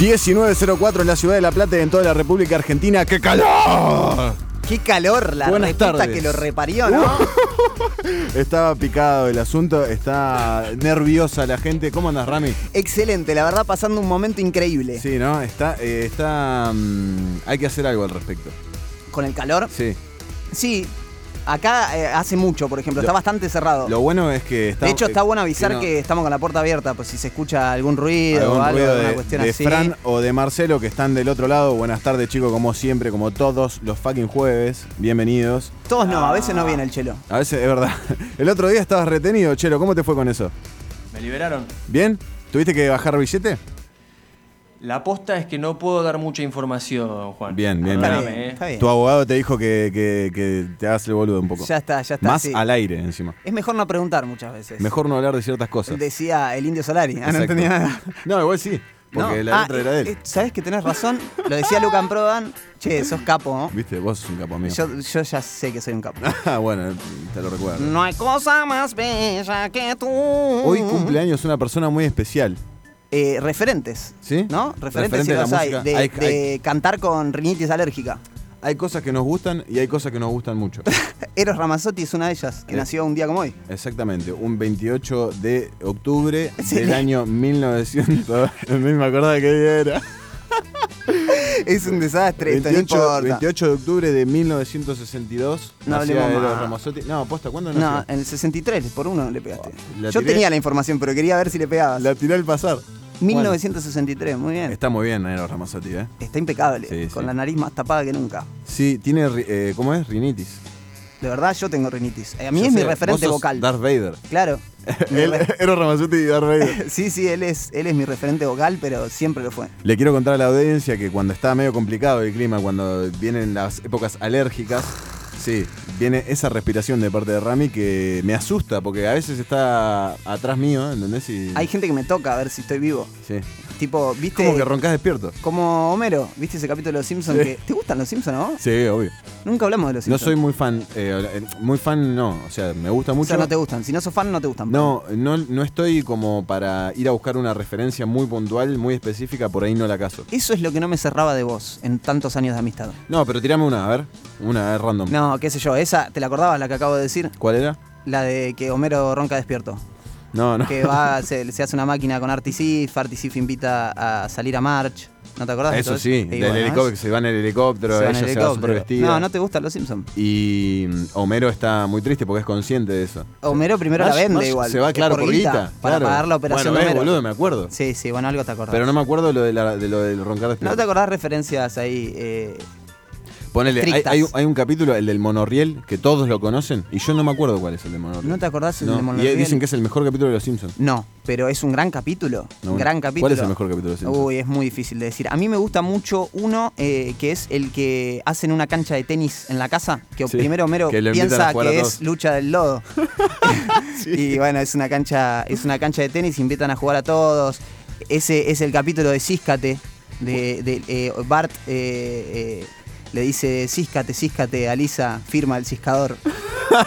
1904 en la ciudad de La Plata y en toda la República Argentina. ¡Qué calor! Uh. Qué calor la Buenas reputa tardes. que lo reparió, ¿no? Estaba picado el asunto, está nerviosa la gente. ¿Cómo andas, Rami? Excelente, la verdad pasando un momento increíble. Sí, ¿no? Está. eh, está mm, hay que hacer algo al respecto. Con el calor. Sí. Sí, acá eh, hace mucho, por ejemplo, Lo- está bastante cerrado. Lo bueno es que está. de hecho, está eh, bueno avisar sí, no, que estamos con la puerta abierta, pues si se escucha algún ruido o algún algo, ruido alguna de, cuestión de así. Fran o de Marcelo que están del otro lado. Buenas tardes, chicos, como siempre, como todos los fucking jueves. Bienvenidos. Todos no, a Ah. veces no viene el chelo. A veces, es verdad. El otro día estabas retenido, Chelo. ¿Cómo te fue con eso? Me liberaron. ¿Bien? ¿Tuviste que bajar billete? La aposta es que no puedo dar mucha información, Juan. Bien, bien, Está Perdóname, bien, está bien. Tu abogado te dijo que, que- que te hagas el boludo un poco. Ya está, ya está. Más sí. al aire encima. Es mejor no preguntar muchas veces. Mejor no hablar de ciertas cosas. Decía el indio Solari. Ah, no Exacto. entendía nada. No, igual sí. Porque No. la Ah, letra era de él. eh, Sabés que tenés razón. Lo decía Lucan Prodan. Che, sos capo, ¿no? Viste, vos sos un capo mío. Yo, yo ya sé que soy un capo. Ah, bueno, te lo recuerdo. No hay cosa más bella que tú. Hoy cumpleaños una persona muy especial. Eh, referentes. ¿Sí? ¿No? Referentes Referentes si de la los hay. música. De, Hay- de hay- cantar con rinitis alérgica. Hay cosas que nos gustan y hay cosas que nos gustan mucho. Eros Ramazzotti es una de ellas, que Sí. nació un día como hoy. Exactamente, un 28 de octubre Sí. del año 1900. Ni me acordaba que día era. Es un desastre, esto no 28, importa. 28 de octubre de 1962. No nacía hablemos Eros más. Ramazzotti. No, posta, ¿cuándo nació? Oh, No, en el 63, por uno le pegaste. La Yo tiré. tenía la información, pero quería ver si le pegabas. La tiré al pasar. 1963, muy bien. Bueno, Está, está muy bien Eros Ramazzotti, ¿eh? impecable, Sí, con sí. la nariz más tapada que nunca. Sí, tiene, ri- eh, ¿cómo es? Rinitis. De verdad, yo tengo rinitis. Eh, A mí Yo es mi sé, referente vos sos vocal. Darth Vader. Claro. Mi Él- re- Eros Ramazzotti y Darth Vader. sí, sí, él es, él es mi referente vocal, pero siempre lo fue. Le quiero contar a la audiencia que cuando está medio complicado el clima, cuando vienen las épocas alérgicas, sí, viene esa respiración de parte de Rami que me asusta porque a veces está atrás mío, ¿entendés? Y, Hay gente que me toca a ver si estoy vivo. sí. Tipo, ¿viste? Como que roncas despierto. Como Homero, ¿viste ese capítulo de Los Simpsons? Sí. Que, ¿Te gustan los Simpsons, no? Sí, obvio. Nunca hablamos de los No Simpsons. soy muy fan, eh, muy fan no, o sea, me gusta O mucho. sea, no te gustan. Si no sos fan, no te gustan. No, no, no estoy como para ir a buscar una referencia muy puntual, muy específica, por ahí no la caso. Eso es lo que no me cerraba de vos en tantos años de amistad. No, pero tirame una, a ver. Una, a ver, random. No, qué sé yo, esa, ¿te la acordabas la que acabo de decir? ¿Cuál era? La de que Homero ronca despierto. No, no. Que va, se, se hace una máquina con Artisif, Artisif invita a salir a March. ¿No te acordás? de Eso todo sí, Y del bueno, helicóptero, que eso. se va en el helicóptero, Se va en ella el se va súper helicóptero. vestida. No, no te gustan los Simpsons. Y mm, Homero está muy triste porque es consciente de eso. Homero primero Marge- la vende Marge igual. Se va, es claro, por guita. Para claro. pagar la operación Bueno, de ves, Homero. boludo, me acuerdo. Sí, sí, bueno, algo te acordás. Pero no me acuerdo lo de, la- de lo del roncar despierto. ¿No te acordás referencias ahí? eh, Ponele, hay, Estrictas. hay un- hay un capítulo, el del monorriel, que todos lo conocen, y yo no me acuerdo cuál es el del monorriel. ¿No te acordás el No, de Y Monorriel? eh, dicen que es el mejor capítulo de Los Simpsons. No, pero es un gran No, capítulo. un bueno. gran ¿Cuál capítulo. es el mejor capítulo de Simpsons? Uy, es muy difícil de decir. A mí me gusta mucho uno eh, que es el que hacen una cancha de tenis en la casa, que Sí, primero Homero que lo invitan piensa a jugar a que es todos. lucha del lodo. Y bueno, es una cancha, es una cancha de tenis, invitan a jugar a todos. Ese es el capítulo de Císcate, de, de, eh, Bart eh, eh, le dice Císcate, Císcate, a Lisa, firma el ciscador.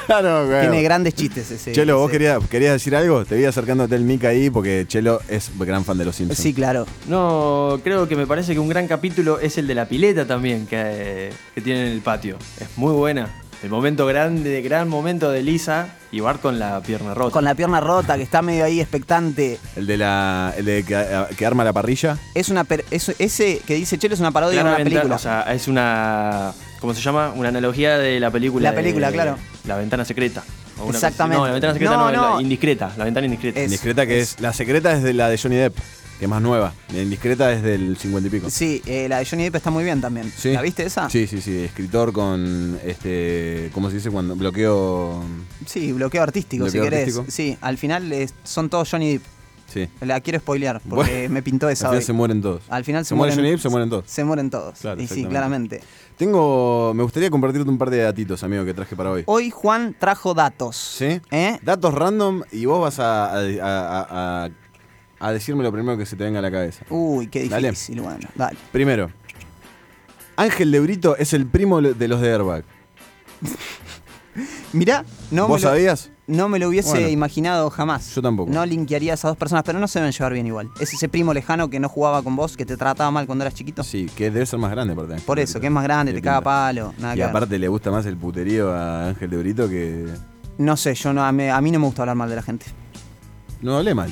Claro, güey. Tiene grandes chistes ese. Chelo, ¿vos ese- querías, querías decir algo? Te vi acercándote el mic ahí porque Chelo es gran fan de Los Simpsons. Sí, claro. No, creo que me parece que un gran capítulo es el de la pileta también que, que tiene en el patio. Es muy buena. El momento grande, gran momento de Lisa y Bart con la pierna rota. Con la pierna rota, que está medio ahí expectante. El de la el de que, que arma la parrilla. Es una per- es- ese que dice Chelo es una parodia de una Claramente, película. O sea, es una. ¿Cómo se llama? Una analogía de la película. La de- película, claro. La ventana secreta. O una- Exactamente. No, la ventana secreta No, no, la no. indiscreta. La ventana indiscreta. Es- Indiscreta que es. La secreta es de la de Johnny Depp, que es más nueva. La indiscreta es del 50 y pico. sí, eh, la de Johnny Depp está muy bien también. Sí. ¿La viste esa? Sí, sí, sí. Escritor con este. ¿Cómo se dice? cuando Bloqueo. Sí, bloqueo artístico, Bloqueo si querés. artístico. Sí, al final es- son todos Johnny Depp. Sí. La quiero spoilear porque Bueno, me pintó Al esa final hoy. se mueren todos. Al final se, muere Johnny Depp, se mueren todos. Se mueren todos. Claro, y sí, exactamente. claramente. Tengo. Me gustaría compartirte un par de datitos, amigo, que traje para hoy. Hoy Juan trajo datos. ¿Sí? ¿Eh? Datos random y vos vas a, a, a- a- a decirme lo primero que se te venga a la cabeza. Uy, qué Dale. difícil. Bueno, dale. Primero, Ángel de Brito es el primo de los de Airbag. Mirá, no me ¿Vos lo- sabías? no me lo hubiese Bueno. imaginado jamás. Yo tampoco. No linkearía a esas dos personas, pero no se deben llevar bien igual. Es ese primo lejano que no jugaba con vos, que te trataba mal cuando eras chiquito. Sí, que debe ser más grande, aparte. Por eso, que es más grande, De te caga pinta. palo, nada Y que ver. aparte le gusta más el puterío a Ángel de Brito que. No sé, yo no, a, mí, a mí no me gusta hablar mal de la gente. No hablé mal.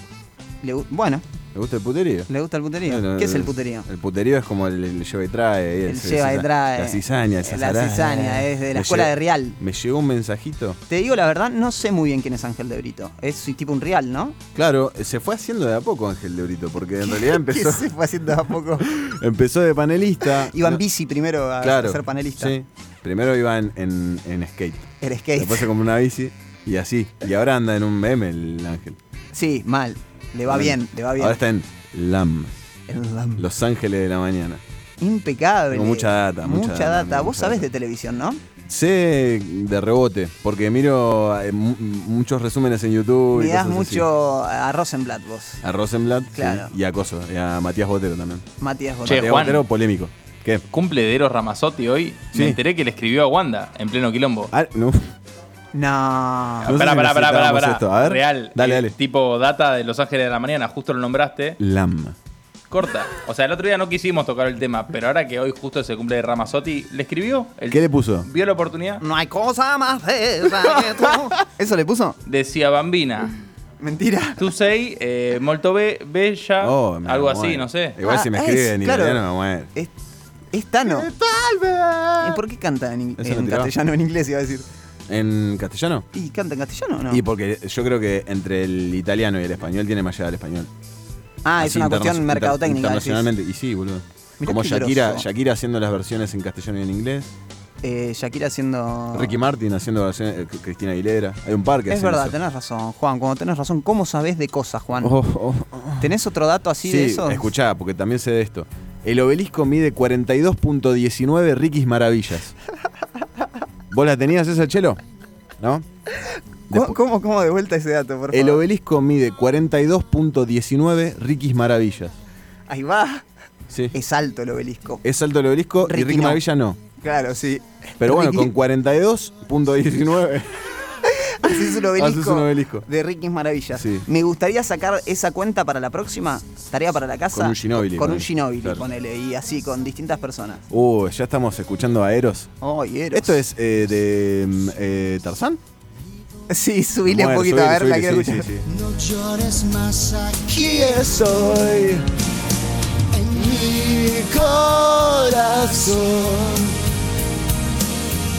Le gu- bueno, Le gusta el puterío. le gusta el puterío. No, no, ¿Qué no, es el puterío? El puterío es como el, el lleva y trae. El lleva y trae. La cizaña, el Eh, la zazará. cizaña, es de la Me escuela llegó- de Real. Me llegó un mensajito. Te digo la verdad, no sé muy bien quién es Ángel de Brito. Es tipo un real, ¿no? Claro, se fue haciendo de a poco Ángel de Brito, porque en realidad empezó, Que se fue haciendo a poco. empezó de panelista. Iba en No, bici primero a, claro, a ser panelista. Sí. Primero iba en, en- en skate. El skate. Después se compró una bici y así. Y ahora anda en un meme el Ángel. Sí, mal. Le va bien, le va bien. Ahora está en LAM, El lam- Los Ángeles de la Mañana. Impecable. Tengo mucha data, mucha Mucha data, data. Vos mucha sabés data. de televisión, ¿no? Sé de rebote, porque miro eh, mu- muchos resúmenes en YouTube. y Me das cosas así. mucho a Rosenblatt vos, A Rosenblatt sí, Claro. y a Coso, y a Matías Botero también. Matías Gómez. Che, Matías Juan. Botero polémico. ¿Qué? Cumple de Eros Ramazzotti hoy. Sí. Me enteré que le escribió a Wanda en pleno quilombo. Ah, Ah, no. No. sé pará, si pará, pará, pará, necesitábamos pará. esto. A ver, Real. dale, eh, dale. Tipo data de Los Ángeles de la Mañana, justo lo nombraste. Lam. Corta. O sea, el otro día no quisimos tocar el tema, pero ahora que hoy justo se cumple de Ramazzotti, ¿le escribió? El- ¿Qué le puso? ¿Vio la oportunidad? No hay cosa más bella que tú. ¿Eso le puso? Decía Bambina. Mentira. Tu sei, eh, molto be- bella, Oh, me algo muero. así, no sé. Igual Ah, si me es, escribe en claro. Este italiano me muero. Es, es Tano. ¿Y por qué canta en, in- Eso no en tiraba. castellano en inglés? Iba a decir. ¿En castellano? ¿Y canta en castellano o no? Y porque yo creo que entre el italiano y el español tiene más llegada el español. ah, es Así una interna- cuestión inter- mercadotécnica. Internacionalmente. Y sí, boludo. Mirá Como qué Shakira, groso. Shakira haciendo las versiones en castellano y en inglés. decís. Eh, Shakira haciendo. Ricky Martin haciendo versiones. eh, Cristina Aguilera. Hay un par que Es hacen verdad, eso. tenés razón, Juan. Cuando tenés razón, ¿cómo sabés de cosas, Juan? Oh, oh, oh. ¿Tenés otro dato así Sí, de eso? escuchá, porque también sé de esto. El obelisco mide 42.19 riquis maravillas. ¿Vos la tenías esa, Chelo? ¿No? ¿Cómo, cómo, cómo de vuelta ese dato, por favor? El obelisco mide 42.19 riquis maravillas. Ahí va. Sí. Es alto el obelisco. Es alto el obelisco y Riqui Ricky no. Maravilla no. Claro, sí. Pero bueno, Ricky- con 42.19 Haces un obelisco. haces un obelisco. De Ricky Maravillas. Sí. Me gustaría sacar esa cuenta para la próxima, tarea para la casa. Con un Ginóbili, Con un ponele. Ginóbili, Claro. ponele. Y así, con distintas personas. Uh, ya estamos escuchando a Eros. Oh, y Eros. ¿Esto es eh, de mm, eh, Tarzán? Sí, subile Bueno, un poquito a ver, subile, la subile, quiero sí, escuchar. sí, sí. No llores más aquí soy en mi corazón.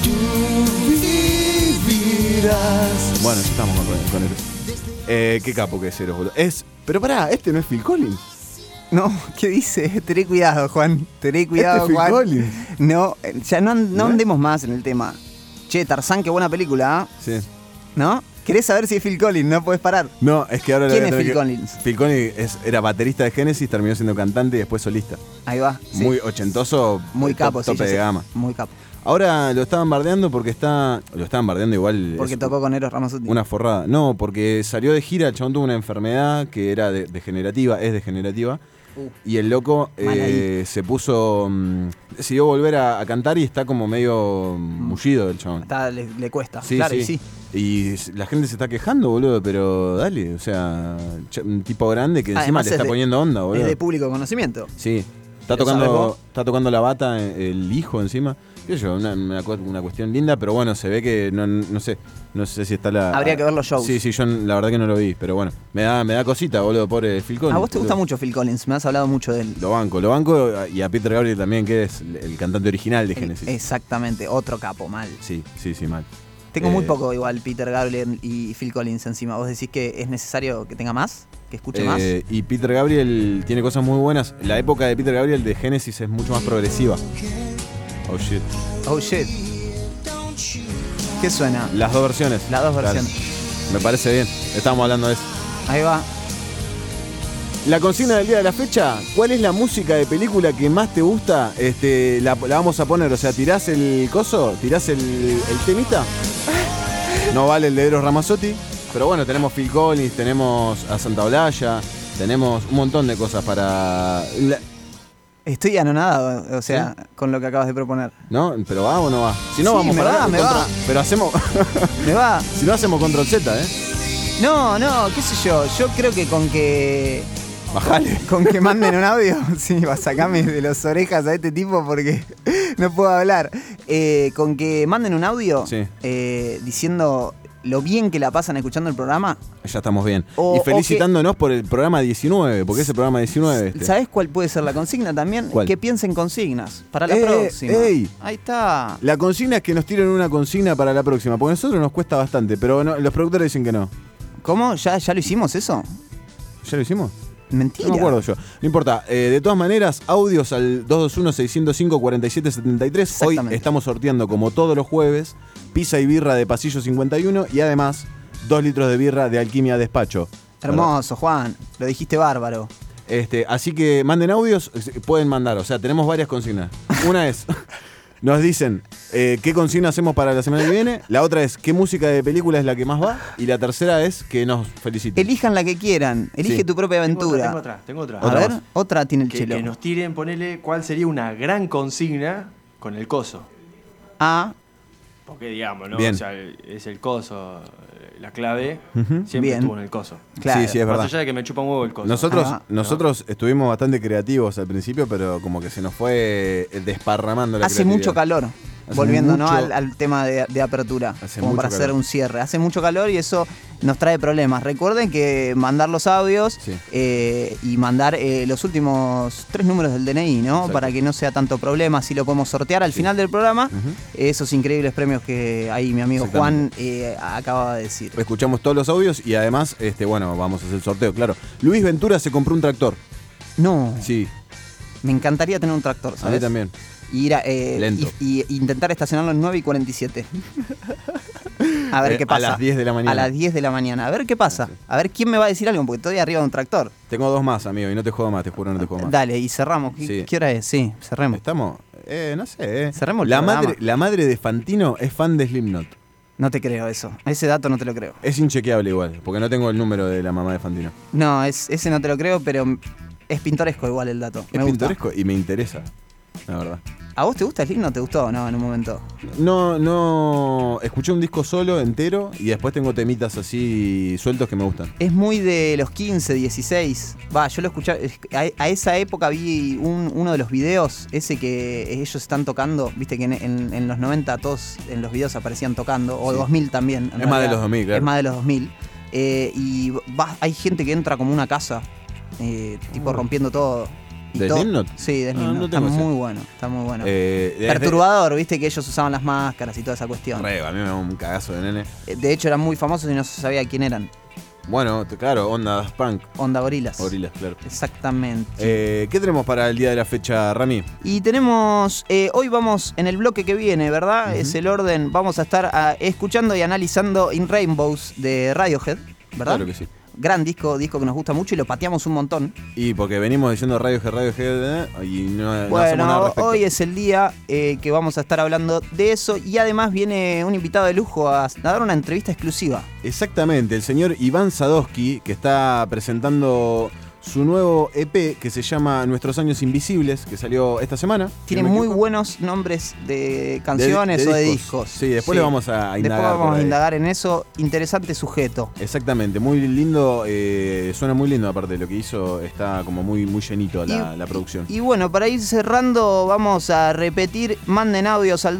Tú vivirás. Bueno, ya estamos con, con Eros. Eh, qué capo que es Eros, boludo. Es, pero pará, este no es Phil Collins. No, ¿qué dice? Tené cuidado, Juan. Tené cuidado, Este es Phil Juan. Collins. No, eh, ya no, an- no ¿No? andemos más en el tema. Che, Tarzán, qué buena película, ¿ah? Sí. ¿no? ¿Querés saber si es Phil Collins? No podés parar. No, es que ahora le voy ¿Quién a es tener Phil que- Collins? Phil Collins es- era baterista de Genesis, terminó siendo cantante y después solista. Ahí va. sí. Muy ochentoso, Muy top- capo, sí, tope ya de sé. gama. Muy capo. Ahora lo estaban bardeando porque está. Lo estaban bardeando igual. Porque es tocó con Eros Ramazzotti. Una forrada. No, porque salió de gira, el chabón tuvo una enfermedad que era de- degenerativa, es degenerativa. Uh. Y el loco Mal eh, se puso. mm, decidió volver a, a cantar y está como medio mm, mullido el chabón. Está- le, le cuesta. claro, y sí. Y s- la gente se está quejando, boludo, pero dale, o sea, ch- un tipo grande que encima Además le es está de- poniendo onda, boludo. Es de público conocimiento. Sí. Está ¿Lo sabes tocando, vos? está tocando la bata eh, el hijo encima. Qué sé yo, una, una cu- una cuestión linda, pero bueno, se ve que no, no sé. No sé si está la. Habría que ver los shows. Sí, sí, yo n- la verdad que no lo vi, pero bueno. Me da, me da cosita, boludo, pobre Phil Collins. A vos te gusta boludo. mucho Phil Collins, me has hablado mucho de él. Lo banco, lo banco y a Peter Gabriel también, que es el- el cantante original de El- Genesis. Exactamente, otro capo, mal. Sí, sí, sí, mal. Tengo muy Eh, poco igual Peter Gabriel y Phil Collins encima. ¿Vos decís que es necesario que tenga más? ¿Que escuche más? Eh, y Peter Gabriel tiene cosas muy buenas. La época de Peter Gabriel de Genesis es mucho más progresiva. Oh shit. Oh shit. ¿Qué suena? Las dos versiones. Las dos Claro. Me parece bien. Estábamos hablando de eso. Ahí va. La consigna del día de la fecha, ¿cuál es la música de película que más te gusta? Este, la, la vamos a poner, o sea, tirás el coso, tirás el, el temita. No vale el de Eros Ramazzotti, pero bueno, tenemos Phil Collins, tenemos a Santa Olalla, tenemos un montón de cosas para... la- Estoy anonadado, o sea, con lo que acabas de proponer. ¿No? ¿Pero va o no va? Si no, Sí, vamos me para va, me contra- va. Pero hacemos. ¿Me va? si no, hacemos control Z, ¿eh? No, no, qué sé yo. Yo creo que con que. Bajale. Con que manden un audio, sí, va a sacarme de las orejas a este tipo porque no puedo hablar. Eh, con que manden un audio Sí. eh, diciendo lo bien que la pasan escuchando el programa. Ya estamos bien. O- y o que- felicitándonos por el programa 19, porque es el programa 19 este. ¿Sabes cuál puede ser la consigna también? ¿Cuál? Que piensen consignas para la Eh, próxima. ey. Ahí está. La consigna es que nos tiren una consigna para la próxima, porque a nosotros nos cuesta bastante, pero no- los productores dicen que no. ¿Cómo? ¿Ya, ya lo hicimos eso? ¿Ya lo hicimos? Mentira. No me acuerdo yo. No importa. Eh, de todas maneras, audios al 221-605-4773. Hoy Exactamente. estamos sorteando, como todos los jueves, pizza y birra de Pasillo 51 y además dos litros de birra de Alquimia Despacho. Hermoso, Juan. Lo dijiste bárbaro. Este, así que manden audios, eh, pueden mandar. O sea, tenemos varias consignas. Una es, nos dicen eh, qué consigna hacemos para la semana que viene. La otra es qué música de película es la que más va. Y la tercera es que nos feliciten. Elijan la que quieran. Elige Sí. tu propia Tengo otra, aventura. tengo otra, tengo otra. A ver, otra tiene el Que, chelo. que nos tiren, ponele cuál sería una gran consigna con el coso. Ah, Porque digamos, ¿no? Bien. O sea, es el coso, eh, la clave, siempre Bien. estuvo en el coso. claro. Sí, sí, es verdad. Más allá de que me chupa un huevo el coso. Nosotros, Ah, nosotros estuvimos bastante creativos al principio, pero como que se nos fue eh, desparramando la Hace mucho creatividad. calor. Hace volviendo ¿no? mucho- al, al tema de, de apertura, Hace como mucho para hacer calor. un cierre. Hace mucho calor y eso nos trae problemas. Recuerden que mandar los audios Sí. eh, y mandar eh, los últimos tres números del DNI, ¿no? Exacto. Para que no sea tanto problema, si lo podemos sortear al final del programa. Ujú. Esos increíbles premios que ahí mi amigo Juan Exactamente. eh, acaba de decir. Escuchamos todos los audios y además, este, bueno, vamos a hacer el sorteo, claro. Luis Ventura se compró un tractor. No, Sí, me encantaría tener un tractor, a mí ¿sabes? también. Y ir a, eh, Lento. Y, y intentar estacionarlo en 9 y 47. A ver Eh, qué a pasa. las 10 de la mañana. A las 10 de la mañana. A ver qué pasa. A ver quién me va a decir algo, porque estoy arriba de un tractor. Tengo dos más, amigo, y no te jodo más, te juro, no te jodo más. Dale, y cerramos. ¿Qué, Sí. qué hora es? Sí, cerremos. Estamos, eh, no sé. eh. Cerremos el la programa. madre, la madre de Fantino es fan de Slipknot. No te creo eso. Ese dato no te lo creo. Es inchequeable igual, porque no tengo el número de la mamá de Fantino. No, es, ese no te lo creo, pero es pintoresco igual el dato. Es me gusta. pintoresco y me interesa, la verdad. ¿A vos te gusta el himno? ¿Te gustó o no en un momento? No, no. Escuché un disco solo, entero, y después tengo temitas así sueltos que me gustan. Es muy de los 15, 16. Va, yo lo escuché. es- A, a esa época vi un- uno de los videos, ese que ellos están tocando. Viste que en, en- en los 90 todos en los videos aparecían tocando, o Sí. 2000 también. en Es más de los 2000, claro. Es más de los 2000. Eh, y va- hay gente que entra como una casa, eh, tipo rompiendo todo. Y ¿Del todo- Slipknot? Sí, del Ah, Slipknot. no está tengo ese. muy bueno, está muy bueno. Eh, desde- Perturbador, viste que ellos usaban las máscaras y toda esa cuestión. Re, a mí me da un cagazo de nene. Eh, De hecho, eran muy famosos y no se sabía quién eran. Bueno, t- claro, onda Daft Punk. Onda Gorilas. Gorilas, claro. Exactamente. Eh, ¿Qué tenemos para el día de la fecha, Rami? Y tenemos, eh, hoy vamos en el bloque que viene, ¿verdad? Es el orden, vamos a estar ah, escuchando y analizando In Rainbows de Radiohead, ¿verdad? Claro que sí. Eh, Gran disco, disco que nos gusta mucho y lo pateamos un montón. Y porque venimos diciendo Radio G, Radio G, eh, y no, no hacemos nada al bueno, respecto. hoy es el día eh, que vamos a estar hablando de eso y además viene un invitado de lujo a, a dar una entrevista exclusiva. Exactamente, el señor Iván Sadowski, que está presentando su nuevo EP que se llama Nuestros Años Invisibles, que salió esta semana. si Tiene no me muy equivoco. buenos nombres de canciones o de discos. Sí, después le vamos a Después indagar. por vamos a ahí. indagar en eso. Interesante sujeto. Exactamente, muy lindo, eh, suena muy lindo aparte lo que hizo, está como muy, muy llenito la, Y- la producción. Y bueno, para ir cerrando, vamos a repetir, manden audios al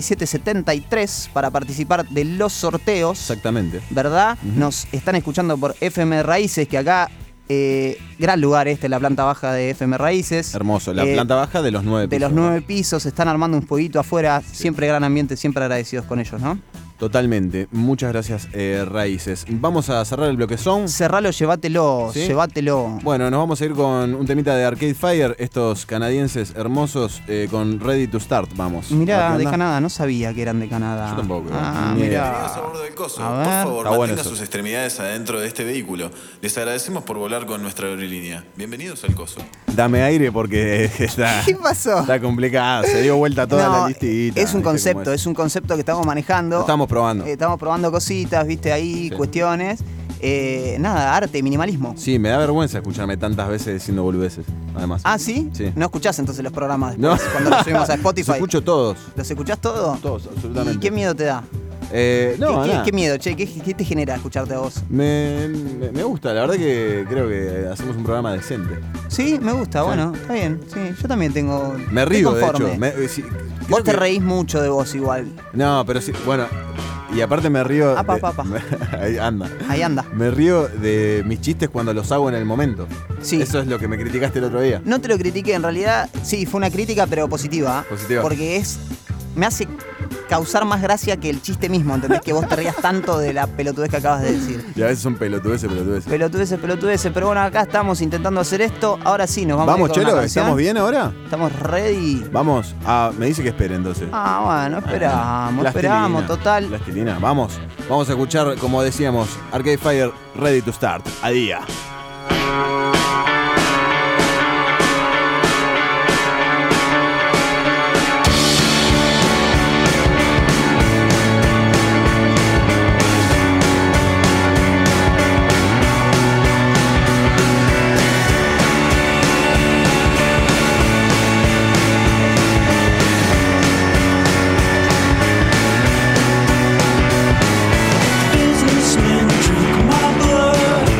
221-605-4773 para participar de los sorteos, Exactamente. ¿verdad? Nos están escuchando por FM Raíces, que acá, eh, gran lugar este, la planta baja de FM Raíces. Hermoso, la Eh, planta baja de los nueve De los pisos. nueve pisos, están armando un fueguito afuera, siempre gran ambiente, siempre agradecidos con ellos, ¿no? Totalmente, muchas gracias eh, Raíces. Vamos a cerrar el bloque son. Cerralo, llévatelo, ¿Sí? llévatelo. Bueno, nos vamos a ir con un temita de Arcade Fire, estos canadienses hermosos eh, con Ready to Start, vamos. Mirá, ¿No te de anda? Canadá, no sabía que eran de Canadá. Yo tampoco. Ah, Ni idea. mirá. Bienvenidos a bordo del coso. A Por ver. favor, Está bueno mantenga eso. sus extremidades adentro de este vehículo. Les agradecemos por volar con nuestra aerolínea. Bienvenidos al coso. Dame aire porque está, ¿Qué pasó? está complicado, se dio vuelta toda No, la listita. ¿viste Es un cómo concepto, es? es un concepto que estamos manejando. Lo estamos probando. Eh, estamos probando cositas, viste Sí. ahí, cuestiones. Eh, nada, arte, minimalismo. Sí, me da vergüenza escucharme tantas veces diciendo boludeces, además. Ah, ¿sí? Sí. No escuchás entonces los programas después, cuando los subimos a Spotify. Los escucho todos. ¿Los escuchás todo? Todos, absolutamente. ¿Y qué miedo te da? Eh, no, ¿Qué- ¿Qué, nada. qué miedo, che? ¿Qué, qué te genera escucharte a vos? Me, me- me gusta, la verdad que creo que hacemos un programa decente. Sí, me gusta, bueno, está bien. Sí, yo también tengo. Me estoy río, de conforme. hecho. Me- eh, sí, creo Vos te que- reís mucho de vos igual. No, pero sí, bueno. Y aparte me río. Apa, de- apa, apa. ahí anda. Ahí anda. Me río de mis chistes cuando los hago en el momento. Sí. Eso es lo que me criticaste el otro día. No te lo critiqué, en realidad sí, fue una crítica, pero positiva. ¿eh? Positiva. Porque es. Me hace causar más gracia que el chiste mismo, ¿entendés? Que vos te rías tanto de la pelotudez que acabas de decir. Y a veces son pelotudeces, pelotudeces. Pelotudeces, pelotudeces, pero bueno, acá estamos intentando hacer esto. Ahora sí, nos vamos, a ir Vamos, con una Chelo, canción. ¿estamos bien ahora? Estamos ready. Vamos. Ah, me dice que espere entonces. Ah, bueno, esperamos, Plastilina. esperamos, total. Plastilina, vamos. Vamos a escuchar, como decíamos, Arcade Fire Ready to Start. A día. Businessmen drink my blood.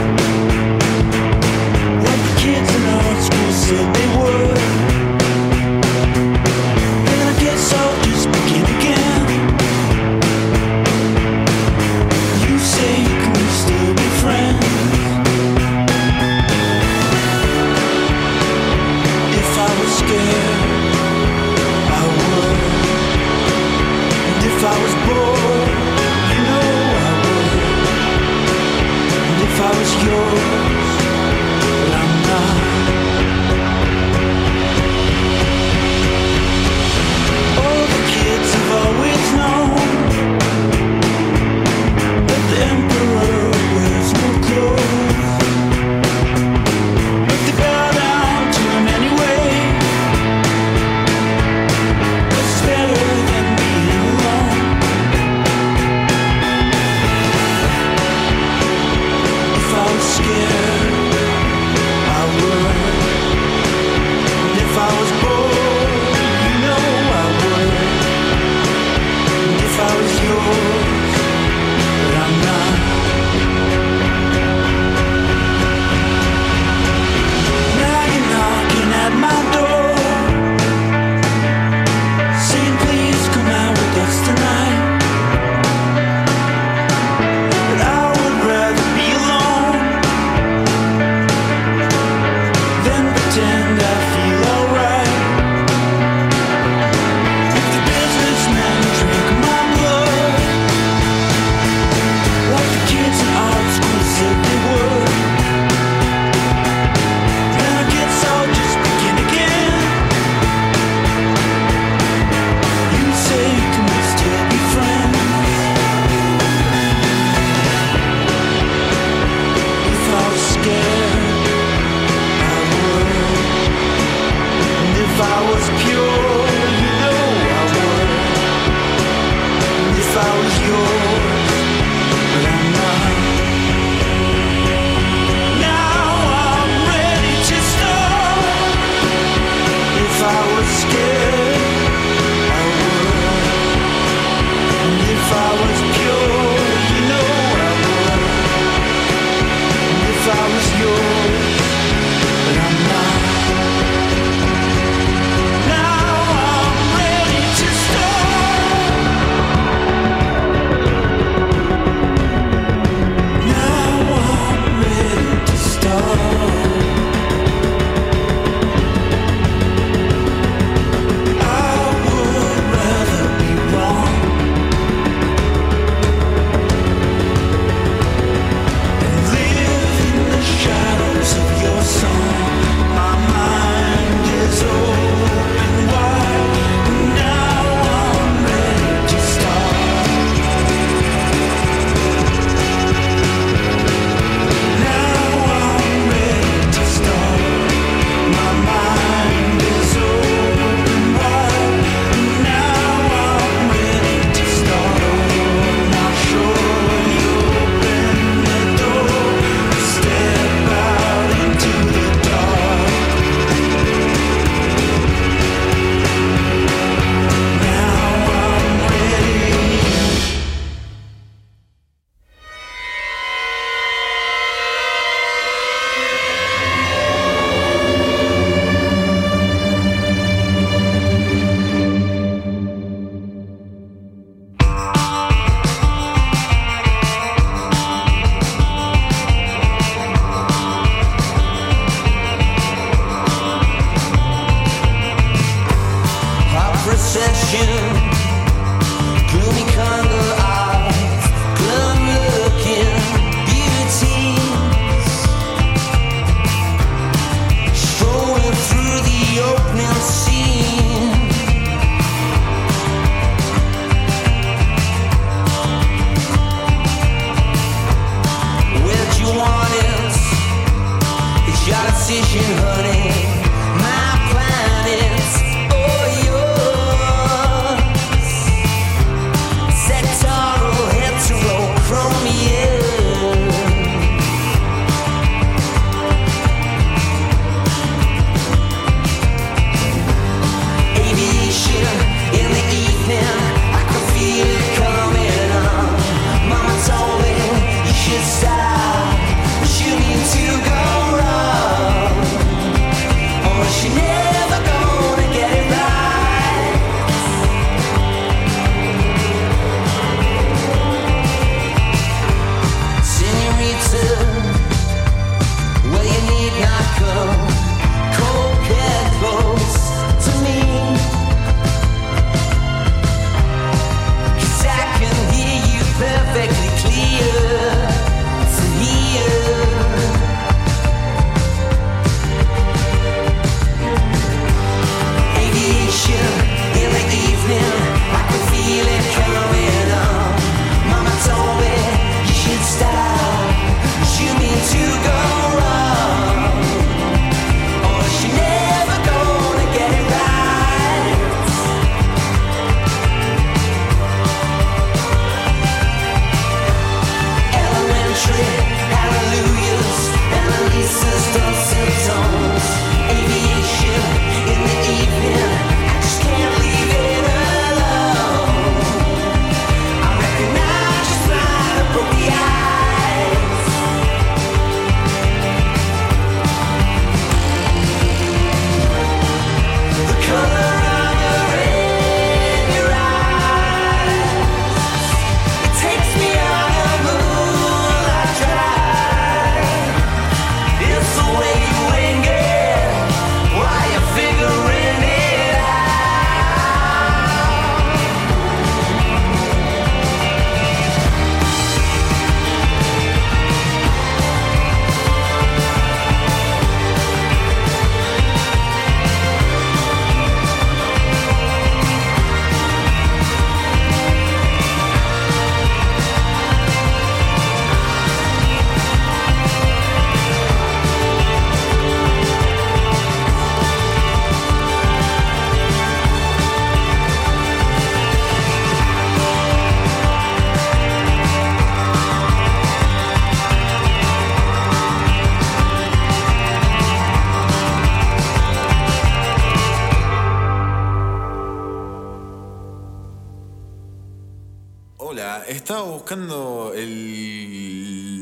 Hola, estaba buscando el.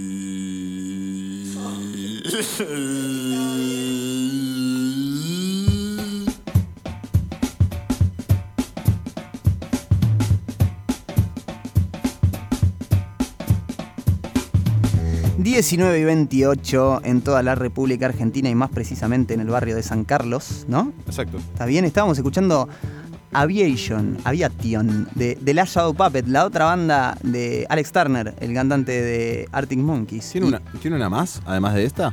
Ujú. 19 y 28 en toda la República Argentina y más precisamente en el barrio de San Carlos, ¿no? Exacto. Está bien, estábamos escuchando Aviation, Aviation, de The Last Shadow Puppet, la otra banda de Alex Turner, el cantante de Arctic Monkeys. ¿Tiene Y- una, ¿Tiene una más, además de esta?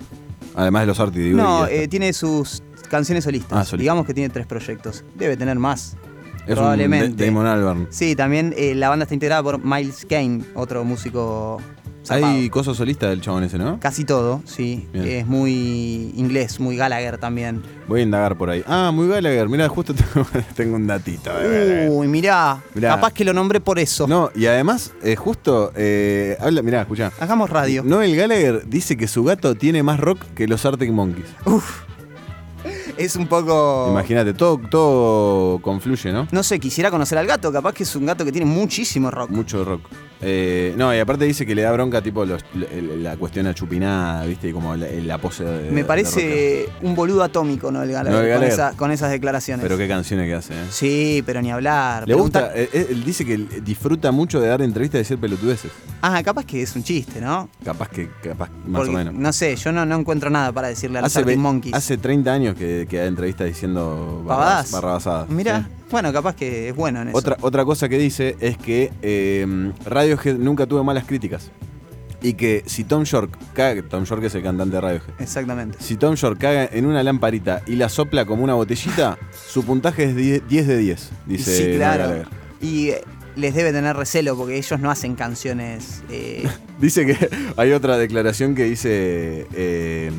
Además de los Arti, digo. No, y esta. eh, tiene sus canciones solistas. Ah, solista. Digamos que tiene tres proyectos. Debe tener más. es un probablemente. Da- Damon Albarn. Sí, también eh, la banda está integrada por Miles Kane, otro músico. zarpado. Hay cosas solistas del chabón ese, ¿no? Casi todo, sí. Bien. Es muy inglés, muy Gallagher también. Voy a indagar por ahí. Ah, muy Gallagher. Mirá, justo tengo, tengo un datito. de Gallagher. Uy, mirá, Mirá. Capaz que lo nombré por eso. No, y además, eh, justo, eh, habla, mirá, escuchá. Hagamos radio. Noel Gallagher dice que su gato tiene más rock que los Arctic Monkeys. Es un poco. Imagínate, todo, todo confluye, ¿no? No sé, quisiera conocer al gato. Capaz que es un gato que tiene muchísimo rock. Mucho rock. Eh, no, y aparte dice que le da bronca tipo los- la, la cuestión achupinada, ¿viste? Y como la, eh, la pose de... Me de rocker. parece un boludo atómico, Noel Gallagher, Noel Gallagher. Con, esa- con esas declaraciones. Pero qué canciones que hace, ¿eh? Sí, pero ni hablar. Le Pregunta- gusta, eh, eh, él dice que disfruta mucho de dar entrevistas y decir pelotudeces. Ah, capaz que es un chiste, ¿no? Capaz que, capaz, más Porque, o menos. No sé, yo no, no encuentro nada para decirle a los Hace, Arctic ve- Monkeys. hace 30 años que, que da entrevistas diciendo barras- Pavadas. barrabasadas. Mirá, Sí. bueno, capaz que es bueno en eso. Otra, otra cosa que dice es que eh, Radiohead nunca tuvo malas críticas. Y que si Tom York caga, Tom York es el cantante de Radiohead. Exactamente. Si Tom York caga en una lamparita y la sopla como una botellita, su puntaje es 10 10 de 10, Y dice sí, Noel claro. Gallagher. Y eh, les debe tener recelo porque ellos no hacen canciones. eh, Dice que hay otra declaración que dice. eh,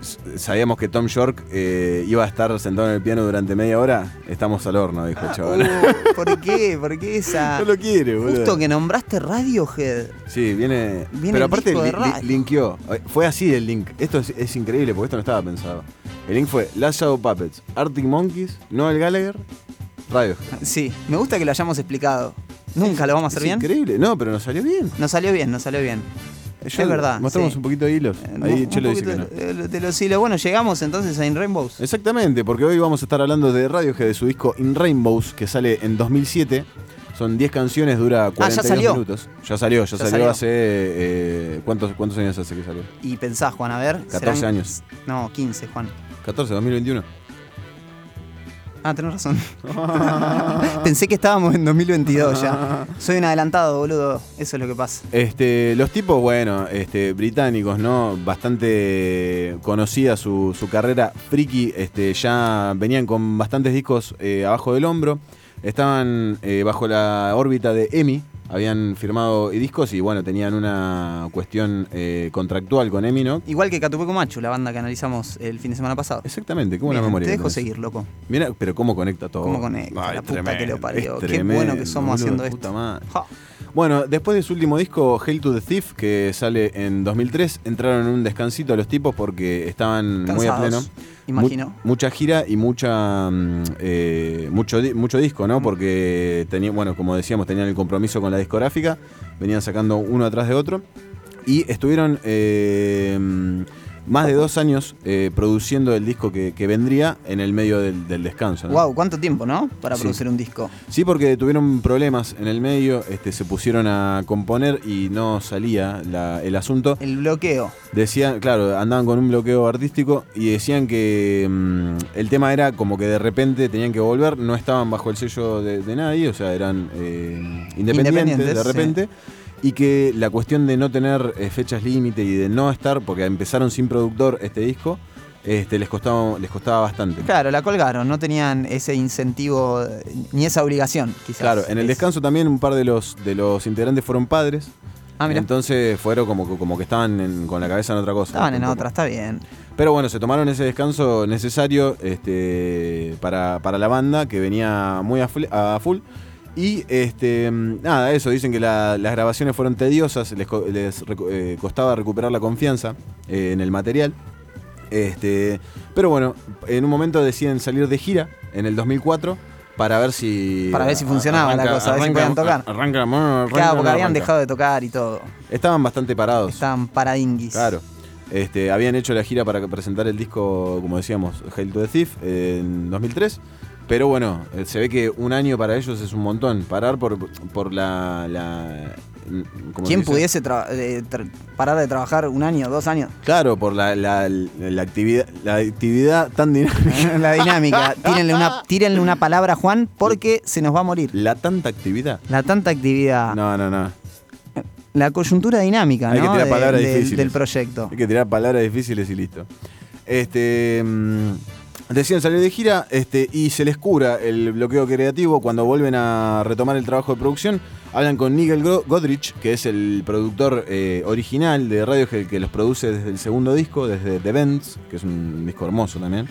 s- Sabíamos que Tom York eh, iba a estar sentado en el piano durante media hora. Estamos al horno, dijo el chaval. uh, ¿Por qué? ¿Por qué esa? No lo quiere, boludo. Justo que nombraste Radiohead. Sí, viene. Viene pero el aparte disco de li- li- Ray. linkeó. Eh, Fue así el link. Esto es, es increíble porque esto no estaba pensado. El link fue Last Shadow Puppets, Arctic Monkeys, Noel Gallagher, Radio. Sí, me gusta que lo hayamos explicado. Oh, Nunca lo vamos a hacer Es bien. increíble. No, pero nos salió bien. Nos salió bien, nos salió bien. es verdad. Eh, Mostramos sí. un poquito de hilos. Eh, Ahí un Chelo dice que no. poquito de- de los hilos. Bueno, llegamos entonces a In Rainbows. Exactamente, porque hoy vamos a estar hablando de Radiohead, de su disco In Rainbows, que sale en 2007. Son 10 canciones, dura 42 Ah, salió. minutos. Ya salió, ya, Ya salió, salió. hace... eh, ¿cuántos, ¿Cuántos años hace que salió? Y pensás, Juan, a ver. 14 años. No, 15, Juan. 14, 2021. Ah, tenés razón. Pensé que estábamos en 2022 ya. Soy un adelantado, boludo. Eso es lo que pasa. Este, los tipos, bueno, este, británicos, ¿no? Bastante conocida su, su carrera friki, este, ya venían con bastantes discos eh, abajo del hombro, estaban eh, bajo la órbita de EMI, habían firmado discos y bueno, tenían una cuestión eh, contractual con EMI, ¿no? Igual que Catupeco Machu, la banda que analizamos el fin de semana pasado. Exactamente, qué buena Bien, memoria. Te que dejo tenés. seguir, loco. Mira, pero cómo conecta todo. ¿Cómo conecta? La puta que lo parió. Qué bueno que somos haciendo puta esto. madre. Ja. Bueno, después de su último disco, Hail to the Thief, que sale en 2003, entraron en un descansito a los tipos porque estaban muy a pleno. Cansados, imagino. Mu- mucha gira y mucha mm, eh, mucho, di- mucho disco, ¿no? Porque, tenía, bueno, como decíamos, tenían el compromiso con la discográfica, venían sacando uno atrás de otro y estuvieron eh, mm, más de dos años eh, produciendo el disco que, que vendría en el medio del, del descanso. ¿no? Wow, ¿cuánto tiempo, no? Para Sí. producir un disco. Sí, porque tuvieron problemas en el medio, este, se pusieron a componer y no salía la- el asunto. El bloqueo. Decían, claro, andaban con un bloqueo artístico y decían que mm, el tema era como que de repente tenían que volver, no estaban bajo el sello de, de nadie, o sea, eran eh, independientes, Independientes, de sí. repente. Y que la cuestión de no tener eh, fechas límite y de no estar, porque empezaron sin productor este disco, este, les, costaba, les costaba bastante. Claro, la colgaron, no tenían ese incentivo eh, ni esa obligación, quizás. Claro, en el Es- descanso también un par de los, de los integrantes fueron padres. Ah, mira. Entonces fueron como, que- como que estaban en- con la cabeza en otra cosa. Estaban en Un poco. otra, está bien. Pero bueno, se tomaron ese descanso necesario este, para, para la banda que venía muy a, fle- a full. Y este, mm, nada, eso, dicen que la- las grabaciones fueron tediosas, les, co- les recu- eh, costaba recuperar la confianza eh, en el material. Este, pero bueno, en un momento deciden salir de gira en el 2004 para ver si. Para ver si funcionaba la cosa, a ver si podían tocar. Arranca, arranca, claro, porque no habían arranca. dejado de tocar y todo. Estaban bastante parados. Estaban paradinguis. Claro. Este, habían hecho la gira para presentar el disco, como decíamos, Hail to the Thief, en 2003. Pero bueno, eh, se ve que un año para ellos es un montón. Parar por, por la. la- ¿cómo se ¿Quién dice? pudiese tra- eh, tra- parar de trabajar un año, dos años? Claro, por la, la- la actividad, la actividad tan dinámica. la dinámica. Tírenle una, tírenle una palabra a Juan porque se nos va a morir. La tanta actividad. La tanta actividad. No, no, no. La coyuntura dinámica, Hay que ¿no? tirar palabras del- difíciles. del proyecto. Hay que tirar palabras difíciles y listo. Este. mm, deciden salir de gira este, y se les cura el bloqueo creativo cuando vuelven a retomar el trabajo de producción. Hablan con Nigel Gro- Godrich, que es el productor eh, original de Radiohead que los produce desde el segundo disco, desde The Bends, que es un disco hermoso también.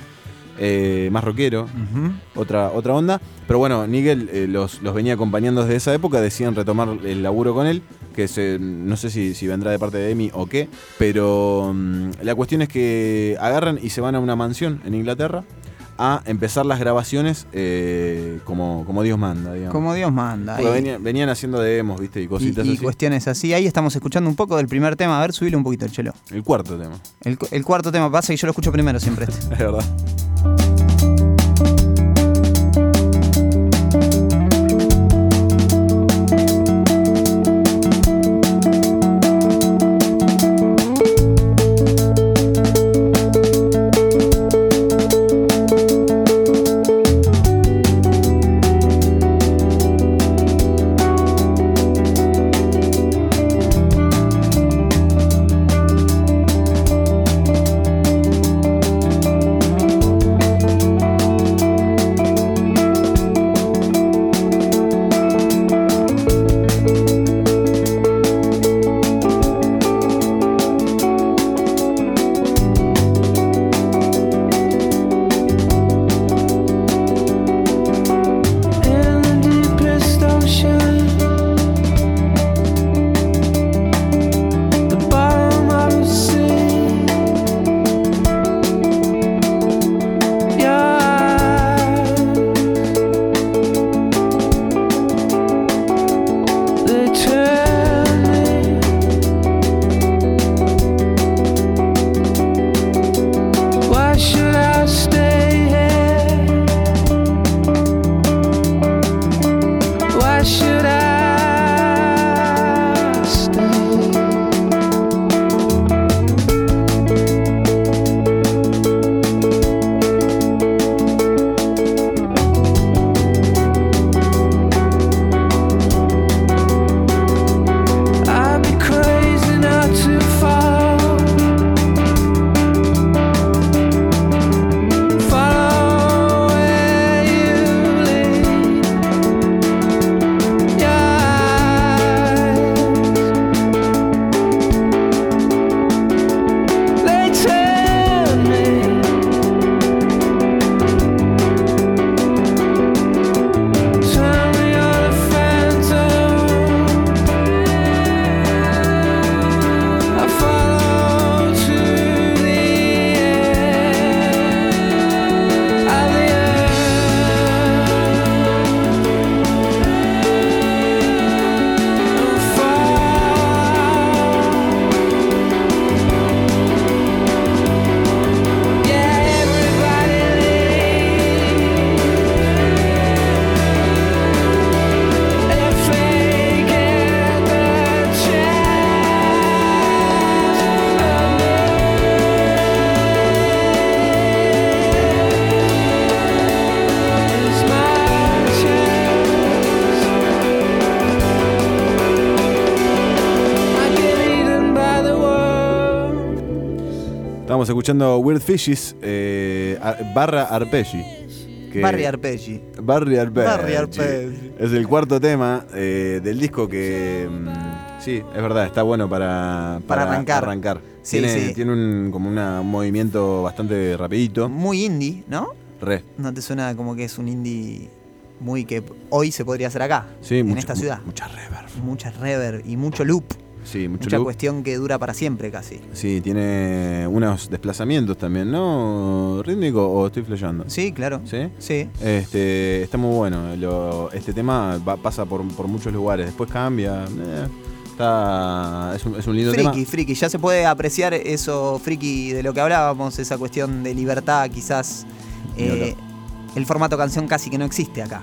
eh, más rockero, otra, otra onda. Pero bueno, Nigel eh, los, los venía acompañando desde esa época, decían retomar el laburo con él, que se, no sé si, si vendrá de parte de Emi o qué, pero mm, la cuestión es que agarran y se van a una mansión en Inglaterra a empezar las grabaciones eh, como, como Dios manda, digamos. Como Dios manda. Porque ahí. venía- venían haciendo demos, viste, y Y, cositas y así. cuestiones así. Ahí estamos escuchando un poco del primer tema. A ver, subile un poquito el chelo. El cuarto tema, El, cu- el cuarto tema pasa y yo lo escucho primero siempre. este. es verdad. Estábamos escuchando Weird Fishes eh, a- barra Arpeggi. que- Barry Arpeggi. Barry Arpeggi. Barry Arpeggi. Es el cuarto tema eh, del disco que. mm, sí, es verdad, está bueno para, Para arrancar. Sí, tiene sí. tiene un, como una- un movimiento bastante rapidito. Muy indie, ¿no? Re. ¿No te suena como que es un indie muy que hoy se podría hacer acá? Sí, en mucho- esta mu- ciudad. Mucha reverb. Mucha reverb y mucho loop. Sí, mucho mucha loop. cuestión que dura para siempre casi. Sí, tiene unos desplazamientos también, ¿no? Rítmico o estoy flasheando. Sí, claro. ¿Sí? Sí. Este, está muy bueno. lo- este tema va- pasa por, por muchos lugares. Después cambia. eh, está, es, un, es un lindo Friki, tema. friki, ya se puede apreciar eso friki de lo que hablábamos, esa cuestión de libertad quizás. Ni eh, el formato canción casi que no existe acá.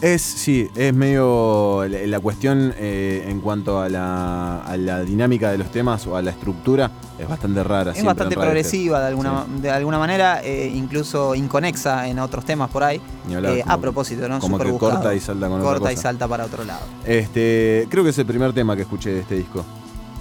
Es, sí, es medio la, la cuestión eh, en cuanto a la, a la dinámica de los temas o a la estructura. Es bastante rara. es siempre bastante en Radiohead. progresiva de alguna, de alguna manera, eh, incluso inconexa en otros temas por ahí. Ni hablar, Eh, a como- propósito, ¿no? como Súper que corta buscado. y salta con otra Corta y cosa. salta para otro lado. Este, creo que es el primer tema que escuché de este disco,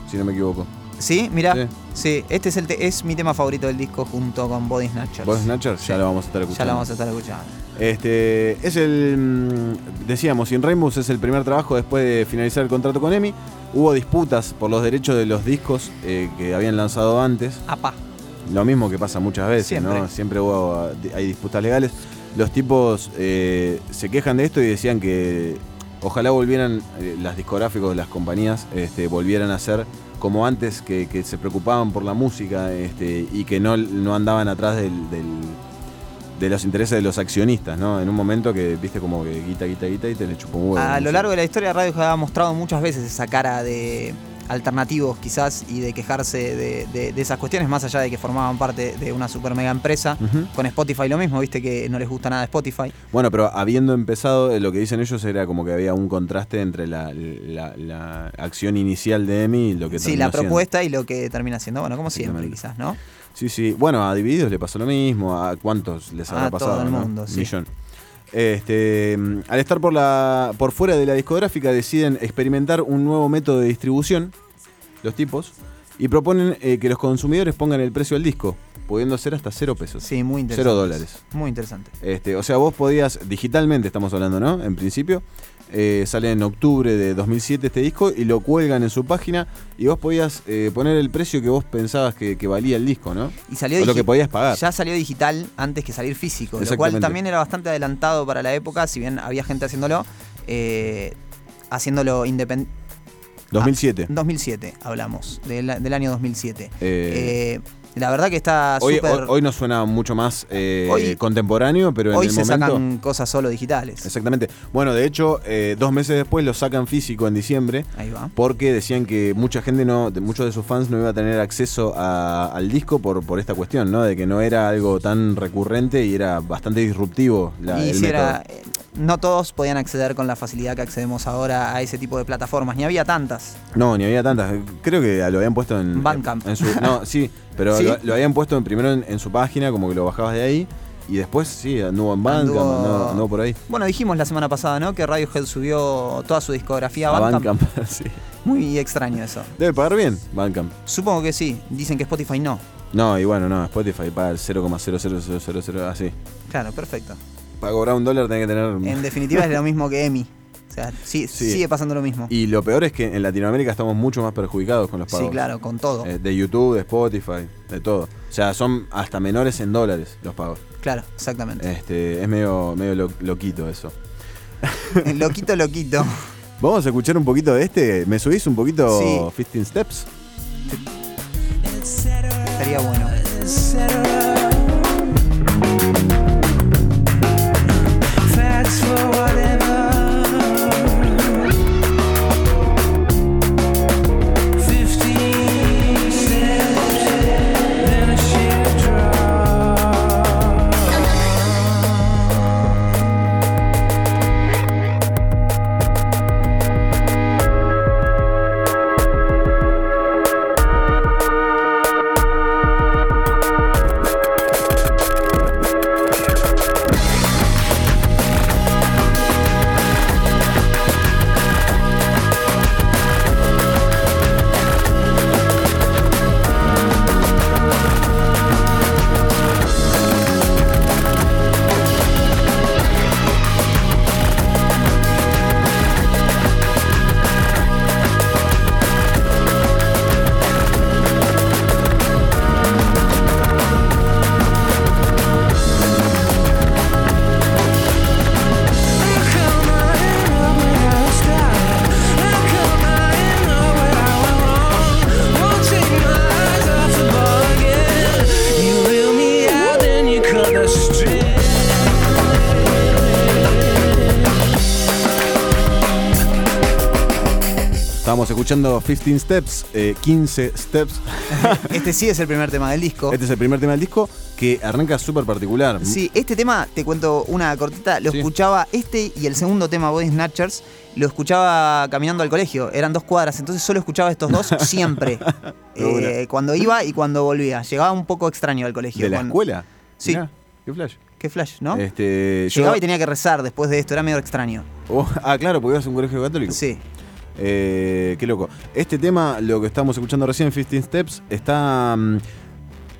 si no me equivoco. Sí, mira, Sí. sí. este es el te- es mi tema favorito del disco junto con Body Snatchers. ¿Vos, Snatcher? Ya Sí. lo vamos a estar escuchando. Ya lo vamos a estar escuchando. Este, es el. mm, Decíamos, Sin Rainbows es el primer trabajo después de finalizar el contrato con EMI. Hubo disputas por los derechos de los discos eh, que habían lanzado antes. Apa. Lo mismo que pasa muchas veces, Siempre. ¿no? Siempre hubo, hay disputas legales. Los tipos eh, se quejan de esto y decían que ojalá volvieran eh, las discográficas, las compañías, este, volvieran a ser como antes, que, que se preocupaban por la música este, y que no, no andaban atrás del- del, de los intereses de los accionistas, ¿no? En un momento que viste como que guita, guita, guita y te le chupó un huevo. A No lo sé. largo de la historia, Radio ha mostrado muchas veces esa cara de alternativos quizás y de quejarse de, de- de esas cuestiones, más allá de que formaban parte de una super mega empresa. Ujú. Con Spotify lo mismo, viste que no les gusta nada Spotify. Bueno, pero habiendo empezado, eh, lo que dicen ellos era como que había un contraste entre la, la- la acción inicial de Emi y lo que Sí, terminó la siendo. propuesta y lo que termina siendo, bueno, como siempre Exactamente. quizás, ¿no? Sí, sí. Bueno, a Divididos le pasó lo mismo. ¿A cuántos les habrá A todo pasado? el no? mundo, sí. Millón. Este, mm, al estar por, la, por fuera de la discográfica, deciden experimentar un nuevo método de distribución, los tipos, y proponen eh, que los consumidores pongan el precio al disco, pudiendo ser hasta cero pesos. Sí, muy interesante. Cero dólares. Muy interesante. Este, o sea, vos podías, digitalmente estamos hablando, ¿no? En principio. eh, sale en octubre de 2007 este disco y lo cuelgan en su página y vos podías eh, poner el precio que vos pensabas que, que valía el disco, ¿no? Y salió O lo digi- que podías pagar. Ya salió digital antes que salir físico, lo cual Exactamente. también era bastante adelantado para la época, si bien había gente haciéndolo, eh, haciéndolo independiente. Ah, 2007. 2007, hablamos, del, del año 2007. Eh, Eh, la verdad que está hoy, súper... hoy, hoy nos suena mucho más eh, Hoy- contemporáneo, pero en hoy el se momento. sacan cosas solo digitales. Exactamente. Bueno, de hecho, eh, dos meses después lo sacan físico en diciembre. Ahí va. Porque decían que mucha gente no, de- muchos de sus fans no iba a tener acceso a- al disco por, por esta cuestión, ¿no? De que no era algo tan recurrente y era bastante disruptivo la, y el si era- método. eh, no todos podían acceder con la facilidad que accedemos ahora a ese tipo de plataformas, ni había tantas. No, ni había tantas. Creo que lo habían puesto en. Bandcamp. en su- no, sí, pero ¿Sí? Lo, lo habían puesto en- primero en, en su página, como que lo bajabas de ahí. Y después, sí, anduvo en Bandcamp, Anduvo- anduvo- anduvo por ahí. Bueno, dijimos la semana pasada, ¿no? Que Radiohead subió toda su discografía a A Bandcamp. Bandcamp, sí. Muy extraño eso. Debe pagar bien Bandcamp. Supongo que sí. Dicen que Spotify no. No, y bueno, no, Spotify paga el 0,00000 así. Claro, perfecto. Para cobrar un dólar tenés que tener... En definitiva es lo mismo que Emi. O sea, sí, Sí. sigue pasando lo mismo. Y lo peor es que en Latinoamérica estamos mucho más perjudicados con los pagos. Sí, claro, con todo. Eh, de YouTube, de Spotify, de todo. O sea, son hasta menores en dólares los pagos. Claro, exactamente. Este, es medio, medio lo- loquito eso. loquito, loquito. Vamos a escuchar un poquito de este. ¿Me subís un poquito Sí. 15 Steps? Estaría bueno. Fifteen Estábamos escuchando 15 Steps, eh, 15 Steps. Este sí es el primer tema del disco. Este es el primer tema del disco que arranca súper particular. Sí, este tema, te cuento una cortita, lo Mm. Sí. escuchaba este y el segundo tema, Body Snatchers, lo escuchaba caminando al colegio, eran dos cuadras, entonces solo escuchaba estos dos siempre, Eh, cuando iba y cuando volvía, llegaba un poco extraño al colegio. ¿De la cuando- escuela? Sí. Mirá, qué flash. Qué flash, ¿no? Este, yo- llegaba y tenía que rezar después de esto, era medio extraño. Oh, ah, claro, porque ibas a un colegio católico. Sí, Eh, qué loco. Este tema, lo que estamos escuchando recién, 15 Steps, está. mm,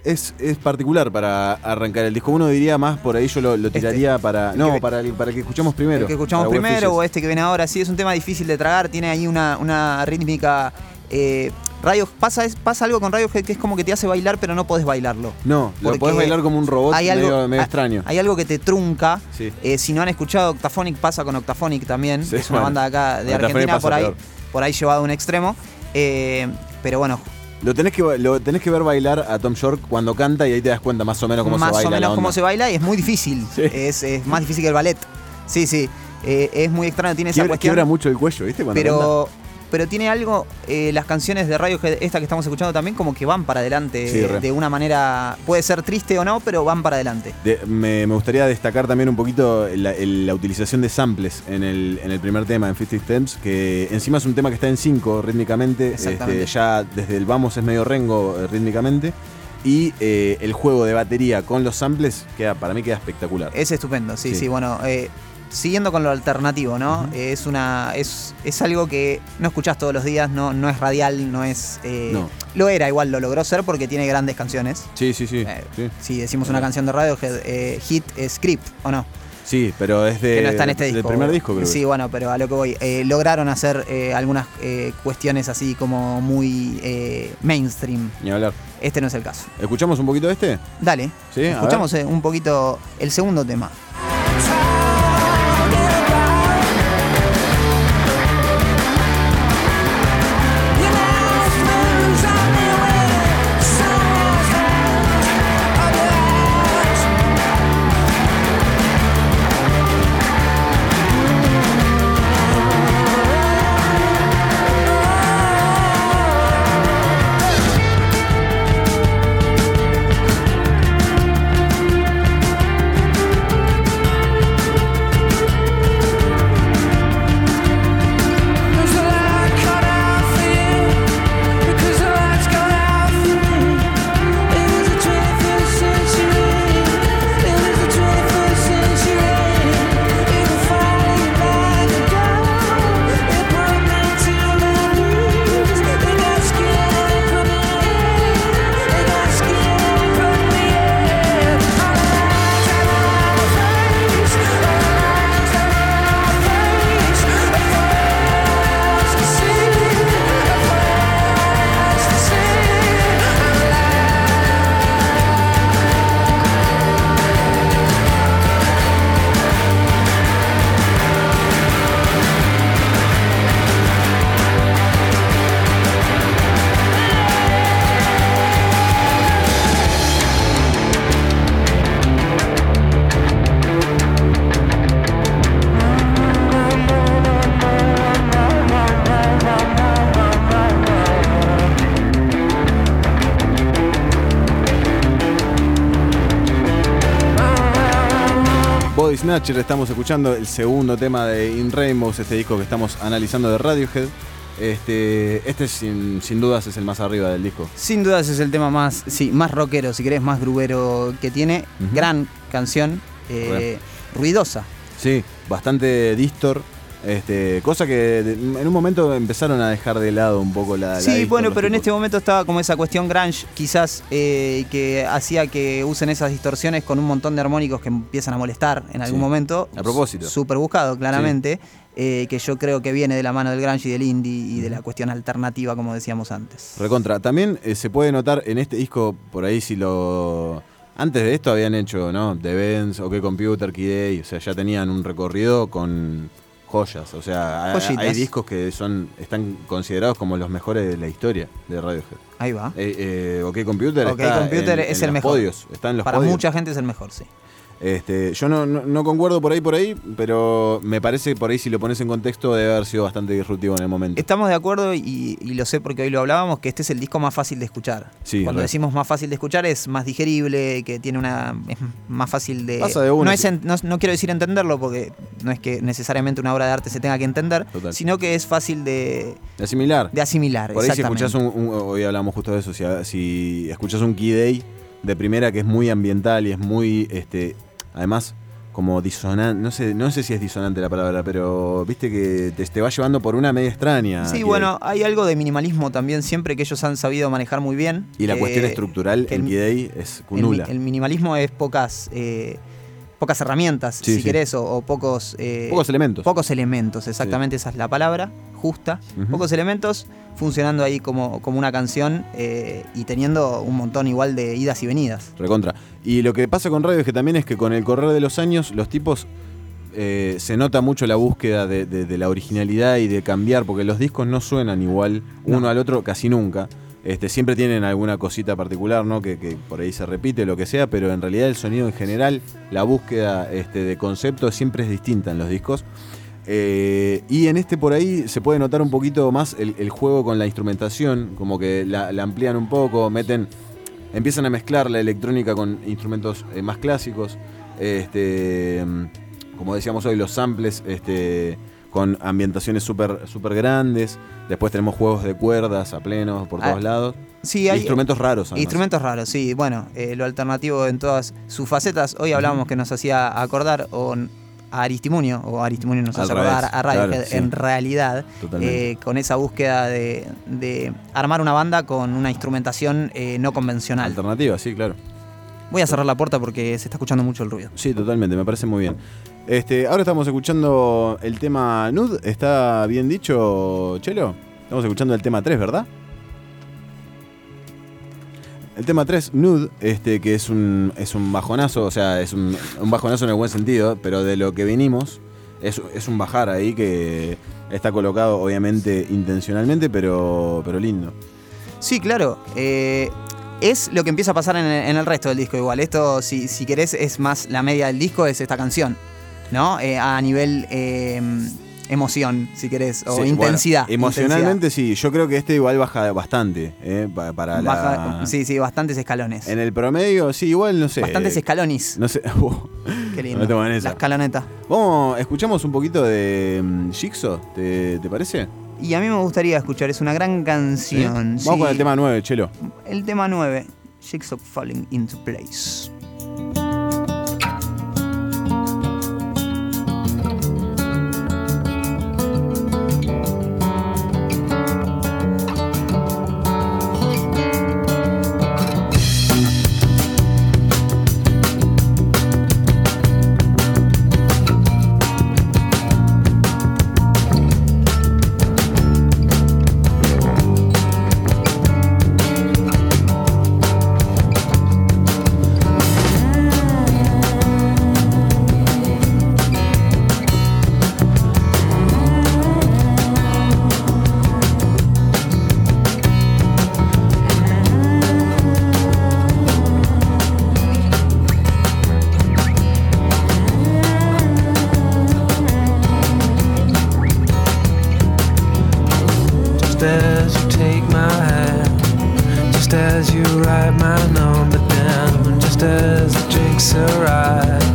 es, es particular para arrancar el disco. Uno diría más por ahí, yo lo, lo tiraría para. No, Este, que- para, el, para el que escuchamos primero. el que escuchamos para Wolf primero o Fishes. este que viene ahora, sí, es un tema difícil de tragar, tiene ahí una, una rítmica... eh, Radio- pasa, es- pasa algo con Radiohead que es como que te hace bailar pero no podés bailarlo. No, lo porque podés bailar como un robot hay medio, algo- medio hay- extraño. Hay algo que te trunca. Sí. Eh, si no han escuchado Octaphonic, pasa con Octaphonic también. Sí, es una bueno. banda de acá de Octaphonic Argentina, pasa por ahí, peor. por ahí llevado a un extremo. Eh, pero bueno, Lo, tenés que, ba- lo tenés que ver bailar a Tom York cuando canta y ahí te das cuenta más o menos cómo más se baila. o menos la onda. cómo se baila y es muy difícil. Es, es más difícil que el ballet. Sí, sí. Eh, es muy extraño, tiene esa Quiebra, cuestión. quiebra mucho el cuello, ¿viste? Cuando canta. pero, pero tiene algo, eh, las canciones de Radiohead, esta que estamos escuchando también, como que van para adelante Sí, re. de una manera. Puede ser triste o no, pero van para adelante. De- me, me gustaría destacar también un poquito la, el- la utilización de samples en el, en el primer tema, en 50 Steps, que encima es un tema que está en 5 rítmicamente, Exactamente. este, ya desde el vamos es medio rengo eh, rítmicamente, y eh, el juego de batería con los samples queda, para mí queda espectacular. Es estupendo, sí, Sí. sí. bueno, eh, siguiendo con lo alternativo, ¿no? Eh, es una. Es, es algo que no escuchás todos los días, no, no es radial, no es. eh, No. Lo era igual, lo logró ser porque tiene grandes canciones. Sí, sí, sí. Eh, sí. Si decimos una canción de Radiohead, eh, hit es Creep, ¿o no? Sí, pero es de, que no está en este del disco. primer disco, creo. que. Sí, bueno, pero a lo que voy. eh, lograron hacer eh, algunas eh, cuestiones así como muy eh, mainstream. Ni hablar. Este no es el caso. ¿Escuchamos un poquito de este? Dale. Sí, a ver. Escuchamos eh, un poquito el segundo tema. Body Snatcher, estamos escuchando el segundo tema de In Rainbows, este disco que estamos analizando de Radiohead. Este, este sin, sin dudas es el más arriba del disco. Sin duda ese es el tema más, sí, más rockero, si querés, más grubero que tiene. Ujú. Gran canción, eh, ruidosa. Sí, bastante distor. Este, cosa que de- en un momento empezaron a dejar de lado un poco la. la sí, distor, bueno, los pero en este tipos. momento estaba como esa cuestión grunge, quizás eh, que hacía que usen esas distorsiones con un montón de armónicos que empiezan a molestar en algún Sí. momento. A propósito. Súper buscado, claramente. eh, que yo creo que viene de la mano del grunge y del indie y de la cuestión alternativa, como decíamos antes. Recontra. También eh, se puede notar en este disco, por ahí si lo. Antes de esto habían hecho, ¿no? The Benz, OK Computer, Key Day, o sea, ya tenían un recorrido con joyas. O sea, hay- Joyitas. hay discos que son están considerados como los mejores de la historia de Radiohead. Ahí va. Eh, eh, OK Computer, Ok, está Computer en- es en el los mejor. podios, está en los Para podios. mucha gente es el mejor, sí. Este, yo no, no, no concuerdo por ahí, por ahí, pero me parece que por ahí si lo pones en contexto debe haber sido bastante disruptivo en el momento. Estamos de acuerdo y, y lo sé porque hoy lo hablábamos, que este es el disco más fácil de escuchar. Sí, Cuando re. decimos más fácil de escuchar es más digerible, que tiene una es más fácil de, Pasa de una, no, es sí. en- no, no quiero decir entenderlo porque no es que necesariamente una obra de arte se tenga que entender, Total. sino que es fácil de, Es similar. de asimilar. Por ahí si exactamente. escuchás un, un- Hoy hablamos justo de eso. Si, si escuchás un Key Day de primera que es muy ambiental y es muy. este Además, como disonante. No sé, no sé si es disonante la palabra, pero viste que te, te va llevando por una media extraña. Sí, Key bueno, hay algo de minimalismo también siempre que ellos han sabido manejar muy bien. Day. Y la que- cuestión estructural Eh, que en el- Key Day es El, mi- nula. el minimalismo es pocas, eh, pocas herramientas, Sí, si sí. querés, o, o pocos, eh, Pocos elementos. Pocos elementos, exactamente esa es la palabra, justa. Ujú. Pocos elementos funcionando ahí como, como una canción eh, y teniendo un montón igual de idas y venidas. Recontra. Y lo que pasa con radio es que también es que con el correr de los años, los tipos eh, se nota mucho la búsqueda de, de- de la originalidad y de cambiar, porque los discos no suenan igual uno al otro casi nunca. Este, siempre tienen alguna cosita particular, ¿no? Que, que por ahí se repite, lo que sea, pero en realidad el sonido en general, la búsqueda este, de conceptos siempre es distinta en los discos. Eh, y en este por ahí se puede notar un poquito más el, el juego con la instrumentación, como que la, la amplían un poco, meten, empiezan a mezclar la electrónica con instrumentos eh, más clásicos, este, mm, como decíamos hoy, los samples este, con ambientaciones súper super grandes, después tenemos juegos de cuerdas a plenos por Ah, todos lados, Sí, hay instrumentos raros. además. instrumentos raros, sí. Bueno, eh, lo alternativo en todas sus facetas. Hoy hablábamos que nos hacía acordar o n- a Aristimunio, o Aristimunio nos Al hace acordar revés, a Radiohead claro, sí. en realidad, Totalmente. eh, con esa búsqueda de, de armar una banda con una instrumentación eh, no convencional. Alternativas, sí, claro. Voy a cerrar la puerta porque se está escuchando mucho el ruido. Sí, totalmente, me parece muy bien. Este, ahora estamos escuchando el tema Nud, ¿está bien dicho, Chelo? Estamos escuchando el tema 3, ¿verdad? El tema 3, Nude, este, que es un, es un bajonazo, o sea, es un, un bajonazo en el buen sentido, pero de lo que vinimos, es, es un bajar ahí que está colocado obviamente intencionalmente, pero, pero lindo. Sí, claro. eh, es lo que empieza a pasar en, en el resto del disco igual. Esto, si, si querés, es más la media del disco, es esta canción. ¿No? Eh, a nivel eh, emoción, si querés, o Sí, bueno, intensidad. emocionalmente sí, yo creo que este igual baja bastante, eh, pa- para la... intensidad. Baja- sí, sí, bastantes escalones. En el promedio, sí, igual no sé. Bastantes escalonis. No sé. uh, Qué lindo. no te van esa. la escaloneta. Vamos, escuchamos un poquito de mm, Jigsaw, ¿te, te parece? Eh, Y a mí me gustaría escuchar, es una gran canción. Vamos sí. con el tema 9, Chelo. El tema 9, Jigsaw Falling into Place. Just as you take my hand, just as you write my number down, just as the drinks arrive,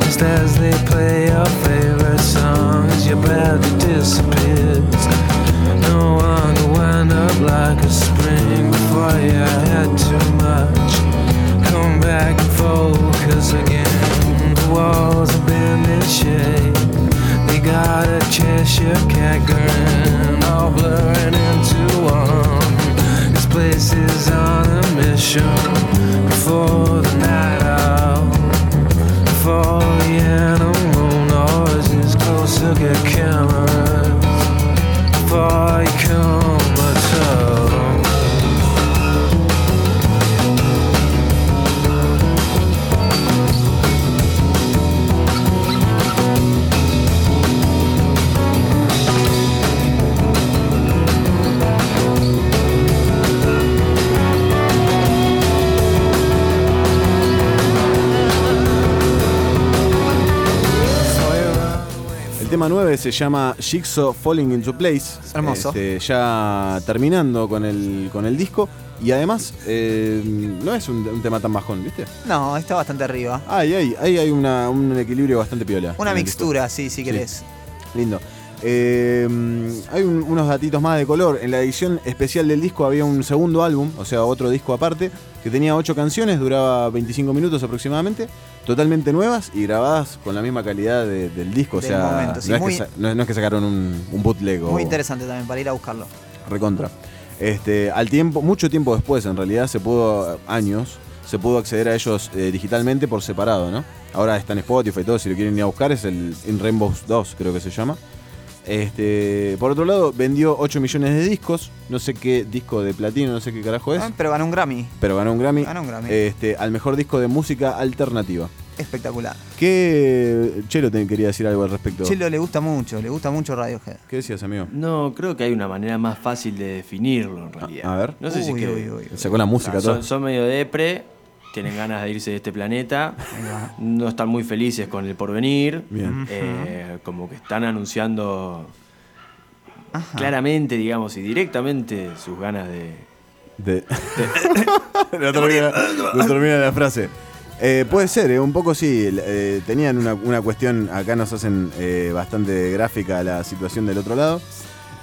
just as they play your favorite songs, your body disappears. No longer wind up like a spring before you had too much. Come back and focus again. The walls have been in shape. They got a Cheshire cat grin, all blurring into one. This place is on a mission before the night out. Before the animal noises, closer get cameras. Before you come atone. tema 9 se llama Jigsaw Falling into Place. Hermoso. Este, ya terminando con el, con el disco. Y además, eh, no es un, un tema tan bajón, ¿viste? No, está bastante arriba. Ahí hay, ahí hay una- un equilibrio bastante piola. Una en el disco. mixtura, sí, si querés. Lindo. Eh, hay un- unos datitos más de color. En la edición especial del disco había un segundo álbum, o sea, otro disco aparte, que tenía ocho canciones, duraba 25 minutos aproximadamente, totalmente nuevas y grabadas con la misma calidad de- del disco. O Del sea, momento, sí, no, es muy- que sa- no es- no es que sacaron un, un bootleg o Muy interesante también para ir a buscarlo. recontra. Este, al tiempo, mucho tiempo después, en realidad, se pudo, años, se pudo acceder a ellos eh, digitalmente por separado, ¿no? Ahora están en Spotify y todo, si lo quieren ir a buscar, es el In Rainbows 2, creo que se llama. Este, por otro lado, vendió 8 millones de discos, no sé qué disco de platino, no sé qué carajo es, Ah, Pero ganó un Grammy. pero ganó un Grammy, Ganó un Grammy. Este, al mejor disco de música alternativa. Espectacular. ¿Qué Chelo te quería decir algo al respecto? Chelo le gusta mucho, le gusta mucho Radiohead. ¿Qué decías, amigo? No, creo que hay una manera más fácil de definirlo en realidad. a ver. No sé si Uy, es que- uy, uy, uy. Sacó la O sea, música todo. son, son medio depre, tienen ganas de irse de este planeta, no están muy felices con el porvenir, Bien. eh, como que están anunciando claramente, digamos, y directamente sus ganas de... De... no, termina, no termina la frase. Eh, puede ser, eh, un poco sí. l- eh, tenían una, una cuestión, acá nos hacen eh, bastante gráfica la situación del otro lado.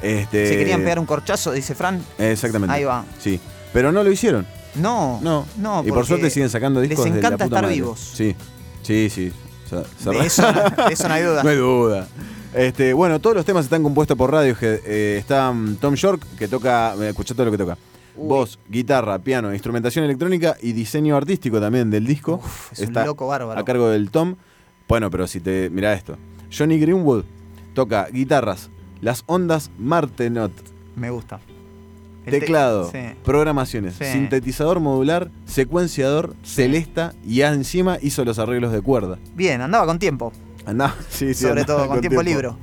Este, Se querían pegar un corchazo, dice Fran. Eh, Exactamente. Ahí va. Sí. Pero no lo hicieron. No, No. no. y por porque suerte siguen sacando discos. Les de la puta encanta estar madre. vivos. Sí, sí, sí. Sa- De cerrá. eso, no- de eso no hay duda. No hay duda. Este, bueno, todos los temas están compuestos por Radiohead. Eh, está mm, Tom York, que toca, eh, escuchá todo lo que toca. Voz, guitarra, piano, instrumentación electrónica y diseño artístico también del disco. es un loco bárbaro. A cargo del Tom. Bueno, pero si te. Mirá esto. Johnny Greenwood toca guitarras, las ondas Martenot, Me gusta. El te- teclado, sí. programaciones, Sí. sintetizador modular, secuenciador, celesta y encima hizo los arreglos de cuerda. Bien, andaba con tiempo. Andá, sí, sí, sobre andá todo, con, tiempo, libro.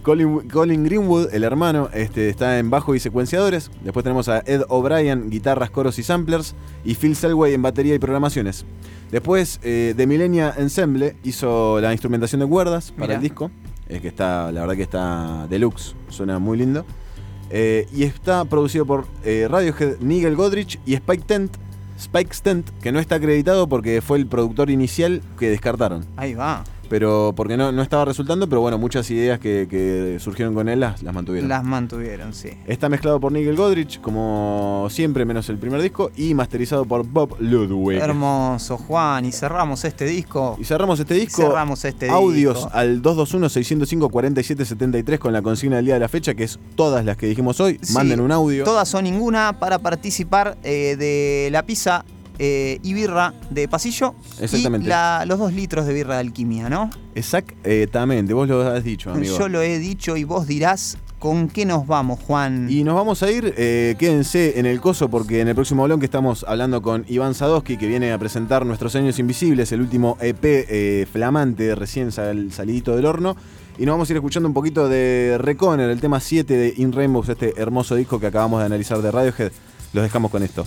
Colin, Colin Greenwood, el hermano, este, está en bajo y secuenciadores. Después tenemos a Ed O'Brien, guitarras, coros y samplers. Y Phil Selway en batería y programaciones. Después, eh, The Millennia Ensemble hizo la instrumentación de cuerdas para Mirá. el disco. eh, que está, la verdad que está deluxe, suena muy lindo. Eh, y está producido por eh, Radiohead, Nigel Godrich y Spike Tent. Spike Stent, que no está acreditado porque fue el productor inicial que descartaron Ahí va. pero porque no, no estaba resultando, pero bueno, muchas ideas que, que surgieron con él las, las mantuvieron. Las mantuvieron, sí. Está mezclado por Nigel Godrich, como siempre, menos el primer disco, y masterizado por Bob Ludwig. Hermoso, Juan. Y cerramos este disco. Y cerramos este disco. Cerramos este audios disco. al 221-605-4773 con la consigna del día de la fecha, que es todas las que dijimos hoy. Sí, Manden un audio. Todas o ninguna para participar eh, de la pizza eh, y birra de pasillo. Exactamente. Y la- los dos litros de birra de alquimia, ¿no? Exactamente, vos lo has dicho, amigo. Yo lo he dicho y vos dirás con qué nos vamos, Juan. Y nos vamos a ir, eh, quédense en el coso porque en el próximo blog estamos hablando con Iván Sadowski que viene a presentar Nuestros Años Invisibles, el último EP eh, flamante recién sal- salidito del horno. Y nos vamos a ir escuchando un poquito de Reconer, el tema 7 de In Rainbows, este hermoso disco que acabamos de analizar de Radiohead. Los dejamos con esto.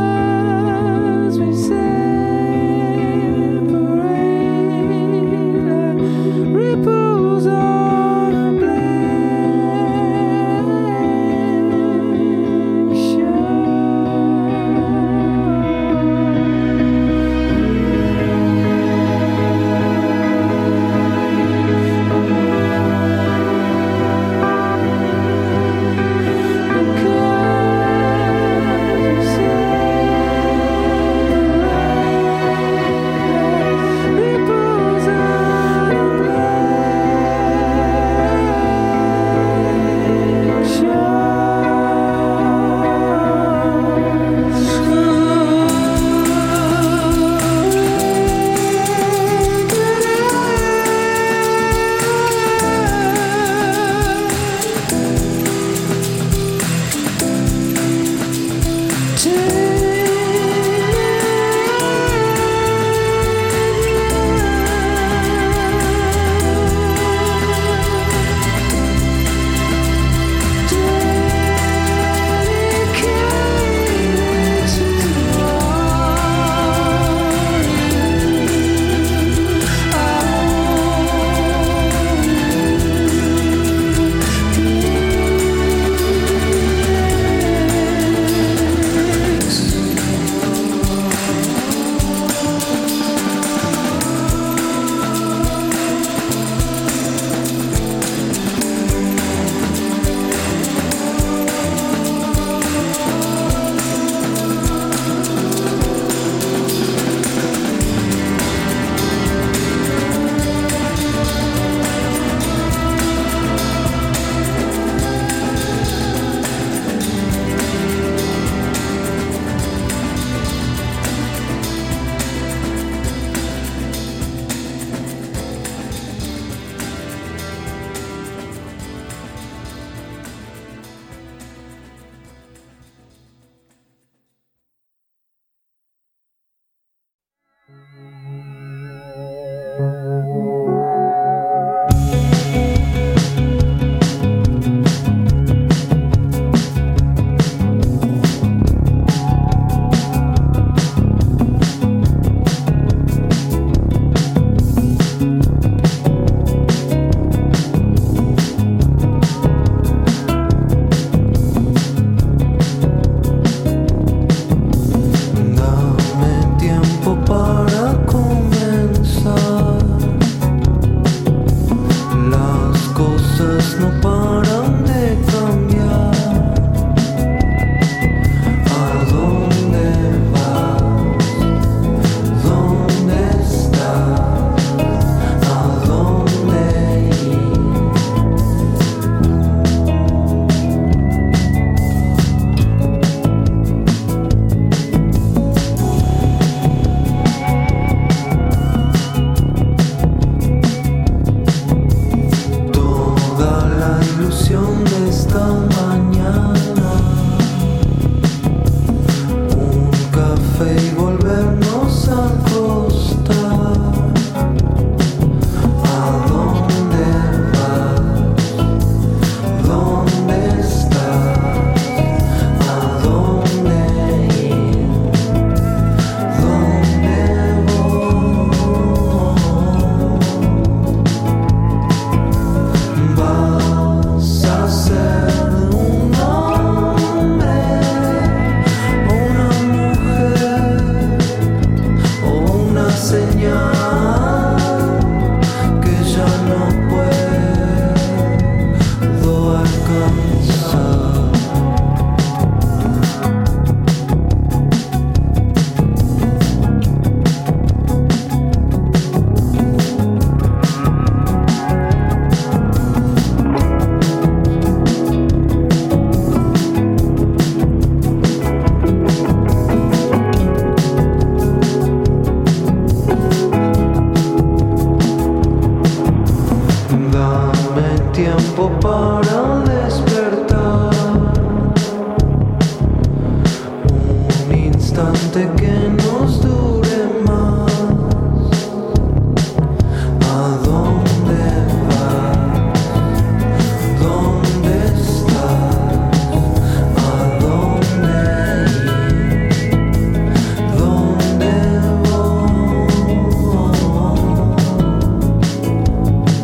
Because we separate like ripples on a blank shore. Dame tiempo para comenzar. Las cosas no paran de cambiar. ¿A dónde vas? ¿Dónde estás? ¿A dónde ir? Toda la ilusión de esta mañana. Un café y volvernos a acostar. ¿A dónde vas? ¿Dónde estás? ¿A dónde ir? ¿Dónde voy? Vas a ser un hombre o una mujer importante que nos dure más. ¿A dónde vas? ¿Dónde estás? ¿A dónde ir? ¿Dónde voy?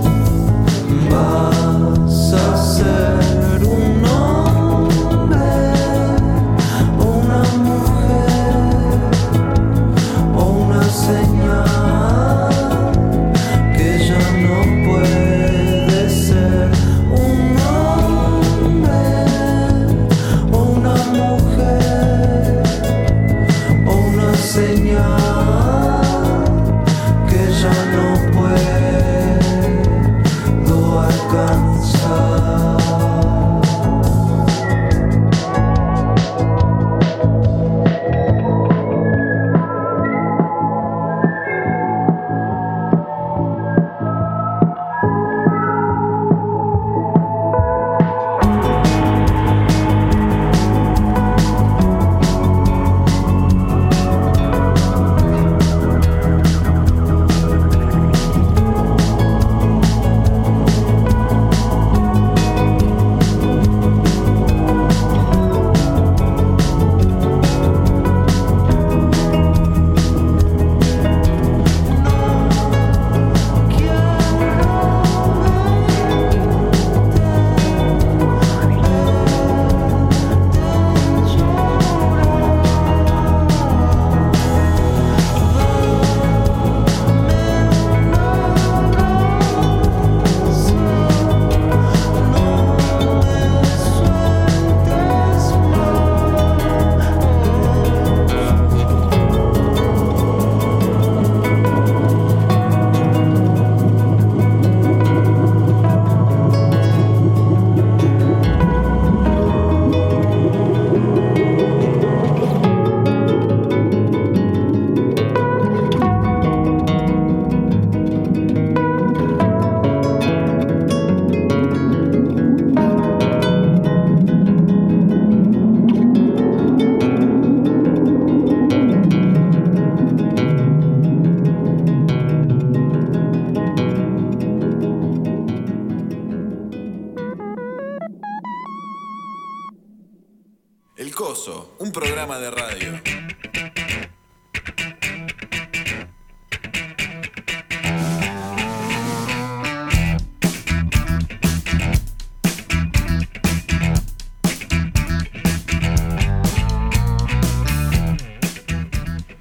Vas a ser un hombre o una mujer o una señal que ya no puede ser un hombre o una mujer o una señal que ya no puedo alcanzar. El Coso, un programa de radio. Bueno,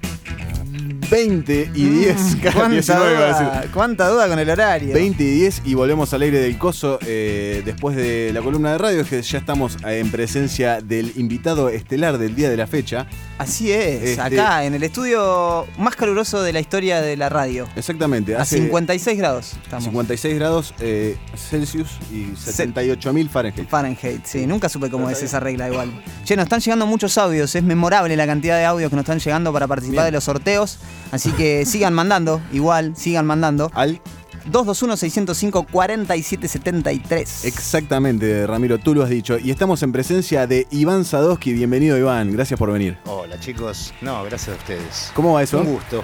20 y 10, casi 19 iba a decir. duda, cuánta duda con el horario. 20 y 10 y volvemos al aire del coso eh, después de la columna de radio, es que ya estamos eh, en presencia del invitado estelar del día de la fecha. Así es, Este- acá en el estudio más caluroso de la historia de la radio. Exactamente, A hace 56 grados estamos. 56 grados eh, Celsius y 78.000 Fahrenheit. Fahrenheit, sí, nunca supe cómo es esa regla igual. Che, nos están llegando muchos audios, es memorable la cantidad de audios que nos están llegando para participar de los sorteos, así que sigan mandando, igual, sigan mandando. Al 221-605-4773. exactamente, Ramiro, tú lo has dicho. Y estamos en presencia de Iván Sadowski. Bienvenido, Iván. Gracias por venir. Hola chicos, no, gracias a ustedes. ¿Cómo va eso? Un gusto.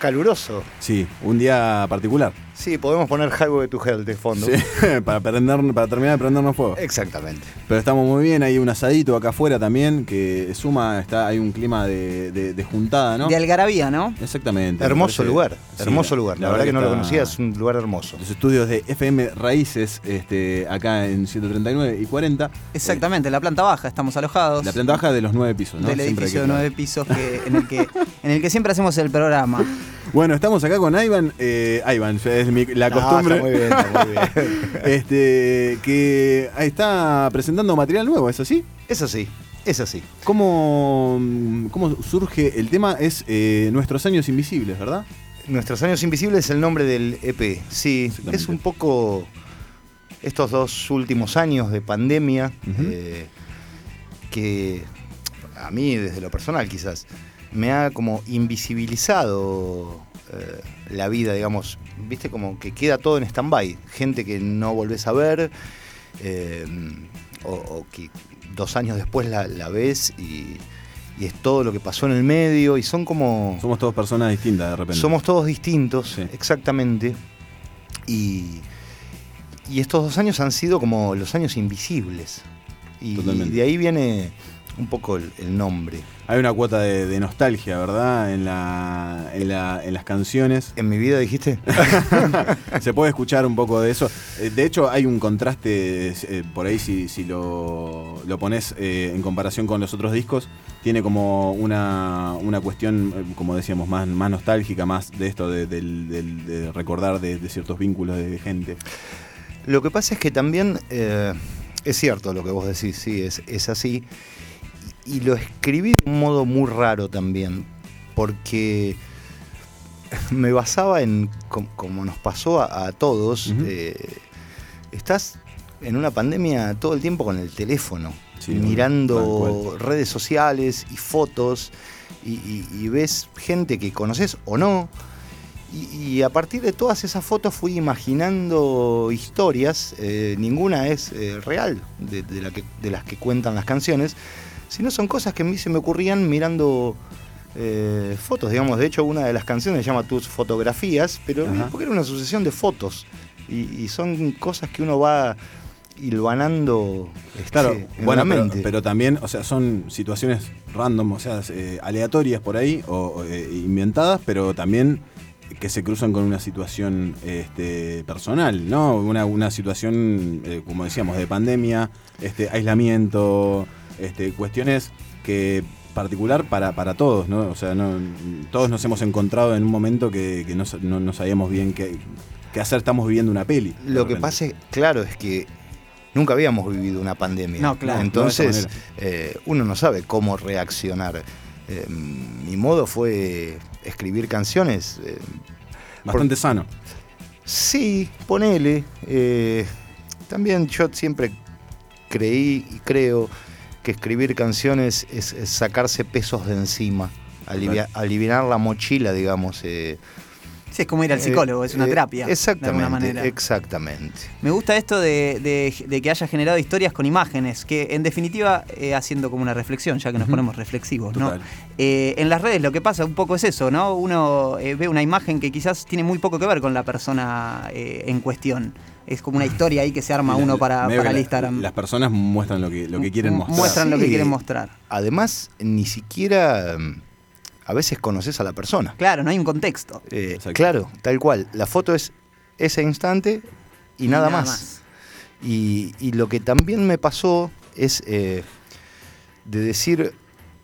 Caluroso. Sí, un día particular. Sí, podemos poner Highway to Hell de fondo. Sí, para, prender- para terminar de prendernos fuego. Exactamente. Pero estamos muy bien, hay un asadito acá afuera también, que suma, está, hay un clima de, de- de juntada, ¿no? De Algarabía, ¿no? Exactamente. me Hermoso parece- lugar, sí, hermoso lugar. La, verdad que no lo está- conocía, es un lugar hermoso. Los estudios de FM Raíces, este, acá en 139 y 40. Exactamente, en la planta baja estamos alojados. La planta baja de los nueve pisos, ¿no? del Siempre hay que edificio de aclarar. nueve pisos que, en, el que, en el que siempre hacemos el programa. Bueno, estamos acá con Ivan. eh, Ivan, es mi- la No, costumbre. Ah, está muy bien, está muy bien. este, que está presentando material nuevo, ¿es así? es así, es así. ¿Cómo, ¿Cómo surge el tema? Es eh, Nuestros Años Invisibles, ¿verdad? Nuestros años invisibles es el nombre del EP. Sí, Exactamente. es un poco estos dos últimos años de pandemia Ujú. eh, que a mí, desde lo personal quizás, me ha como invisibilizado eh, la vida, digamos. Viste, como que queda todo en stand-by. Gente que no volvés a ver eh, o, o que dos años después la, la ves y, y es todo lo que pasó en el medio y son como... Somos todos personas distintas de repente. Somos todos distintos, Sí. exactamente. Y, y estos dos años han sido como los años invisibles. Y Totalmente. de ahí viene un poco el, el nombre. Hay una cuota de, de nostalgia, ¿verdad? En, la, en, la- en las canciones. ¿En mi vida dijiste? Se puede escuchar un poco de eso. Eh, De hecho, hay un contraste eh, por ahí si, si lo, lo pones eh, en comparación con los otros discos. Tiene como una, una cuestión, eh, como decíamos, más, más nostálgica, más de esto, de, del- del- de recordar de, de ciertos vínculos de gente. Lo que pasa es que también eh, es cierto lo que vos decís, sí, es, es así. Y lo escribí de un modo muy raro también, porque me basaba en, com- como nos pasó a, a todos, Ujú. eh, estás en una pandemia todo el tiempo con el teléfono, Sí, tal mirando redes sociales y fotos, y, y- y ves gente que conoces o no, y, y a partir de todas esas fotos fui imaginando historias, eh, ninguna es eh, real de, de la que- de las que cuentan las canciones, sino son cosas que a mí se me ocurrían mirando eh, fotos, digamos. De hecho, una de las canciones se llama Tus fotografías, pero Ajá. porque era una sucesión de fotos. Y, y son cosas que uno va hilvanando este, Claro, en bueno, la pero, mente. pero también, o sea, son situaciones random, o sea, eh, aleatorias por ahí, o o, eh, inventadas, pero también que se cruzan con una situación este, personal, ¿no? Una, una situación, eh, como decíamos, de pandemia, este, aislamiento, este, cuestiones que particular para, para todos, ¿no? O sea, no, todos nos hemos encontrado en un momento que, que no, sa- no- no sabíamos bien qué, qué hacer, estamos viviendo una peli. de Lo que repente. pasa, es- claro, es que nunca habíamos vivido una pandemia. No, claro. Entonces, No, de esa eh, uno no sabe cómo reaccionar. Eh, mi modo fue escribir canciones. eh, Bastante sano. sí, ponele. eh, también yo siempre creí y creo que escribir canciones es, es sacarse pesos de encima, alivia- aliviar la mochila, digamos. eh. Sí, es como ir al psicólogo, es una Eh, terapia. Exactamente. De alguna manera. Exactamente. Me gusta esto de, de- de que haya generado historias con imágenes, que en definitiva, eh, haciendo como una reflexión, ya que nos ponemos reflexivos, ¿no? Total. Eh, en las redes lo que pasa un poco es eso, ¿no? Uno eh, ve una imagen que quizás tiene muy poco que ver con la persona eh, en cuestión. Es como una historia ahí que se arma Y Ah. la- uno para, medio que para el la- Instagram. Las personas muestran lo que, lo que quieren Mu- mostrar. Muestran lo que Sí. quieren mostrar. Además, ni siquiera mm, a veces conoces a la persona. Claro, no hay un contexto. Eh, Exacto. claro, tal cual. La foto es ese instante y nada, más. Y, y lo que también me pasó es eh, de decir,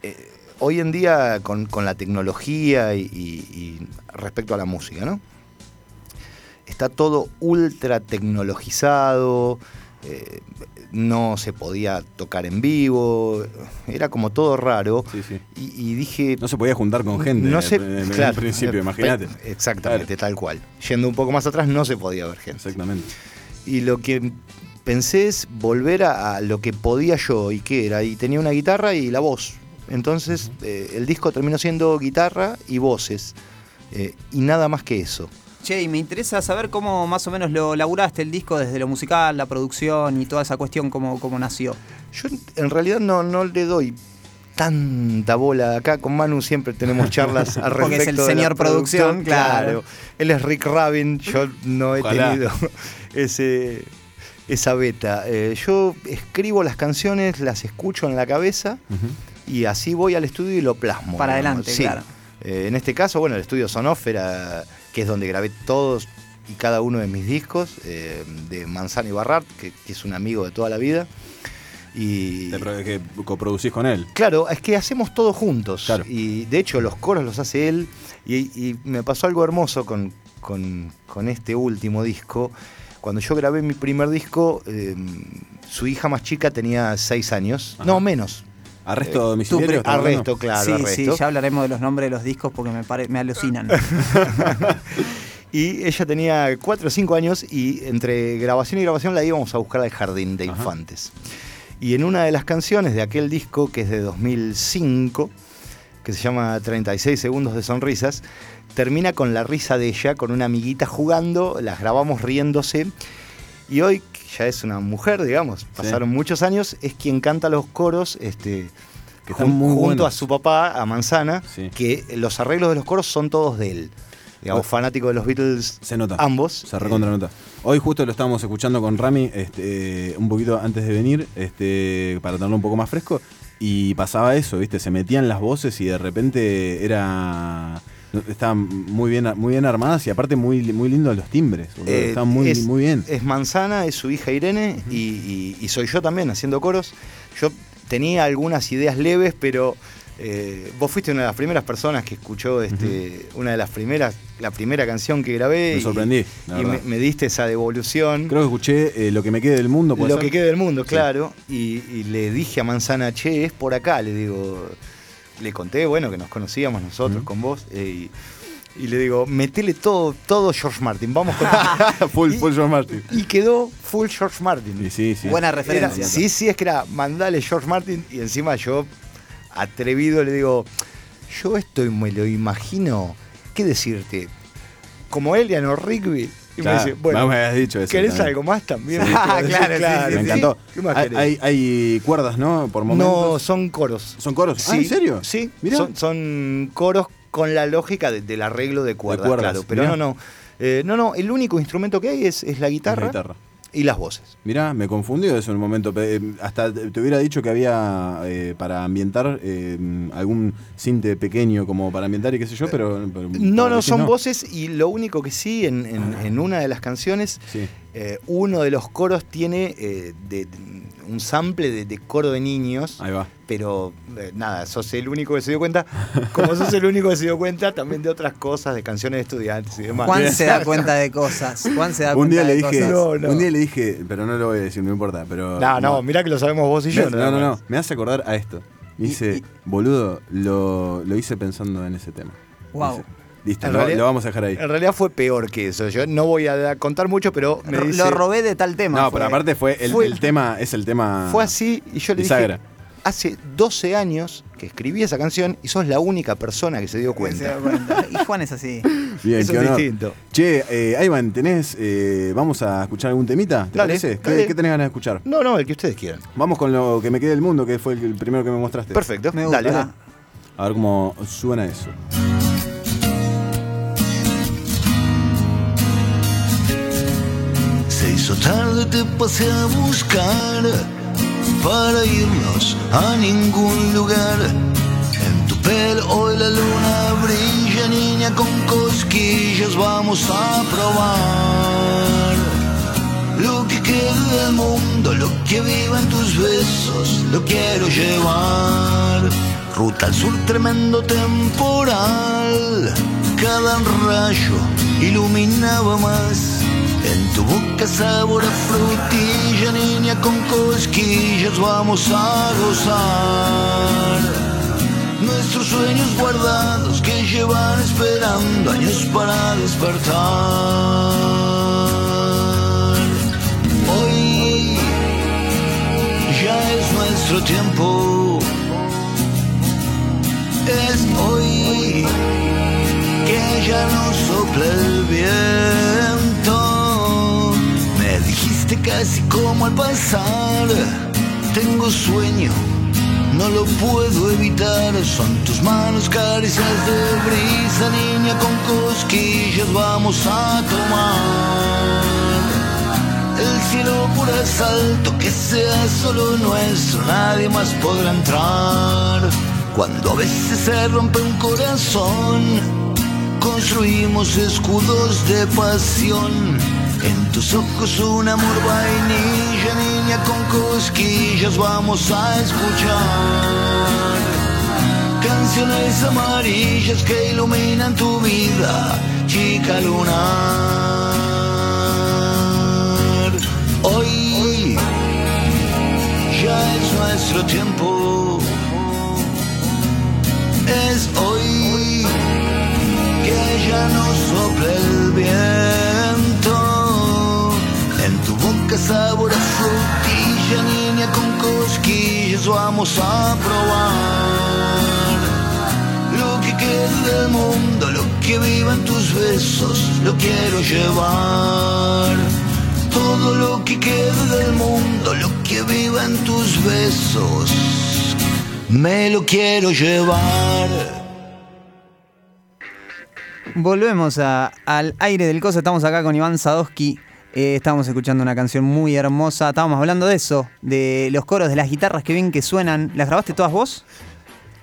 eh, hoy en día con, con la tecnología y, y- y respecto a la música, ¿no? Está todo ultra tecnologizado, eh, no se podía tocar en vivo, era como todo raro. Sí, sí. Y, y dije, No se podía juntar con gente no sé, en, en claro, un principio, eh, imagínate. pe- Exactamente, tal cual. Yendo un poco más atrás, no se podía ver gente. Exactamente. Y lo que pensé es volver a, a lo que podía yo y qué era. Y tenía una guitarra y la voz. Entonces eh, el disco terminó siendo guitarra y voces. eh, y nada más que eso. Che, y me interesa saber cómo más o menos lo laburaste el disco desde lo musical, la producción y toda esa cuestión, cómo, cómo nació. Yo en- en realidad no, no le doy tanta bola acá con Manu siempre tenemos charlas al respecto Porque es el de la señor producción, claro. él es Rick Rabin yo no he Ojalá. tenido ese esa beta Eh, yo escribo las canciones las escucho en la cabeza y así voy al estudio y lo plasmo. Para digamos. adelante, claro. Eh, en este caso, bueno, el estudio Sonófera, que es donde grabé todos y cada uno de mis discos, eh, de Manzano y Barrat, que, que es un amigo de toda la vida. Y Te pro- que coproducís con él. claro, es que hacemos todo juntos. Claro. Y de hecho, los coros los hace él. Y, y me pasó algo hermoso con, con- con este último disco. Cuando yo grabé mi primer disco, eh, su hija más chica tenía seis años. Ajá. No, menos. Arresto Eh, domiciliario. ¿estás Arresto, hablando? claro, sí, arresto. sí, ya hablaremos de los nombres de los discos porque me, pare- me alucinan. Y ella tenía 4 o 5 años y entre grabación y grabación la íbamos a buscar al jardín de Ajá. infantes. Y en una de las canciones de aquel disco, que es de 2005, que se llama 36 segundos de sonrisas, termina con la risa de ella, con una amiguita jugando, las grabamos riéndose. Y hoy, que ya es una mujer, digamos, pasaron muchos años, es quien canta los coros, este, que están muy junto buenos. a su papá, a Manzana, Sí. que los arreglos de los coros son todos de él. Digamos, fanático de los Beatles, Se nota. ambos. Se recontra nota. Hoy justo lo estábamos escuchando con Rami este, un poquito antes de venir, este, para tenerlo un poco más fresco. Y pasaba eso, ¿viste? Se metían las voces y de repente era. Estaban muy bien, muy bien armadas y aparte muy, muy lindos los timbres. boludo. Eh, estaban muy, es- muy bien. Es Manzana, es su hija Irene y, y- y soy yo también haciendo coros. Yo tenía algunas ideas leves, pero eh, vos fuiste una de las primeras personas que escuchó este, una de las primeras, la primera canción que grabé. Me sorprendí, Y, la y me, verdad. me diste esa devolución. Creo que escuché eh, Lo que me quede del mundo. ¿puede lo ser? que quede del mundo, claro. Y, y le dije a Manzana, che, es por acá, le digo. Le conté, bueno, que nos conocíamos nosotros con vos. eh, y, y le digo, metele todo, todo George Martin, vamos con full, Y- full George Martin. y quedó full George Martin. Y sí, sí. Buena Era- referencia. sí, sí, es que era mandale George Martin y encima yo, atrevido, le digo, yo esto me lo imagino, ¿qué decirte? Como Eliano Rigby. Y Claro, me dice, bueno, me habías dicho eso ¿querés también. algo más también? Sí. Y yo, Ah, Claro, sí, Me sí, sí. encantó. ¿Qué más Hay- querés? hay, hay cuerdas, ¿no? Por no, momentos. son coros. ¿Son coros? Ah, ¿en serio? Sí, Mirá. Son, son coros con la lógica de- del arreglo de cuerdas, cuerdas, claro. Pero mirá. no, no. Eh, no, no, el único instrumento que hay es, es la Es la guitarra, guitarra. y las voces. Mirá, me confundió eso en un momento. Pe- eh, Hasta te te hubiera dicho que había eh, para ambientar eh, algún cinte pequeño como para ambientar y qué sé yo, pero. pero- Eh, No, pero no, decís son voces y lo único que sí, en, en- Ah. en una de las canciones, Sí. eh, uno de los coros tiene eh, de- de- un sample de, de coro de niños, Ahí va. pero eh, nada, sos el único que se dio cuenta, como sos el único que se dio cuenta también de otras cosas, de canciones de estudiantes y demás. Juan se da cuenta de cosas. Juan se da Un cuenta día de le dije. cosas. No, no. Un día le dije, pero no lo voy a decir, no importa. Pero. No, no, mirá que lo sabemos vos y Me yo. hace- nada no, no, más. no, Me hace acordar a esto. Me dice, boludo, lo, lo hice pensando en ese tema. Guau. Dice, Listo, En lo, realidad- lo vamos a dejar ahí. En realidad fue peor que eso. Yo no voy a contar mucho, pero me Ro- dice- Lo robé de tal tema. No, fue. pero aparte fue el, Fue- el tema, es el tema. Fue así y yo le Bisagra. dije, hace 12 años que escribí esa canción y sos la única persona que se dio Se da cuenta. cuenta. Y Juan es así. Bien, Eso qué es honor. distinto. Che, eh, Ivan, ¿tenés, eh, vamos a escuchar algún temita? ¿Te Dale, parece? ¿Qué- dale. ¿Qué, tenés ganas de escuchar? No, no, el que ustedes quieran. Vamos con lo que me quede del mundo, que fue el, el primero que me mostraste. Perfecto, Me gusta. dale. dale. A ver cómo suena eso. Se hizo tarde, te pasé a buscar para irnos a ningún lugar. En tu pelo hoy la luna brilla, niña con cosquillas, vamos a probar. Lo que queda del mundo, lo que viva en tus besos, lo quiero llevar. Ruta al sur, tremendo temporal. Cada rayo iluminaba más. En tu boca sabor a frutilla, niña con cosquillas, vamos a gozar. Nuestros sueños guardados que llevan esperando años para despertar. Hoy ya es nuestro tiempo. Es hoy que ya no sopla el viento. Me dijiste casi como al pasar. Tengo sueño, no lo puedo evitar. Son tus manos caricias de brisa, niña con cosquillas. Vamos a tomar. El cielo por asalto que sea solo nuestro, nadie más podrá entrar. Cuando a veces se rompe un corazón, construimos escudos de pasión. En tus ojos un amor vainilla, niña con cosquillas, vamos a escuchar. Canciones amarillas que iluminan tu vida, chica lunar. Hoy ya es nuestro tiempo. Es hoy que ya no sopla el viento. En tu boca sabor a frutilla, niña con cosquillas, vamos a probar. Lo que queda del mundo, lo que viva en tus besos, lo quiero llevar. Todo lo que queda del mundo, lo que viva en tus besos, me lo quiero llevar. Volvemos a- al aire del coso. Estamos acá con Iván Sadowski. Eh, estábamos escuchando una canción muy hermosa. Estábamos hablando de eso, de los coros, de las guitarras que bien que suenan. ¿Las grabaste todas vos?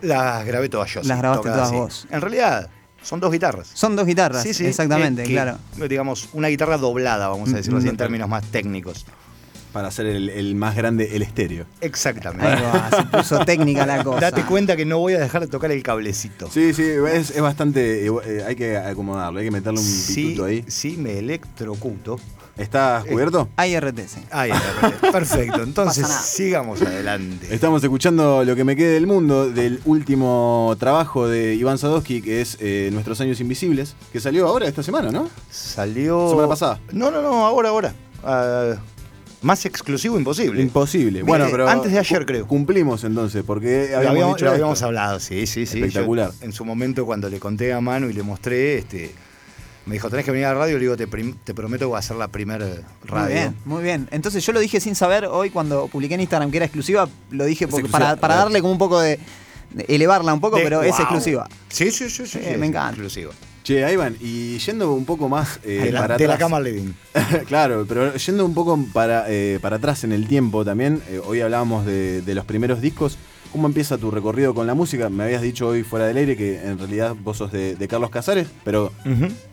Las grabé todas yo. sí, Las grabaste tocadas todas así. vos. En realidad, son dos guitarras. Son dos guitarras. Sí, sí. Exactamente, eh, que, claro. Digamos, una guitarra doblada, vamos a decirlo así, en Mm. términos más técnicos. Para hacer el, el más grande, el estéreo. Ahí Exactamente. va, Ah, se puso técnica la cosa. Date cuenta que no voy a dejar de tocar el cablecito. Sí, sí, es, es bastante. eh, eh, hay que acomodarlo, hay que meterle un sí, pituto ahí. sí, me electrocuto. ¿Estás cubierto? IRTC. Ahí está, perfecto. Entonces, Pasa nada. sigamos adelante. Este. Estamos escuchando lo que me quede del mundo del último trabajo de Iván Sadowski, que es eh, Nuestros Años Invisibles, que salió ahora esta semana, ¿no? Salió. Semana pasada. No, no, no, ahora, ahora. Ah, más exclusivo imposible. Imposible. Viste, Bueno, pero. eh, antes de ayer, cu- creo. Cumplimos entonces, porque Lo habíamos, habíamos, dicho lo esto. habíamos hablado, sí, sí, sí. Yo, Espectacular. en su momento, cuando le conté a Manu y le mostré, este, me dijo, tenés que venir a la radio. Le digo, te, prim- te prometo que va a ser la primera radio. Muy bien, muy bien. Entonces yo lo dije sin saber hoy cuando publiqué en Instagram que era exclusiva, lo dije Es porque- exclusiva, para, para a ver. darle como un poco de, de elevarla un poco, De- pero es ¡Wow! exclusiva. Sí, sí, sí, sí. Eh, sí, me es encanta. Exclusiva. Che, ahí van. Y yendo un poco más eh, de la, para de la atrás. cama living. claro, pero yendo un poco para, eh, para atrás en el tiempo también, eh, hoy hablábamos de, de los primeros discos. ¿Cómo empieza tu recorrido con la música? Me habías dicho hoy fuera del aire que en realidad vos sos de, de Carlos Casares, pero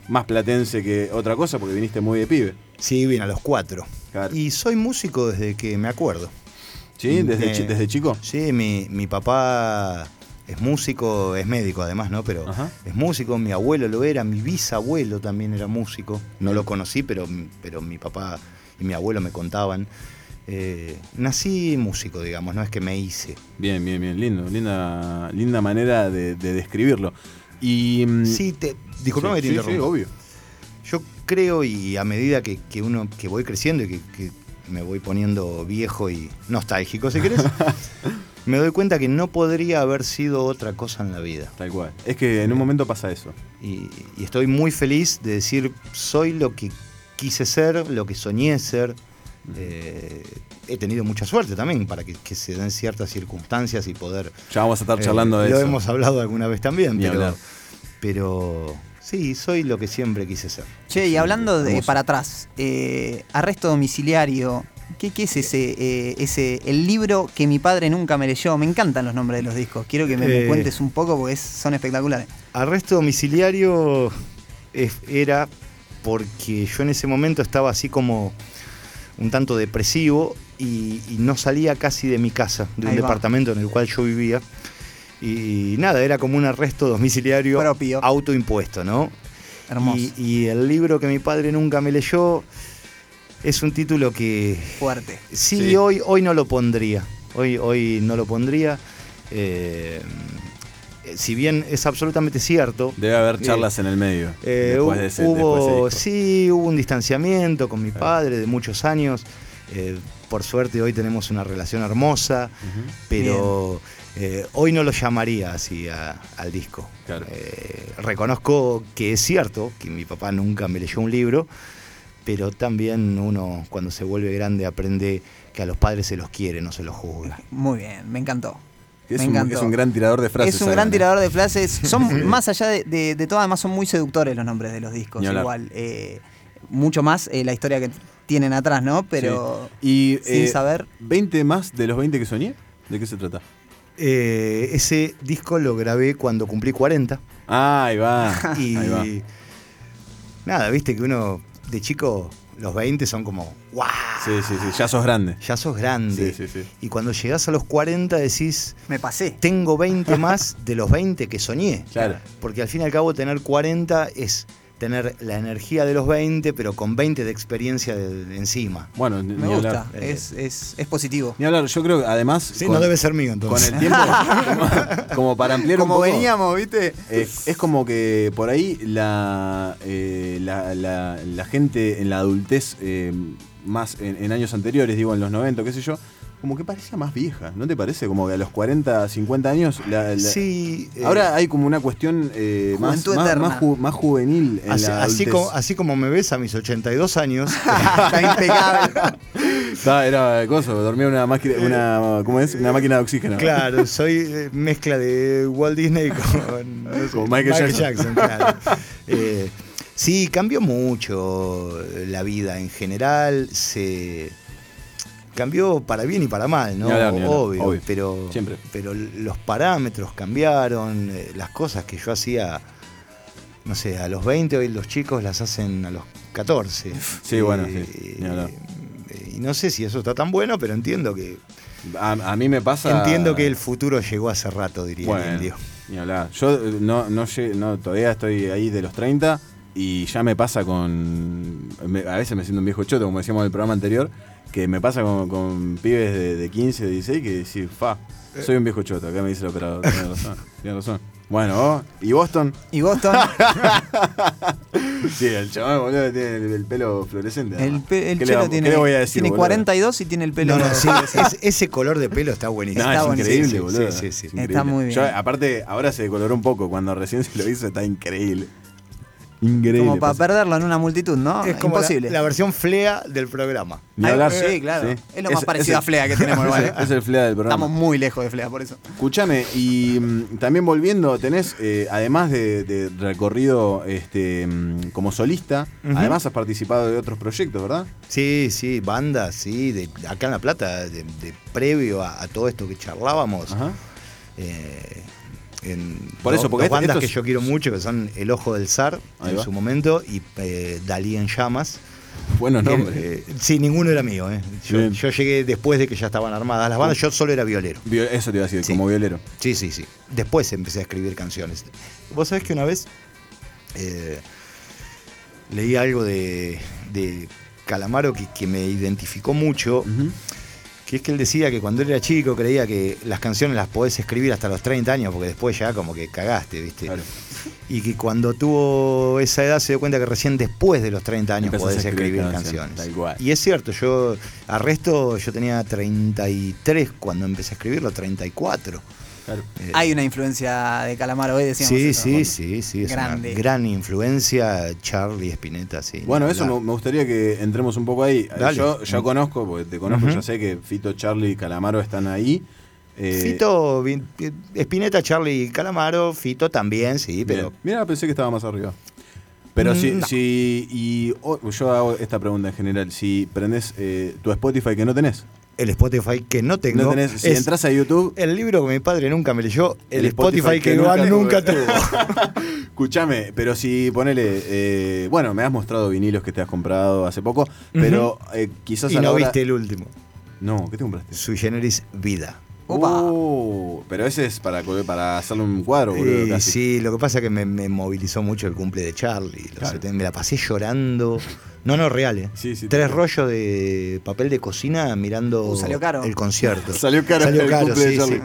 más platense que otra cosa porque viniste muy de pibe. Sí, bien, a los cuatro. Claro. Y soy músico desde que me acuerdo. ¿Sí? Desde, Eh, chi- desde chico. Sí, mi, mi papá es músico, es médico además, ¿no? Pero Ajá. es músico, mi abuelo lo era, mi bisabuelo también era músico. No lo conocí, pero, pero mi papá y mi abuelo me contaban. Eh, nací músico, digamos, no es que me hice. Bien, bien, bien. Lindo. Linda, linda manera de, de describirlo. Y. mm, Sí, te, disculpame sí, que te sí, sí, interrumpa. obvio. Yo creo y a medida que, que uno que voy creciendo y que, que me voy poniendo viejo y nostálgico, si querés, me doy cuenta que no podría haber sido otra cosa en la vida. Tal cual. Es que en un momento pasa eso. Y, y estoy muy feliz de decir, soy lo que quise ser, lo que soñé ser. Eh, he tenido mucha suerte también para que, que se den ciertas circunstancias y poder... Ya vamos a estar eh, charlando de lo eso. hemos hablado alguna vez también, Ni hablar. pero, pero sí, soy lo que siempre quise ser. Che, y hablando de hermoso. para atrás, eh, arresto domiciliario, ¿qué, qué es ese, eh, ese, el libro que mi padre nunca me leyó? Me encantan los nombres de los discos, quiero que me, me Eh. cuentes un poco porque es- son espectaculares. Arresto domiciliario es- era porque yo en ese momento estaba así como un tanto depresivo y, y no salía casi de mi casa, de un Ahí va. departamento en el cual yo vivía. Y nada, era como un arresto domiciliario Propio. autoimpuesto, ¿no? Hermoso, Y, y el libro que mi padre nunca me leyó es un título que fuerte. sí, Sí. Hoy, hoy no lo pondría. Hoy, hoy no lo pondría. Eh, si bien es absolutamente cierto, Debe haber charlas en el medio. eh, después hu- de ese, hubo, después de ese disco. sí, hubo un distanciamiento con mi padre de muchos años. Eh, por suerte hoy tenemos una relación hermosa, pero eh, hoy no lo llamaría así a- al disco. Claro. Eh, reconozco que es cierto que mi papá nunca me leyó un libro, pero también uno cuando se vuelve grande aprende que a los padres se los quiere, no se los juzga. Muy bien, me encantó. Que es, me un, encantó. es un gran tirador de frases. Es un Alan, gran ¿eh? tirador de frases. Son más allá de, de, de todo, además son muy seductores los nombres de los discos. Ni hablar. Igual, eh, mucho más eh, la historia que tienen atrás, ¿no? Pero Sí. Y, sin eh, saber. ¿20 más de los 20 que soñé? ¿De qué se trata? Eh, ese disco lo grabé cuando cumplí 40. Ah, ahí va. Y ahí va. nada, viste que uno de chico, los 20 son como, ¡guau! Sí, sí, sí. Ya sos grande. Ya sos grande. Sí, sí, sí. Y cuando llegás a los 40 decís, Me pasé. tengo 20 más de los 20 que soñé. Claro. Porque al fin y al cabo tener 40 es tener la energía de los 20, pero con 20 de experiencia de- de encima. Bueno, ni, Me ni gusta. hablar. Eh. Es, es, es positivo. Ni hablar. Yo creo que además. Sí, con- no debe ser mío Con entonces. el tiempo, como, como para ampliar un Como poco. veníamos, ¿viste? eh, es como que por ahí la, eh, la, la- la gente en la adultez, eh, más en, en años anteriores, digo en los 90, qué sé yo, como que parecía más vieja, ¿no te parece? Como que a los 40, 50 años. la- la- Sí. eh, Ahora hay como una cuestión eh, más, Juventud más, eterna. más ju- más juvenil en Así, la así adultez. como, así como me ves a mis 82 años, Está impecable. Estaba- era cosa, dormía en una máquina, una, ¿cómo es? Una máquina de oxígeno. Claro, soy eh, mezcla de Walt Disney con, no sé, Con Michael Jackson. claro. Eh, sí, cambió mucho la vida en general. Se cambió para bien y para mal, ¿no? Ni hablar, ni hablar, obvio, obvio. Pero, Siempre. pero los parámetros cambiaron, eh, las cosas que yo hacía, no sé, a los 20 hoy los chicos las hacen a los 14. Sí, bueno, sí, ni hablar. eh, y no sé si eso está tan bueno, pero entiendo que A, a mí me pasa. Entiendo que el futuro llegó hace rato, diría Bueno, el indio. ni hablar. Yo eh, no, no, lle- no, todavía estoy ahí de los 30 y ya me pasa con. me- a veces me siento un viejo choto, como decíamos en el programa anterior, que me pasa con, con pibes de, de 15, 16 que decís, fa, Eh. soy un viejo choto. Acá me dice el operador, tiene razón, tiene razón. Bueno, vos, ¿y Boston? Y Boston, Sí, el chaval, boludo, tiene el, el pelo fluorescente. el, además. pe- el ¿Qué le pelo vamos- tiene, ¿Qué le voy a decir? tiene boludo? 42 y tiene el pelo. No, no, sí, es- ese color de pelo está buenísimo. No, Está es buenísimo. increíble, Sí, sí, boludo. sí, sí, sí. Es Está increíble. muy bien. Yo, aparte, ahora se decoloró un poco. Cuando recién se lo hizo, está increíble. Increíble. como para Pasa- perderlo en una multitud, ¿no? Es como la- Imposible. La, versión flea del programa. Ni Ah, hablar. sí, claro. Es lo más parecido el- a Flea que tenemos, igual, es, ¿eh? es el Flea del programa. Estamos muy lejos de Flea, por eso. Escuchame, y mm, también volviendo, tenés, eh, además de, de recorrido este, mm, como solista, además has participado de otros proyectos, ¿verdad? Sí, sí, bandas, sí, de, acá en La Plata, de, de previo a, a todo esto que charlábamos. Ajá. eh, en Por dos- eso, porque dos este- bandas esto que es- yo quiero mucho, que son El Ojo del Zar, Ahí en va. su momento, y eh, Dalí en Llamas. Buenos Que, nombres. eh, sí, ninguno era mío. eh. Yo, Bien. yo llegué después de que ya estaban armadas las bandas, yo solo era violero. Vio- Eso te iba a decir, Sí. como violero. Sí, sí, sí. Después empecé a escribir canciones. Vos sabés que una vez eh, leí algo de, de Calamaro que, que me identificó mucho, que es que él decía que cuando él era chico creía que las canciones las podés escribir hasta los 30 años, porque después ya como que cagaste, ¿viste? Claro. Y que cuando tuvo esa edad se dio cuenta que recién después de los 30 años Empezás podés a escribir escribir, canciones, canciones. tal cual. Y es cierto, yo arresto, yo tenía 33 cuando empecé a escribirlo, 34. Eh, Hay una influencia de Calamaro hoy, decíamos. Sí, eso. sí, sí, sí, es Grande. una gran influencia Charlie Spinetta, sí. Bueno, ni eso hablar. me me gustaría que entremos un poco ahí. Dale. Yo, yo conozco, porque te conozco, Ujú. yo sé que Fito, Charlie y Calamaro están ahí. Eh, Fito, vi- eh, Spinetta, Charlie Calamaro, Fito también, sí, pero Mira, pensé que estaba más arriba. Pero Mm, si, no. si y o- yo hago esta pregunta en general, si prendes eh, tu Spotify que no tenés, el Spotify que no tengo no tenés, si es entras a YouTube, el libro que mi padre nunca me leyó, el, El Spotify, Spotify que, que Iván nunca nunca, tuve. tuvo. escúchame, pero si ponele, eh, bueno, me has mostrado vinilos que te has comprado hace poco, pero eh, quizás y a la no hora- viste el último. No, ¿qué te compraste? Su generis vida. Opa. Oh, Uh, pero ese es para, co- para hacerle un cuadro, boludo, Eh, casi. sí, lo que pasa es que me, me movilizó mucho el cumple de Charlie. los 70, me la pasé llorando. No, no, real, ¿eh? Sí, sí, Tres te- rollos de papel de cocina mirando Uh, salió caro. el concierto. Salió caro Salió el caro, cumple de sí, Charlie. sí.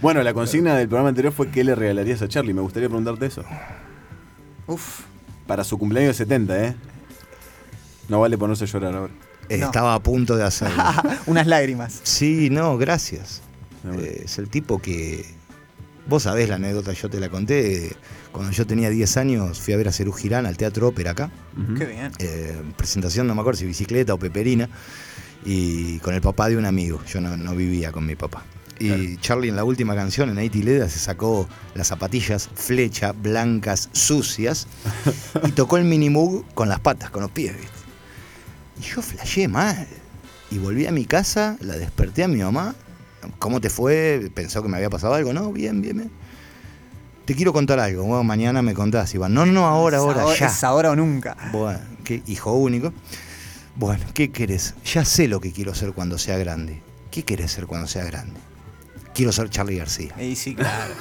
Bueno, la consigna del programa anterior fue ¿qué le regalarías a Charlie? Me gustaría preguntarte eso. Uf. Para su cumpleaños 70, ¿eh? No vale ponerse a llorar ahora. Eh, No. Estaba a punto de hacerlo. Unas lágrimas. sí, no, gracias. No, bueno. Eh, es el tipo que. Vos sabés la anécdota, yo te la conté. Cuando yo tenía 10 años fui a ver a Cerú Girán al Teatro Ópera acá. Qué bien. eh, presentación, no me acuerdo si bicicleta o peperina, y con el papá de un amigo. Yo no, no vivía con mi papá. Y Charlie en la última canción, en Haití Leda, se sacó las zapatillas flecha, blancas, sucias, y tocó el minimug con las patas, con los pies, ¿viste? Y yo flasheé mal. Y volví a mi casa, la desperté a mi mamá. ¿Cómo te fue? Pensó que me había pasado algo. No, bien, bien, bien. Te quiero contar algo. Bueno, mañana me contás, Iván. No, no, ahora, Es ahora, ya. Es ahora o nunca. Bueno, qué hijo único. Bueno, ¿qué querés? Ya sé lo que quiero ser cuando sea grande. ¿Qué querés ser cuando sea grande? Quiero ser Charlie García. Y sí, claro.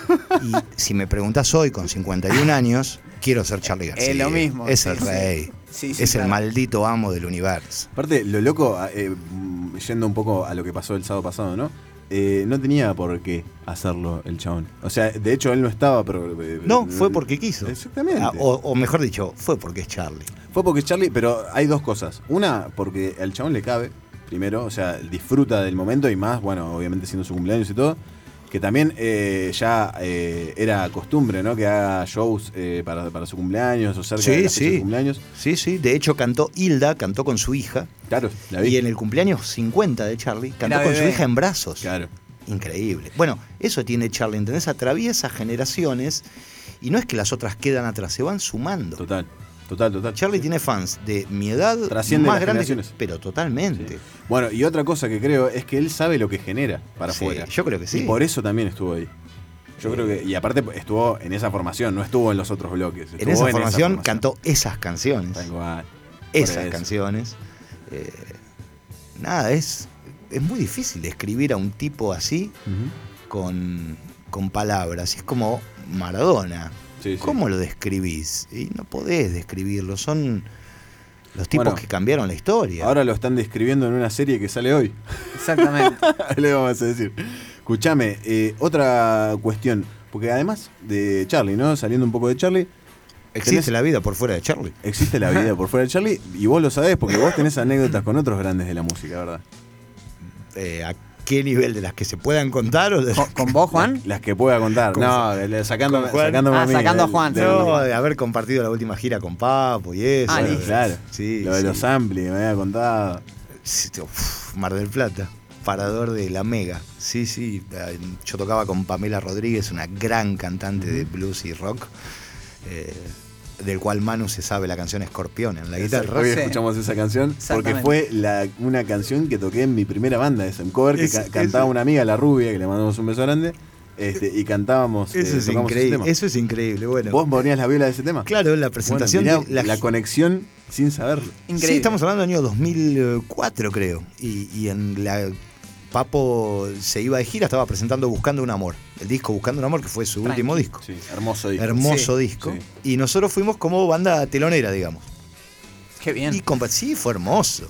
Y si me preguntás hoy, con 51 años, quiero ser Charlie García. lo mismo, Es sí, el sí. rey. Sí, sí, es claro. el maldito amo del universo. Aparte, lo loco, eh, mm, yendo un poco a lo que pasó el sábado pasado, ¿no? Eh, no tenía por qué hacerlo el chabón. O sea, de hecho él no estaba, pero. eh, No, eh, fue porque quiso. Exactamente. Ah, O, o mejor dicho, fue porque es Charlie. Fue porque Charlie, pero hay dos cosas. Una, porque al chabón le cabe, primero, o sea, disfruta del momento y más, bueno, obviamente siendo su cumpleaños y todo. que también eh, ya eh, era costumbre, ¿no? Que haga shows eh, para, para su cumpleaños o cerca de Sí, la fecha de sí. su cumpleaños. Sí, sí. De hecho, cantó Hilda, cantó con su hija. Claro, la vi. Y en el cumpleaños 50 de Charlie, cantó Era con su bebé. hija en brazos. Claro. Increíble. Bueno, eso tiene Charlie, ¿entendés? Atraviesa generaciones y no es que las otras quedan atrás, se van sumando. Total, total, total. Charlie tiene fans de mi edad, Trasciende más las grandes, generaciones. pero totalmente. Bueno, y otra cosa que creo es que él sabe lo que genera para Sí, afuera. yo creo que sí. Y por eso también estuvo ahí. Yo creo que. Y aparte estuvo en esa formación, no estuvo en los otros bloques. En estuvo esa formación cantó esas canciones. Tal cual. Por Esas eso. canciones. Eh, nada, es, es muy difícil describir a un tipo así Ujú. con, con palabras. Es como Maradona. Sí, sí. ¿Cómo lo describís? Y no podés describirlo. Son los tipos Bueno, que cambiaron la historia. Ahora lo están describiendo en una serie que sale hoy. Exactamente. Le vamos a decir. Escuchame, eh, otra cuestión. Porque además de Charlie, ¿no? Saliendo un poco de Charlie, Existe tenés- la vida por fuera de Charlie. existe la vida por fuera de Charlie. Y vos lo sabés, porque vos tenés anécdotas con otros grandes de la música, ¿verdad? Eh, ¿A qué nivel? ¿De las que se puedan contar? O de- ¿Con, con vos, Juan? Las que pueda contar. ¿Cómo No, le- sacándome, ¿Con Juan? sacándome Ah, mí sacando a del- Juan, del- No, de haber compartido la última gira con Papo y eso. Ah, Claro, listo. claro. Sí, lo de sí. los ampli que me había contado. Sí, tío, uf, Mar del Plata, parador de la mega. Sí, sí. eh, Yo tocaba con Pamela Rodríguez, una gran cantante de blues y rock, eh, del cual Manu se sabe la canción Escorpión en la guitarra. Hoy sí. escuchamos esa canción porque Exactamente. fue la, una canción que toqué en mi primera banda, es un cover que Ese- ca- cantaba ese- una amiga, la rubia, que le mandamos un beso grande, este, y cantábamos. eh, Eso es tocamos ese tema. increíble. Eso es increíble. Bueno, ¿Vos ponías la viola de ese tema? claro, la Bueno, presentación mirá de la, la gi- conexión sin saberlo. Increíble. Sí, estamos hablando del año 2004, creo. Y, y en la. Papo se iba de gira, estaba presentando Buscando un Amor. El disco Buscando un Amor, que fue su Tranqui. último disco. Sí, hermoso disco. Hermoso Sí, disco. sí. Y nosotros fuimos como banda telonera, digamos. Qué bien. Y compa- sí, fue hermoso.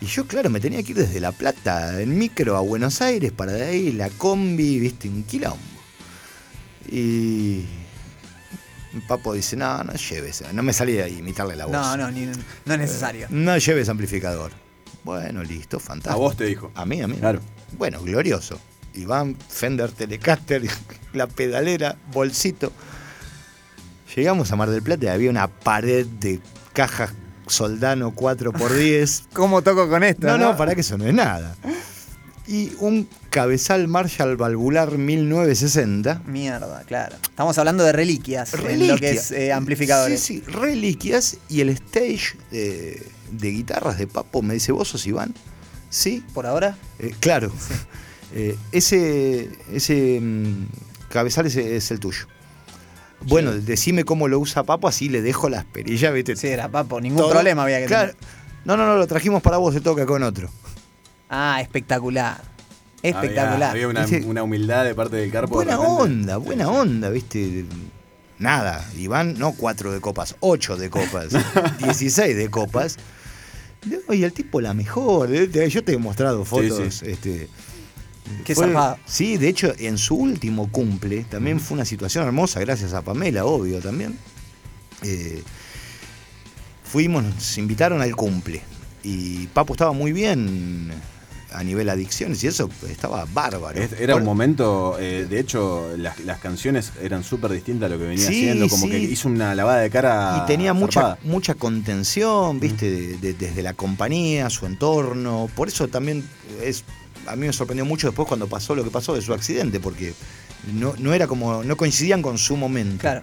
Y yo, claro, me tenía que ir desde La Plata, en micro a Buenos Aires, para de ahí la combi, viste, un quilombo. Y. Papo dice: No, no lleves. No me salía a imitarle la voz. No, no, ni- no es necesario. Eh, No lleves amplificador. Bueno, listo, fantástico. A vos te dijo. A mí, a mí. Claro. Bueno, glorioso. Iván, Fender, Telecaster, la pedalera, bolsito. Llegamos a Mar del Plata y había una pared de cajas soldano 4x10. ¿Cómo toco con esto? No, no, para que eso no es nada. Y un cabezal Marshall valvular 1960. Mierda, claro. Estamos hablando de reliquias, en lo que es eh, amplificadores. Sí, sí, reliquias y el stage eh, de guitarras de Papo me dice, ¿vos sos Iván? Sí, Por ahora, eh, claro. Eh, ese ese mm, cabezal es, es el tuyo. Bueno, decime cómo lo usa Papo, así le dejo las perillas, ¿viste? sí, era papo, ningún Todo- problema había que Claro. tener. No, no, no, lo trajimos para vos, se toca con otro. Ah, espectacular. Había- Espectacular. Había, una, Dice- una humildad de parte del carpo. de Buena repente. onda, buena onda, ¿viste? Nada, Iván, no cuatro de copas, ocho de copas, 16 de copas. No, Y el tipo la mejor, eh, te- yo te he mostrado fotos. sí. Este, Qué fue- zarpado. Sí, de hecho, en su último cumple Mm. también fue una situación hermosa, gracias a Pamela, obvio también. Eh, fuimos, nos invitaron al cumple. Y Papo estaba muy bien a nivel adicciones y eso estaba bárbaro. Es- Era un Por- momento, eh, de hecho, las, las canciones eran súper distintas a lo que venía Sí, haciendo, como sí. que hizo una lavada de cara. Y tenía mucha, zarpada. Mm. mucha contención, viste, de- de- desde la compañía, su entorno. Por eso también es, a mí me sorprendió mucho después cuando pasó lo que pasó de su accidente, porque no, no era como, no coincidían con su momento. Claro.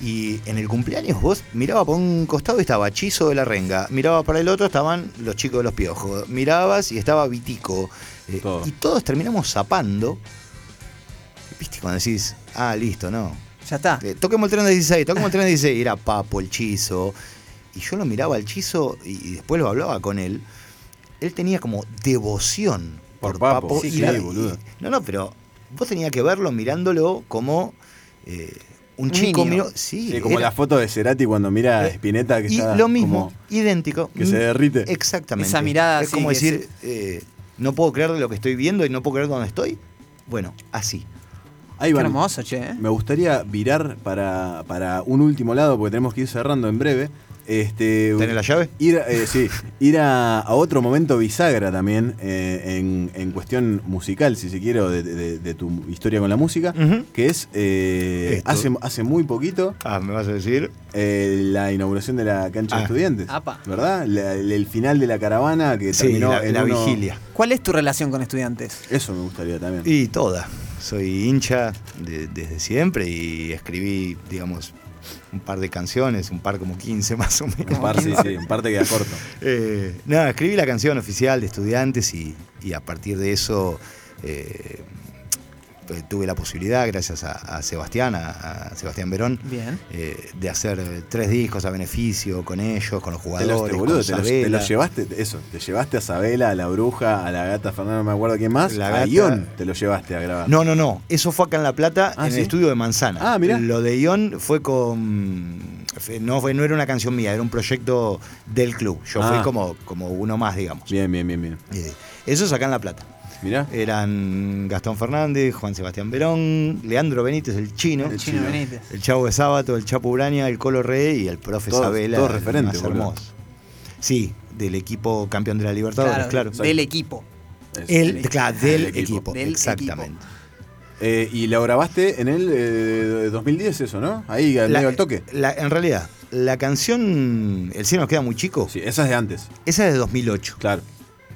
Y en el cumpleaños vos miraba por un costado y estaba Chizo de la Renga, miraba para el otro estaban los chicos de los piojos, mirabas y estaba Vitico. eh, Todo. Y todos terminamos zapando. Viste, cuando decís, ah, listo, no. Ya está. Eh, toquemos el tren de 16, toquemos el tren de 16. Y era Papo, el Chizo. Y yo lo miraba al Chizo y, y después lo hablaba con él. Él tenía como devoción por, Por Papo, Papo. sí, la- sí, boludo. No, no, pero vos tenías que verlo mirándolo como eh, un Un chico. niño. miró- sí, Sí, como era- la foto de Cerati cuando mira a eh, Spinetta que y está lo mismo, como- idéntico. que se derrite. Exactamente. Esa mirada Es así como que decir, eh, no puedo creer de lo que estoy viendo y no puedo creer dónde estoy. Bueno, así. Ahí Qué van. hermoso, che. ¿eh? Me gustaría virar para, para un último lado, porque tenemos que ir cerrando en breve. Este, ¿Tenés la llave? Ir, eh, sí, ir a, a otro momento bisagra también eh, en, en cuestión musical, si se quiere, o de, de- de tu historia con la música, Ujú. que es eh, Esto. hace, hace muy poquito Ah, me vas a decir. eh, la inauguración de la cancha de Ah. estudiantes, Apa. ¿verdad? La- el, el final de la caravana que Sí, terminó la, en la uno- vigilia. ¿Cuál es tu relación con estudiantes? Eso me gustaría también. Y toda. Soy hincha de- desde siempre y escribí, digamos, un par de canciones, un par como 15 más o menos. en parte, sí, sí, en parte queda corto. Eh, nada, escribí la canción oficial de estudiantes y, y a partir de eso eh, eh, tuve la posibilidad, gracias a, a Sebastián, a, a Sebastián Verón, Bien. eh, de hacer eh, tres discos a beneficio con ellos, con los Te los, jugadores, te, boludo, con te los- te Sabela, los llevaste, eso, te llevaste a Sabela, a la bruja, a la gata Fernanda, no me acuerdo quién más, La a Gata- Ion te lo llevaste a grabar. No, no, no. Eso fue acá en La Plata, Ah, en ¿sí? el estudio de Manzana. Ah, mirá. Lo de Ion fue con. fue- No, fue, no era una canción mía, era un proyecto del club. Yo Ah. fui como, como uno más, digamos. Bien, bien, bien, bien. Eh, eso es acá en La Plata. Mirá. Eran Gastón Fernández, Juan Sebastián Verón, Leandro Benítez, el chino, El el, Chino Chino. Benítez. Chavo de Sábato, el Chapo Uraña, el Colo Rey y el profe Todos- Sabela. todos el referentes, más boludo. hermoso. Sí, del equipo campeón de la Libertadores, claro. Claro, Del equipo. Es- El, claro, del El equipo. equipo, Del exactamente. Eh, y lo grabaste en el eh, 2010 eso, ¿no? Ahí, La- eh, medio al toque. la- en realidad, la canción El cielo nos queda muy chico, Sí, esa es de antes, esa es de 2008. claro.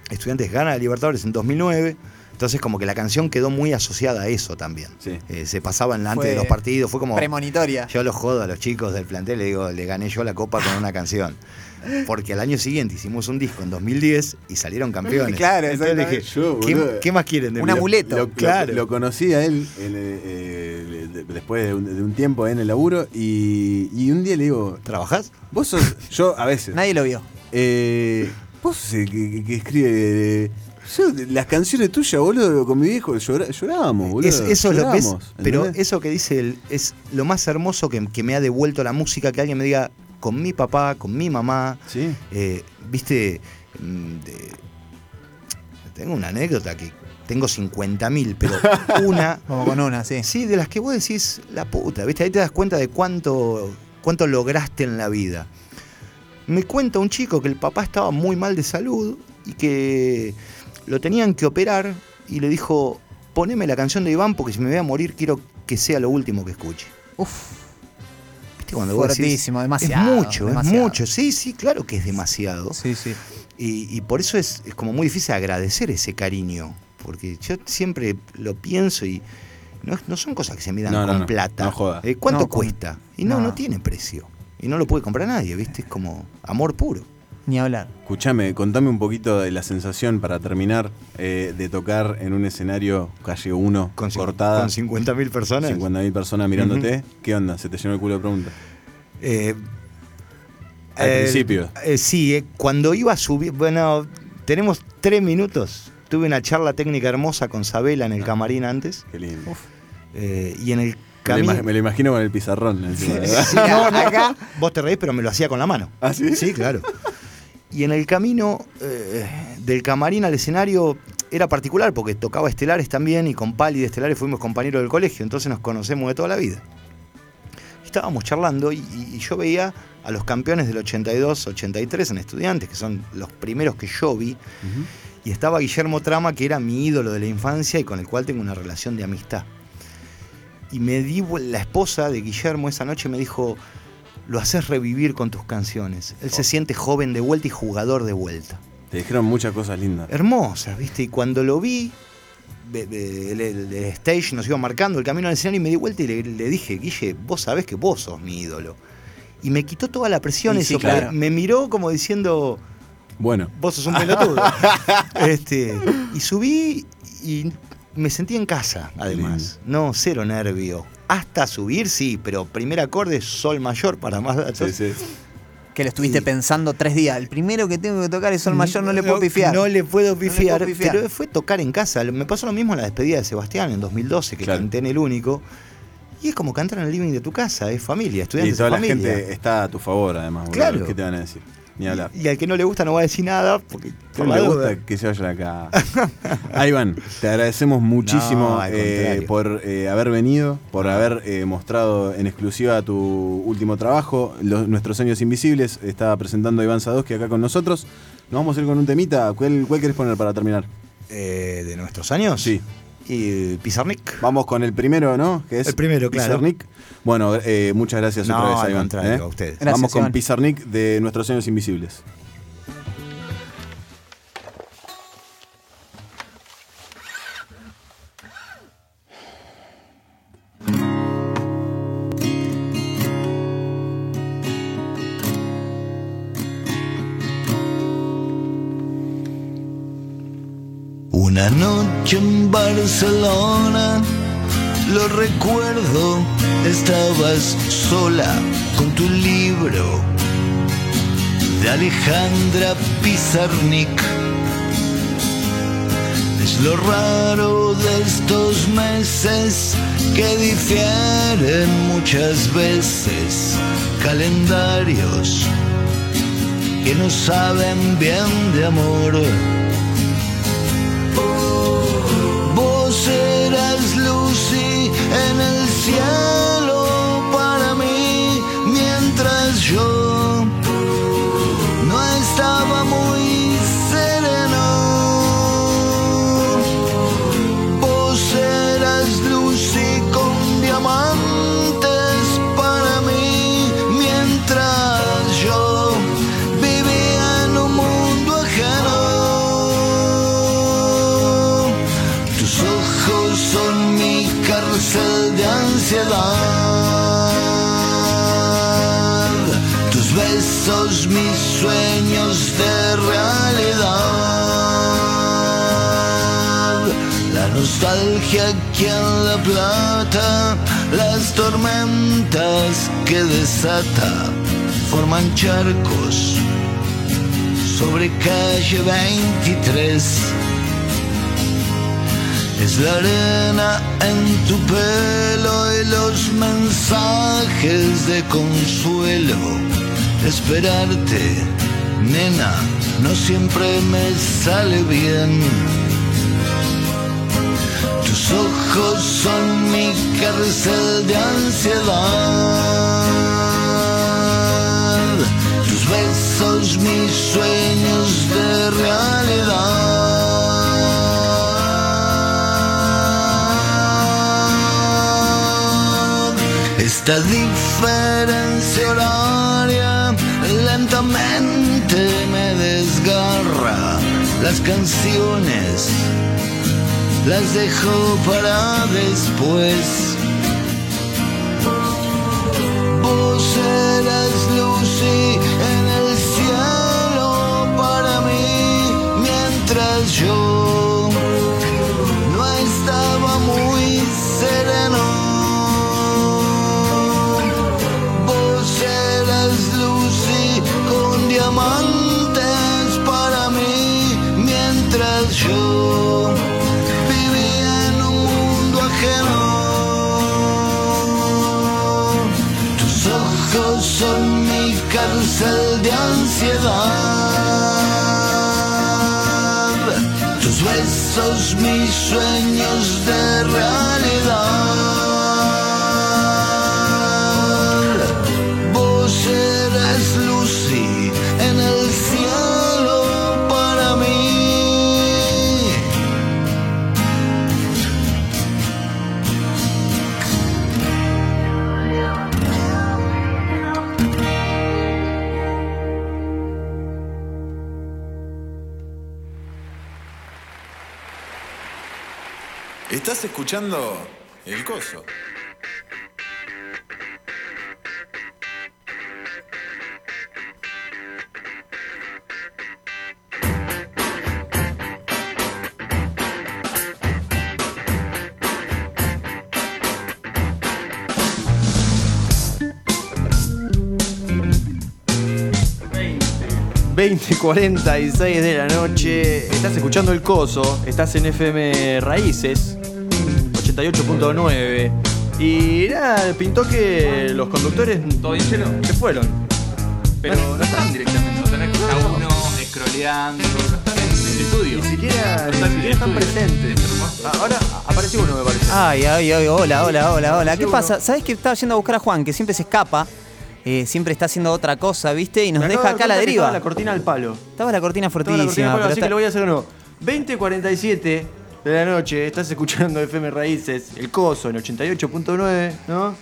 Estudiantes gana la Libertadores en 2009. Entonces como que la canción quedó muy asociada a eso también. Sí. Eh, se pasaban antes Fue de los partidos, fue como... Premonitoria. Yo los jodo a los chicos del plantel, le digo, le gané yo la copa con una canción. Porque al año siguiente hicimos un disco en 2010 y salieron campeones. Claro, Entonces le dije, exactamente. Yo, ¿qué, boludo, qué más quieren de un mí? amuleto. Lo, lo- claro. lo conocí a él en, eh, eh, de- después de un, de un tiempo en el laburo y, y un día le digo, ¿Trabajás? vos sos, yo a veces, Nadie lo vio. eh, vos sos el que, que- que escribe... eh, yo, las canciones tuyas, boludo, con mi viejo llora- llorábamos, boludo. Es- eso es lo que es, llorábamos, pero ¿entendés? eso que dice él es lo más hermoso que, que me ha devuelto la música, que alguien me diga, con mi papá, con mi mamá, Sí. eh, viste, mm, de- tengo una anécdota que tengo 50.000, pero una, Como con una, sí. sí, de las que vos decís, la puta, viste, ahí te das cuenta de cuánto, cuánto lograste en la vida. Me cuenta un chico que el papá estaba muy mal de salud y que lo tenían que operar y le dijo, poneme la canción de Iván porque si me voy a morir quiero que sea lo último que escuche. Uf, ¿Viste? Cuando vos decís, fuertísimo, demasiado. es mucho, demasiado. es mucho. Sí, sí, claro que es demasiado. Sí, sí. Y, y por eso es, es como muy difícil agradecer ese cariño. Porque yo siempre lo pienso y no, no son cosas que se miran No, no, con no, plata. no joda. Eh, ¿Cuánto No, con- cuesta? Y no, no. no, tiene precio. Y no lo puede comprar nadie, ¿viste? Es como amor puro. Ni hablar. Escuchame, contame un poquito de la sensación para terminar eh, de tocar en un escenario calle 1 Con, cin- cortada. con 50.000 personas. 50.000 personas mirándote. ¿Qué onda? ¿Se te llenó el culo de preguntas? Eh, Al eh, principio. eh, sí, eh, cuando iba a subir, bueno, tenemos tres minutos. Tuve una charla técnica hermosa con Sabela en el camarín antes. Ah, Qué lindo. eh, y en el me, lo camino... ima- me lo imagino con el pizarrón. encima, ¿verdad? Sí, no, no, acá vos te reís, pero me lo hacía con la mano. ¿Ah, sí? claro. Y en el camino eh, del camarín al escenario era particular porque tocaba Estelares también y con Pali de Estelares fuimos compañeros del colegio, entonces nos conocemos de toda la vida. Estábamos charlando y, y- y yo veía a los campeones del 82-83 en estudiantes, que son los primeros que yo vi, y estaba Guillermo Trama, que era mi ídolo de la infancia y con el cual tengo una relación de amistad. Y me di vu- la esposa de Guillermo esa noche me dijo, lo haces revivir con tus canciones. Él se siente joven de vuelta y jugador de vuelta. Oh. Te dijeron muchas cosas lindas. Hermosas, ¿viste? Y cuando lo vi, be- be- el, el- el stage nos iba marcando el camino al escenario y me di vuelta y le, le dije, Guille, vos sabés que vos sos mi ídolo. Y me quitó toda la presión Y eso. sí, claro. porque Me miró como diciendo, Bueno, vos sos un pelotudo. este, y subí y me sentí en casa, además. No, cero nervio. Hasta subir, sí, pero primer acorde es sol mayor para más datos. sí, sí. Que lo estuviste Sí. pensando tres días. El primero que tengo que tocar es Sol Mayor, no le puedo pifiar. No le puedo pifiar, pifiar. pero fue tocar en casa. Me pasó lo mismo en la despedida de Sebastián en 2012, que Claro. canté en el único. Y es como cantar en el living de tu casa, es familia, Y estudiantes toda es la familia. gente está a tu favor, además. boludo. Claro. ¿Qué te van a decir? Ni hablar. Y al que no le gusta no va a decir nada porque Si por no la le duda. gusta que se vaya de acá. Iván, te agradecemos muchísimo al eh, contrario. Ah. por eh, haber venido, por haber eh, mostrado en exclusiva tu último trabajo, Los- Nuestros Sueños Invisibles. Está presentando Iván Sadowski acá con nosotros. Nos vamos a ir con un temita. ¿Cuál, cuál querés poner para terminar? Eh, de nuestros años. Sí. Y Pizarnik. Vamos con el primero, ¿no? Que es El primero, claro. Pizarnik. Bueno, eh, muchas gracias No, otra vez, al Iván. contrario, ¿eh? a ustedes. Gracias, Vamos con Iván. Pizarnik de Nuestros Sueños Invisibles. Una noche en Barcelona, lo recuerdo, estabas sola con tu libro de Alejandra Pizarnik. Es lo raro de estos meses que difieren muchas veces calendarios que no saben bien de amor. Vos eras Lucy en el cielo para mí, mientras yo no estaba muy sereno. Vos eras Lucy con diamantes para mí, mientras yo vivía en un mundo ajeno. Tus ojos son mi cárcel de ansiedad. Tus besos, mis sueños de realidad. La nostalgia aquí en la plata, las tormentas que desata, forman charcos sobre calle 23. Es la arena en tu pelo y los mensajes de consuelo. Esperarte, nena, no siempre me sale bien. Tus ojos son mi cárcel de ansiedad. Tus besos, mis sueños de realidad. Esta diferencia horaria lentamente me desgarra las canciones las dejo para después. Vos eras Lucy en el cielo para mí, mientras yo no estaba muy sereno. Vos eras Lucy con diamantes para mí, mientras yo vivía en un mundo ajeno. Tus ojos son mi cárcel de ansiedad. Tus besos, mis sueños de realidad. Vos eres Lucy en el cielo para mí. Estás escuchando el coso. y seis de la noche. Estás escuchando El Coso. Estás en FM Raíces 88.9. Y nada, pintó que los conductores ¿Todo bien lleno? se fueron. Pero no están directamente, no tenés a uno scrolleando, no están en el estudio. Ni siquiera, ni siquiera están presentes. ah, Ahora aparece uno, me parece. Ay, ay, ay, hola, hola, hola, hola. ¿Qué pasa? ¿Sabés que estaba yendo a buscar a Juan, que siempre se escapa? eh, siempre está haciendo otra cosa, ¿viste? Y nos Me acabo deja de dar acá a cuenta la que deriva. estaba la cortina al palo. Estaba la Estaba la cortina cortina al fortísima. palo, pero así está- que lo voy a hacer uno. 20.47 de la noche, estás escuchando FM Raíces, el coso en 88.9, ¿no?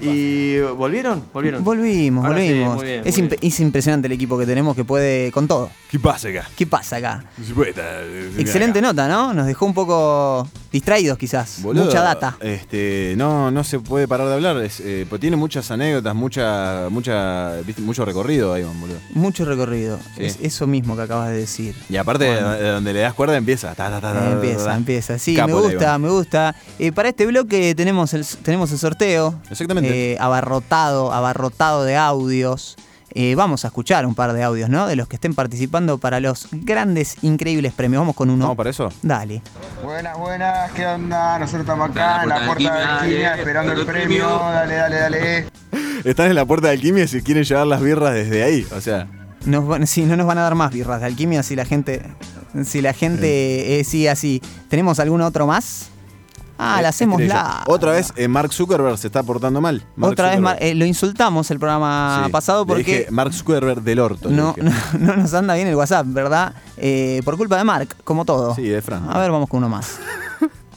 Y volvieron, volvieron. Volvimos, Ahora sí, volvimos. muy bien, es, muy imp- es impresionante el equipo que tenemos que puede con todo. ¿Qué pasa Ah, acá? ¿Qué pasa acá? Si puede estar, eh, si Excelente acá. nota, ¿no? Nos dejó un poco distraídos quizás. Boludo, Mucha data. Este, no, no se puede parar de hablar. es, eh, pues tiene muchas anécdotas, mucha, mucha, viste, mucho recorrido, Iván, boludo. Mucho recorrido. Sí. Es eso mismo que acabas de decir. Y aparte, eh, donde le das cuerda empieza. ta, ta, ta, ta, ta, Empieza, ta. empieza. Sí, Capo, me Iván. gusta, me gusta. Eh, para este bloque tenemos el, tenemos el sorteo. Exactamente. Eh, abarrotado, abarrotado de audios. Eh, vamos a escuchar un par de audios, ¿no? De los que estén participando para los grandes, increíbles premios. Vamos con uno. No, para eso. Dale. Buenas, buenas, ¿qué onda? Nosotros estamos acá en la puerta de la esquina esperando el premio. Dale, dale, dale. Están en la puerta de alquimia si quieren llevar las birras desde ahí. O sea, Nos van- sí, no nos van a dar más birras de alquimia si la gente. Si la gente eh, sigue así. ¿Tenemos algún otro más? Ah, Eh, la hacemos este la. Otra vez eh, Mark Zuckerberg se está portando mal. Mark Otra vez Zuckerberg. Mar- eh, lo insultamos el programa Sí. pasado Le porque. dije, Mark Zuckerberg del orto. le No, dije. no, no nos anda bien el WhatsApp, ¿verdad? Eh, por culpa de Mark, como todo. Sí, de Fran. A ver, vamos con uno más.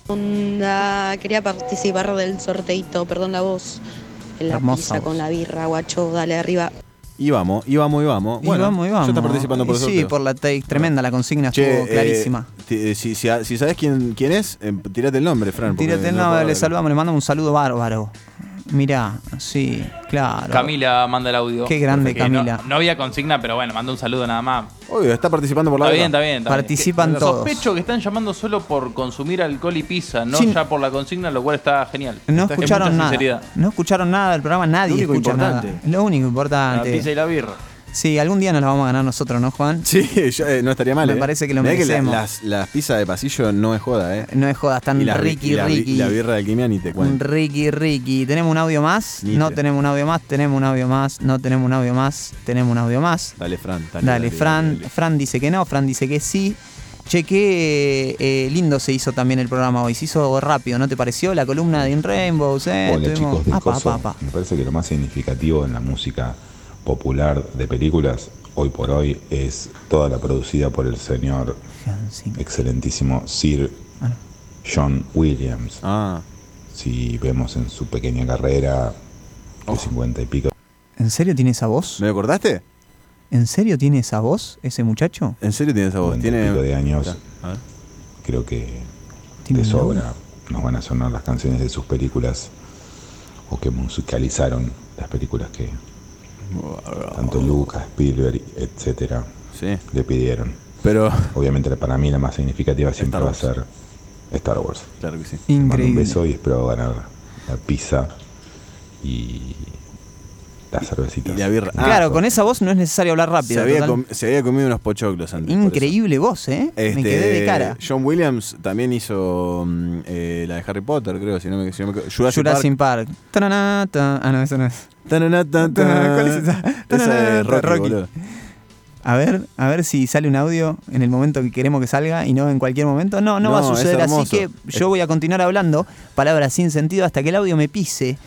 Onda, quería participar del sorteito, perdón la voz. La Hermosa pizza voz. con la birra, guacho, dale arriba. Y vamos, y vamos, y vamos. Y Bueno, vamos, y vamos. Ya está participando por Y el Sí, sorteo. por la take tremenda, la consigna Che, estuvo eh, clarísima. ti- eh, si, si, si sabes quién, quién es, eh, tirate el nombre, Fran. porque Tírate el no nombre, puedo- le saludamos, le mandamos un saludo bárbaro. Mirá, sí, claro. Camila manda el audio. Qué grande, Que no- Camila. No, había consigna, pero bueno, manda un saludo nada más. Obvio, está participando por la Está birra. bien, está bien. está bien. Participan Que- todos. Sospecho que están llamando solo por consumir alcohol y pizza, no Sí. ya por la consigna, lo cual está genial. No Está- es escucharon mucha nada. sinceridad. No escucharon nada del programa, nadie Lo único escucha nada. importante. Lo único La pizza y importante. la birra. Sí, algún día nos la vamos a ganar nosotros, ¿no, Juan? Sí, yo, eh, no estaría mal. Me eh. parece que lo Mirá la- merecemos. las, las pizzas de pasillo no es joda, ¿eh? No es joda, están y la, Ricky, y la- Ricky. y la birra de alquimia ni te cuento. Ricky, Ricky. ¿Tenemos un audio más? Ni no idea. tenemos un audio más, tenemos un audio más, no tenemos un audio más, tenemos un audio más. Dale, Fran. Dale, Fran. Fran dice que no, Fran dice que sí. Che, qué eh, lindo se hizo también el programa hoy. Se hizo rápido, ¿no te pareció? La columna de In Rainbows, ¿eh? Hola Tuvimos- chicos de Apa, Coso. apa, apa. Me parece que lo más significativo en la música popular de películas hoy por hoy es toda la producida por el señor excelentísimo Sir John Williams. Si vemos en su pequeña carrera de 50 y pico. ¿En serio tiene esa voz? ¿Me acordaste? ¿En serio tiene esa voz ese muchacho? ¿En serio tiene esa voz? Tiene. pico de años. A ver. Creo que Tiene de una sobra nos van a sonar las canciones de sus películas o que musicalizaron las películas que tanto Lucas, Spielberg, etcétera, le pidieron. Pero obviamente para mí la más significativa siempre va a ser Star Wars. Claro que sí. Un Increíble. beso y espero ganar la pizza y las cervecitas. Y la birra. Ah, claro, con esa voz no es necesario hablar rápido. se, había total. com- se había comido unos pochoclos antes. por eso. Increíble voz, ¿eh? Este, Me quedé de cara. John Williams también hizo mm, eh, la de Harry Potter, creo, si no me, si no me Jurassic, Jurassic Park. Tanana, ta- Ah, no, eso no es. ¿Cuál es esa? Esa Tanana, es Rocky, Rocky. boludo. A ver, a ver si sale un audio en el momento que queremos que salga y no en cualquier momento. No, no, va No, a es suceder, así hermoso. que yo voy a continuar hablando palabras sin sentido hasta que el audio me pise.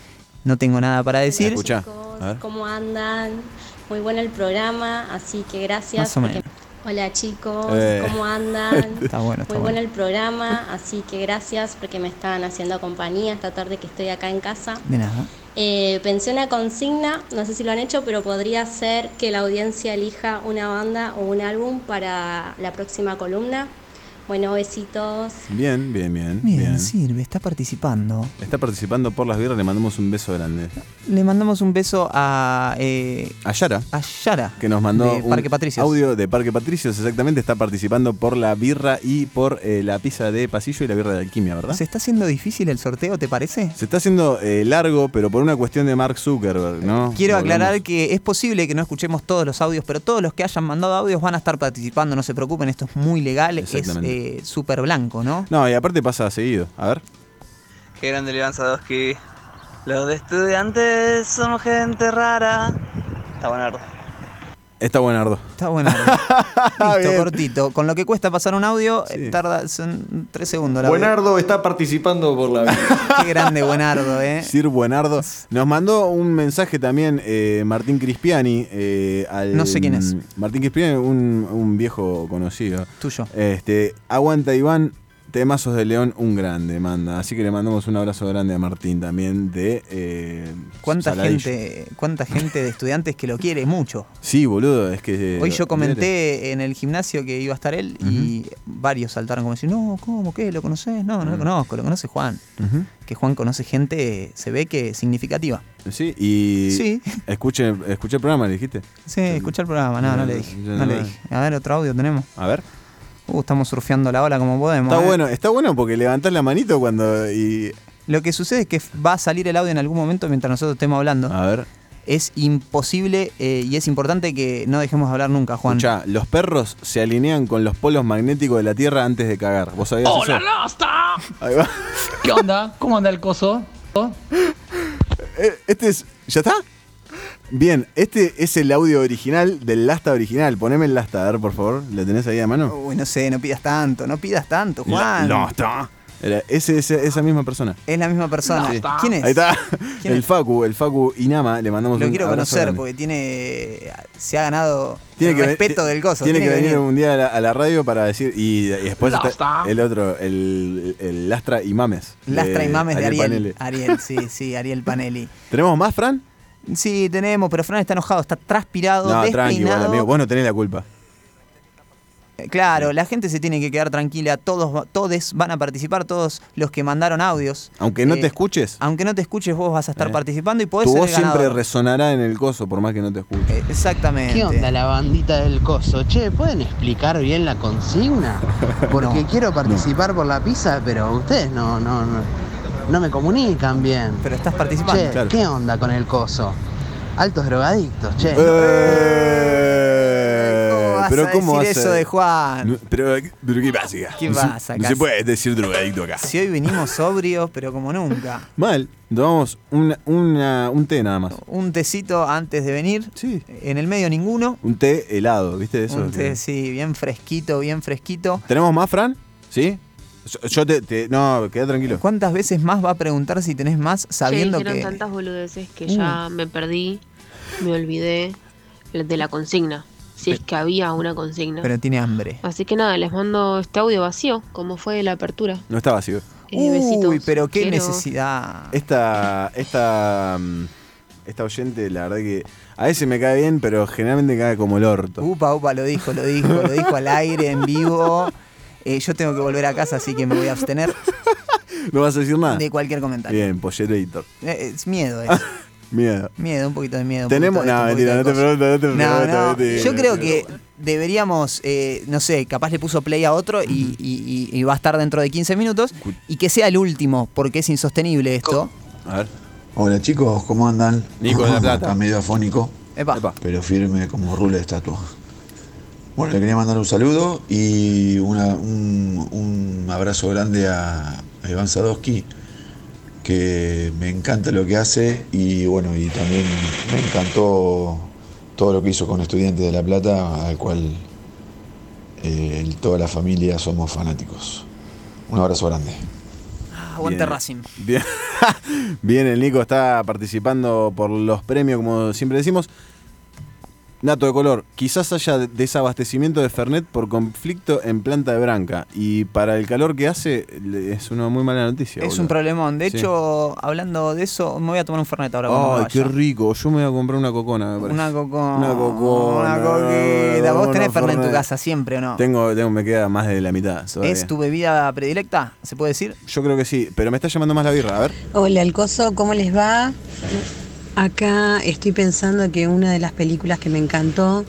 No tengo nada para decir. Escuchá. A ver. ¿Cómo andan? Muy bueno el programa, así que gracias. Más o menos. porque- Hola chicos, Eh. ¿cómo andan? Está bueno, está Muy bueno. bueno el programa, así que gracias porque me estaban haciendo compañía esta tarde que estoy acá en casa. De nada. Eh, pensé una consigna, no sé si lo han hecho, pero podría ser que la audiencia elija una banda o un álbum para la próxima columna. Bueno, besitos. Bien, bien, bien. Bien, bien. sirve, está participando. Está participando por las birras, le mandamos un beso grande. Le mandamos un beso a, eh, A Yara, a Yara. que nos mandó de Parque un Patricios. audio de Parque Patricios, exactamente, está participando por la birra y por eh, la pizza de pasillo y la birra de alquimia, ¿verdad? ¿Se está haciendo difícil el sorteo, te parece? Se está haciendo eh, largo, pero por una cuestión de Mark Zuckerberg, ¿no? Eh, Quiero Volvemos. aclarar que es posible que no escuchemos todos los audios, pero todos los que hayan mandado audios van a estar participando, no se preocupen, esto es muy legal, es Exactamente. eh, súper blanco, ¿no? No, y aparte pasa seguido. A ver. Qué grande Levan Sadowski. Los de estudiantes son gente rara. Está bueno. Está buenardo. Está bueno. Ah, Listo, cortito. Con lo que cuesta pasar un audio, eh, tarda son tres segundos. la verdad. Buenardo está participando por la vida. Qué grande Buenardo, ¿eh? Sir Buenardo. Nos mandó un mensaje también eh, Martín Crispiani. eh, al- No sé quién es. Martín Crispiani, un, un viejo conocido. Tuyo. Este, aguanta Iván, temazos de León, un grande, manda. Así que le mandamos un abrazo grande a Martín también de... eh, ¿Cuánta Saladillo. gente, ¿Cuánta gente de estudiantes que lo quiere mucho? Sí, boludo, es que... eh, Hoy yo mirate. comenté en el gimnasio que iba a estar él y varios saltaron como decir, no, ¿cómo? ¿Qué? ¿Lo conoces? No, no lo Ujú. conozco, lo conoce Juan. Ujú. Que Juan conoce gente, se ve que significativa. Sí, y... Sí. Escuché, escuché el programa, le dijiste. Sí, escuchar el programa, no, no, no, le dije. yo No, no le veo. dije. A ver, otro audio tenemos. A ver. Uh, estamos surfeando la ola como podemos. Está eh. bueno, está bueno porque levantás la manito cuando... y Lo que sucede es que va a salir el audio en algún momento mientras nosotros estemos hablando. A ver. Es imposible eh, y es importante que no dejemos de hablar nunca, Juan. Escuchá, los perros se alinean con los polos magnéticos de la Tierra antes de cagar. ¿Vos sabías eso? Rasta! Ahí va. ¿Qué onda? ¿Cómo anda el coso? Eh, Este es. ¿Ya está? Bien, este es el audio original del Lasta original. Poneme el Lasta, a ver, por favor. ¿Lo tenés ahí a mano? Uy, no sé, no pidas tanto, no pidas tanto, Juan. La- Lasta. Era ese- ese- esa misma persona. Es la misma persona. Sí. ¿Quién es? Ahí está. ¿Quién El es? Facu, el Facu Inama. Le mandamos Lo un quiero abrazo conocer grande. porque tiene. Se ha ganado Tiene el que ven- respeto ti- del coso. Tiene, que, venir un día a la, a la radio para decir. Y, y después está Lasta. el otro, el, el Lastra y Mames. Lastra y mames de Ariel. Panele. Ariel, sí, sí, Ariel Panelli. ¿Tenemos más, Fran? Sí, tenemos, pero Fran está enojado, está transpirado, No, tranqui, igual, despeinado. amigo. Vos no tenés la culpa. Eh, Claro, la gente se tiene que quedar tranquila, todos todes van a participar, todos los que mandaron audios. Aunque no Eh, te escuches, Aunque no te escuches, vos vas a estar Eh. participando y podés tu ser voz el siempre ganador. resonará en el coso, por más que no te escuches. Eh, Exactamente. ¿Qué onda la bandita del coso? Che, ¿pueden explicar bien la consigna? Porque quiero participar por la pizza, pero ustedes no, no, no, no me comunican bien. Pero estás participando. Che, Claro. ¿qué onda con el coso? Altos drogadictos, che. Eh, vas pero a ¿cómo vas decir a- eso de Juan? No, pero, pero ¿qué pasa acá? ¿Qué no pasa se, acá? No se puede decir drogadicto acá. Si hoy venimos sobrios, pero como nunca. Mal, tomamos una- una- un té nada más. Un tecito antes de venir. Sí. En el medio ninguno. Un té helado, ¿viste? Eso. Un té, sí, bien fresquito, bien fresquito. ¿Tenemos más, Fran? ¿Sí? Yo, yo te, te- No, queda tranquilo. ¿Cuántas veces más va a preguntar si tenés más sabiendo Che, dijeron que... tantas boludeces que Mm. ya me perdí, me olvidé de la consigna, si es que había una consigna. Pero tiene hambre. Así que nada, les mando este audio vacío, como fue la apertura. No está vacío. Eh, besitos. Uy, pero qué Quiero- necesidad. Esta. Esta. mm, Esta oyente, la verdad que. A veces me cae bien, pero generalmente me cae como el orto. Upa, upa, lo dijo, lo dijo, lo dijo al aire, en vivo. Eh, yo tengo que volver a casa, así que me voy a abstener ¿No vas a decir nada? de cualquier comentario. Bien, pollero editor. Eh, es miedo, es. Miedo. Miedo, un poquito de miedo. un Tenemos. poquito No, de esto, mentira, un no te poquito de pregunto, no te cosas. pregunto. No, no, te- Yo creo que deberíamos, eh, no sé, capaz le puso play a otro y, y- y- y va a estar dentro de 15 minutos y que sea el último, porque es insostenible esto. A ver. Hola chicos, ¿cómo andan? Nico de la Plata. Está medio afónico, Epa. pero firme como rule de estatua. Bueno, le quería mandar un saludo y una- un, un abrazo grande a a Iván Sadowski, que me encanta lo que hace y bueno, y también me encantó todo lo que hizo con Estudiantes de La Plata, al cual eh, toda la familia somos fanáticos. Un abrazo grande. Aguante Bien. Racing. Bien. Bien, el Nico está participando por los premios, como siempre decimos. Dato de color, quizás haya desabastecimiento de Fernet por conflicto en planta de Branca. Y para el calor que hace, le- es una muy mala noticia. Es un boludo. problemón. De Sí. hecho, hablando de eso, me voy a tomar un Fernet ahora. cuando Ay, me qué vaya. rico. Yo me voy a comprar una cocona, me parece. Una cocona. Una cocona. Una coquita. Vos Una tenés Fernet en tu Fernet. casa siempre, ¿o no? Tengo, tengo, me queda más de la mitad. todavía. ¿Es tu bebida predilecta? ¿Se puede decir? Yo creo que sí, pero me está llamando más la birra. A ver. Hola, el coso, ¿cómo les va? Acá estoy pensando que una de las películas que me encantó,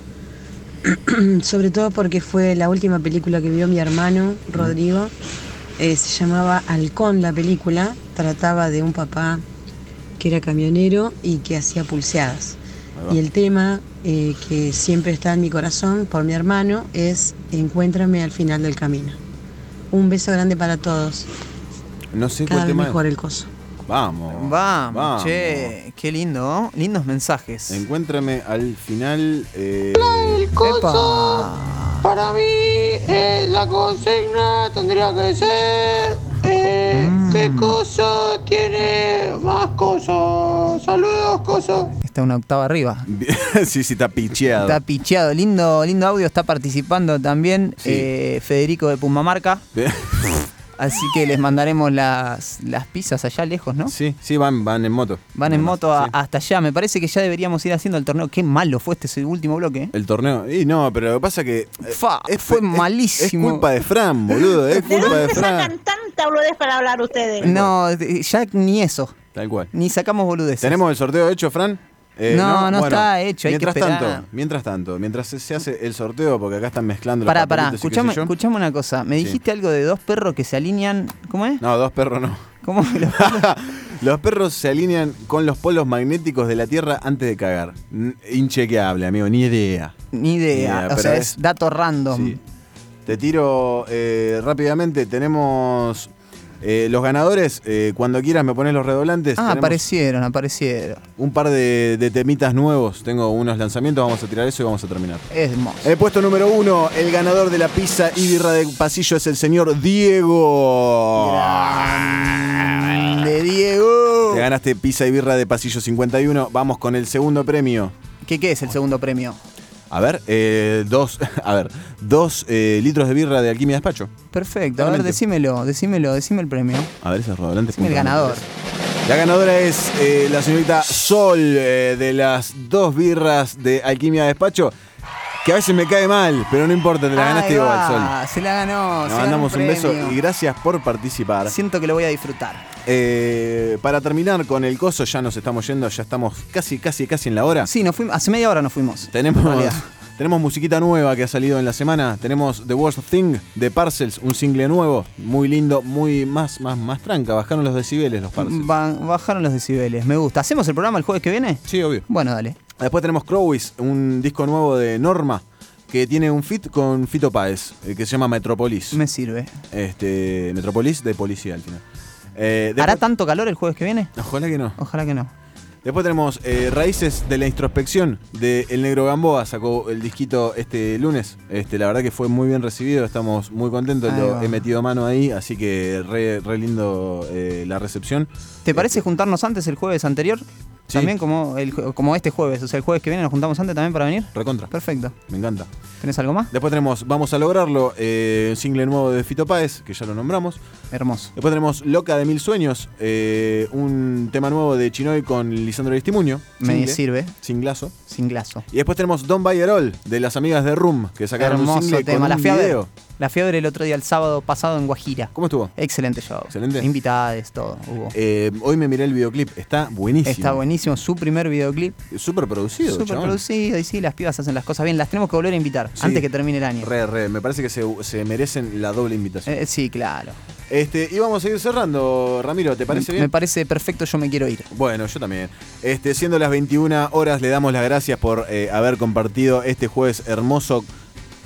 sobre todo porque fue la última película que vio mi hermano Rodrigo, eh, se llamaba Halcón la película, trataba de un papá que era camionero y que hacía pulseadas. Y el tema eh, que siempre está en mi corazón por mi hermano es Encuéntrame al final del camino. Un beso grande para todos. No sé Cada cuál vez tema es. mejor el coso. Vamos. Vamos, che, qué lindo, ¿no? Lindos mensajes. Encuéntrame al final. eh, Para mí, eh, la consigna tendría que ser. eh, Mm. ¿Qué coso tiene más coso? Saludos, coso. Está una octava arriba. sí, sí, está picheado. Está picheado. Lindo, lindo audio. Está participando también eh, Federico de Pumamarca. Eh, Así que les mandaremos las, las pizzas allá lejos, ¿no? Sí, sí, van, van en moto. Van en moto a- hasta allá. Me parece que ya deberíamos ir haciendo el torneo. Qué malo fue este ese último bloque. ¿eh? El torneo. Y no, pero lo que pasa que. Fa, eh, eh, fue malísimo. Es culpa de Fran, boludo. Es culpa de Fran. Tanta boludez para hablar ustedes. No, eh, ya ni eso. Tal cual. Ni sacamos boludeces. ¿Tenemos el sorteo hecho, Fran? Eh, No, no está hecho, hay que mientras esperar. Tanto, mientras tanto, mientras se, se hace el sorteo, porque acá están mezclando Pará, los pará. papelitos y qué sé Escuchame, yo. escuchame una cosa. Me Sí. dijiste algo de dos perros que se alinean. ¿Cómo es? No, dos perros no. ¿Cómo los perros? se alinean con los polos magnéticos de la Tierra antes de cagar. N- Inchequeable, amigo, ni idea. Ni idea. o pero sea, es- es dato random. Ah, Te tiro eh, rápidamente, tenemos eh, los ganadores, eh, cuando quieras me pones los redoblantes. Ah, Tenemos aparecieron, aparecieron. Un par de, de temitas nuevos, tengo unos lanzamientos, vamos a tirar eso y vamos a terminar. Es hermoso. El puesto número uno, el ganador de la pizza y birra de pasillo es el señor Diego. De Diego. Te ganaste pizza y birra de pasillo 51. Vamos con el segundo premio. ¿Qué, qué es el segundo premio? A ver, eh, dos, a ver, dos eh, litros de birra de Alquimia Despacho. Perfecto. A ver, Claramente. decímelo, decímelo, decime el premio. A ver, ese rodolante. Decime el ganador. La ganadora es eh, la señorita Sol eh, de las dos birras de Alquimia Despacho, que a veces me cae mal, pero no importa, te la ganaste Ahí va, igual, Sol. Se la ganó. Nos se ganó mandamos un beso premio. y gracias por participar. Siento que lo voy a disfrutar. Eh, para terminar con el coso, ya nos estamos yendo, ya estamos casi, casi, casi en la hora. Sí, nos fuimos, hace media hora nos fuimos. Tenemos, en realidad. tenemos musiquita nueva que ha salido en la semana. Tenemos The Worst Thing de Parcels, un single nuevo, muy lindo, muy más, más, más tranca. Bajaron los decibeles los Parcels. Ba- bajaron los decibeles, me gusta. ¿Hacemos el programa el jueves que viene? Sí, obvio. Bueno, dale. Después tenemos Crowis, un disco nuevo de Norma, que tiene un fit con Fito Páez, eh, que se llama Metropolis. Me sirve. Este, Metropolis de policía al final. Eh, ¿Hará después- tanto calor el jueves que viene? Ojalá que no. Ojalá que no. Después tenemos eh, Raíces de la Introspección de El Negro Gamboa, sacó el disquito este lunes. Este, la verdad que fue muy bien recibido, estamos muy contentos, Ahí lo va. he metido mano ahí, así que re, re lindo eh, la recepción. Eh, ¿Te parece juntarnos antes el jueves anterior? Sí. También como, el, jue- como este jueves, o sea, el jueves que viene nos juntamos antes también para venir. Recontra. Perfecto. Me encanta. ¿Tenés algo más? Después tenemos Vamos a lograrlo, eh, un single nuevo de Fito Páez, que ya lo nombramos. Hermoso. Después tenemos Loca de Mil Sueños, eh, un tema nuevo de Chinoy con Lisandro Aristimuño. Me single, sirve. Singlazo. Singlazo. Y después tenemos Don Bayerol, de las amigas de Room, que sacaron un Hermoso single tema. con La un fiebre. video. La fiebre el otro día, el sábado pasado en Guajira. ¿Cómo estuvo? Excelente show. Excelente. Invitades, todo. Hubo. Eh, hoy me miré el videoclip, está buenísimo. Está buenísimo. Su primer videoclip. Súper producido, Súper chabón. producido. Y sí, las pibas hacen las cosas bien. Las tenemos que volver a invitar Sí. antes que termine el año. Re, re, me parece que se, se merecen la doble invitación. Eh, sí, claro. Este, y vamos a ir cerrando, Ramiro, ¿te parece me, bien? me parece perfecto, yo me quiero ir. Bueno, yo también. Este, siendo las 21 horas, le damos las gracias por eh, haber compartido este jueves hermoso,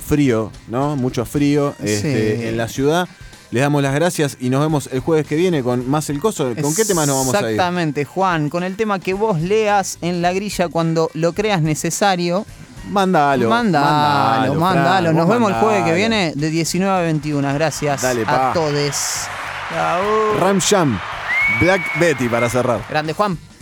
frío, ¿no? Mucho frío este, Sí. en la ciudad. Les damos las gracias y nos vemos el jueves que viene con más el coso. ¿Con qué temas nos vamos a ir? Exactamente, Juan, con el tema que vos leas en la grilla cuando lo creas necesario. Mándalo. Mándalo, Mándalo, mándalo. Fran, Nos vos vemos el jueves que mandalo. viene de 19 a 21. Gracias Dale, a pa. todos. Ram Jam, Black Betty para cerrar. Grande Juan.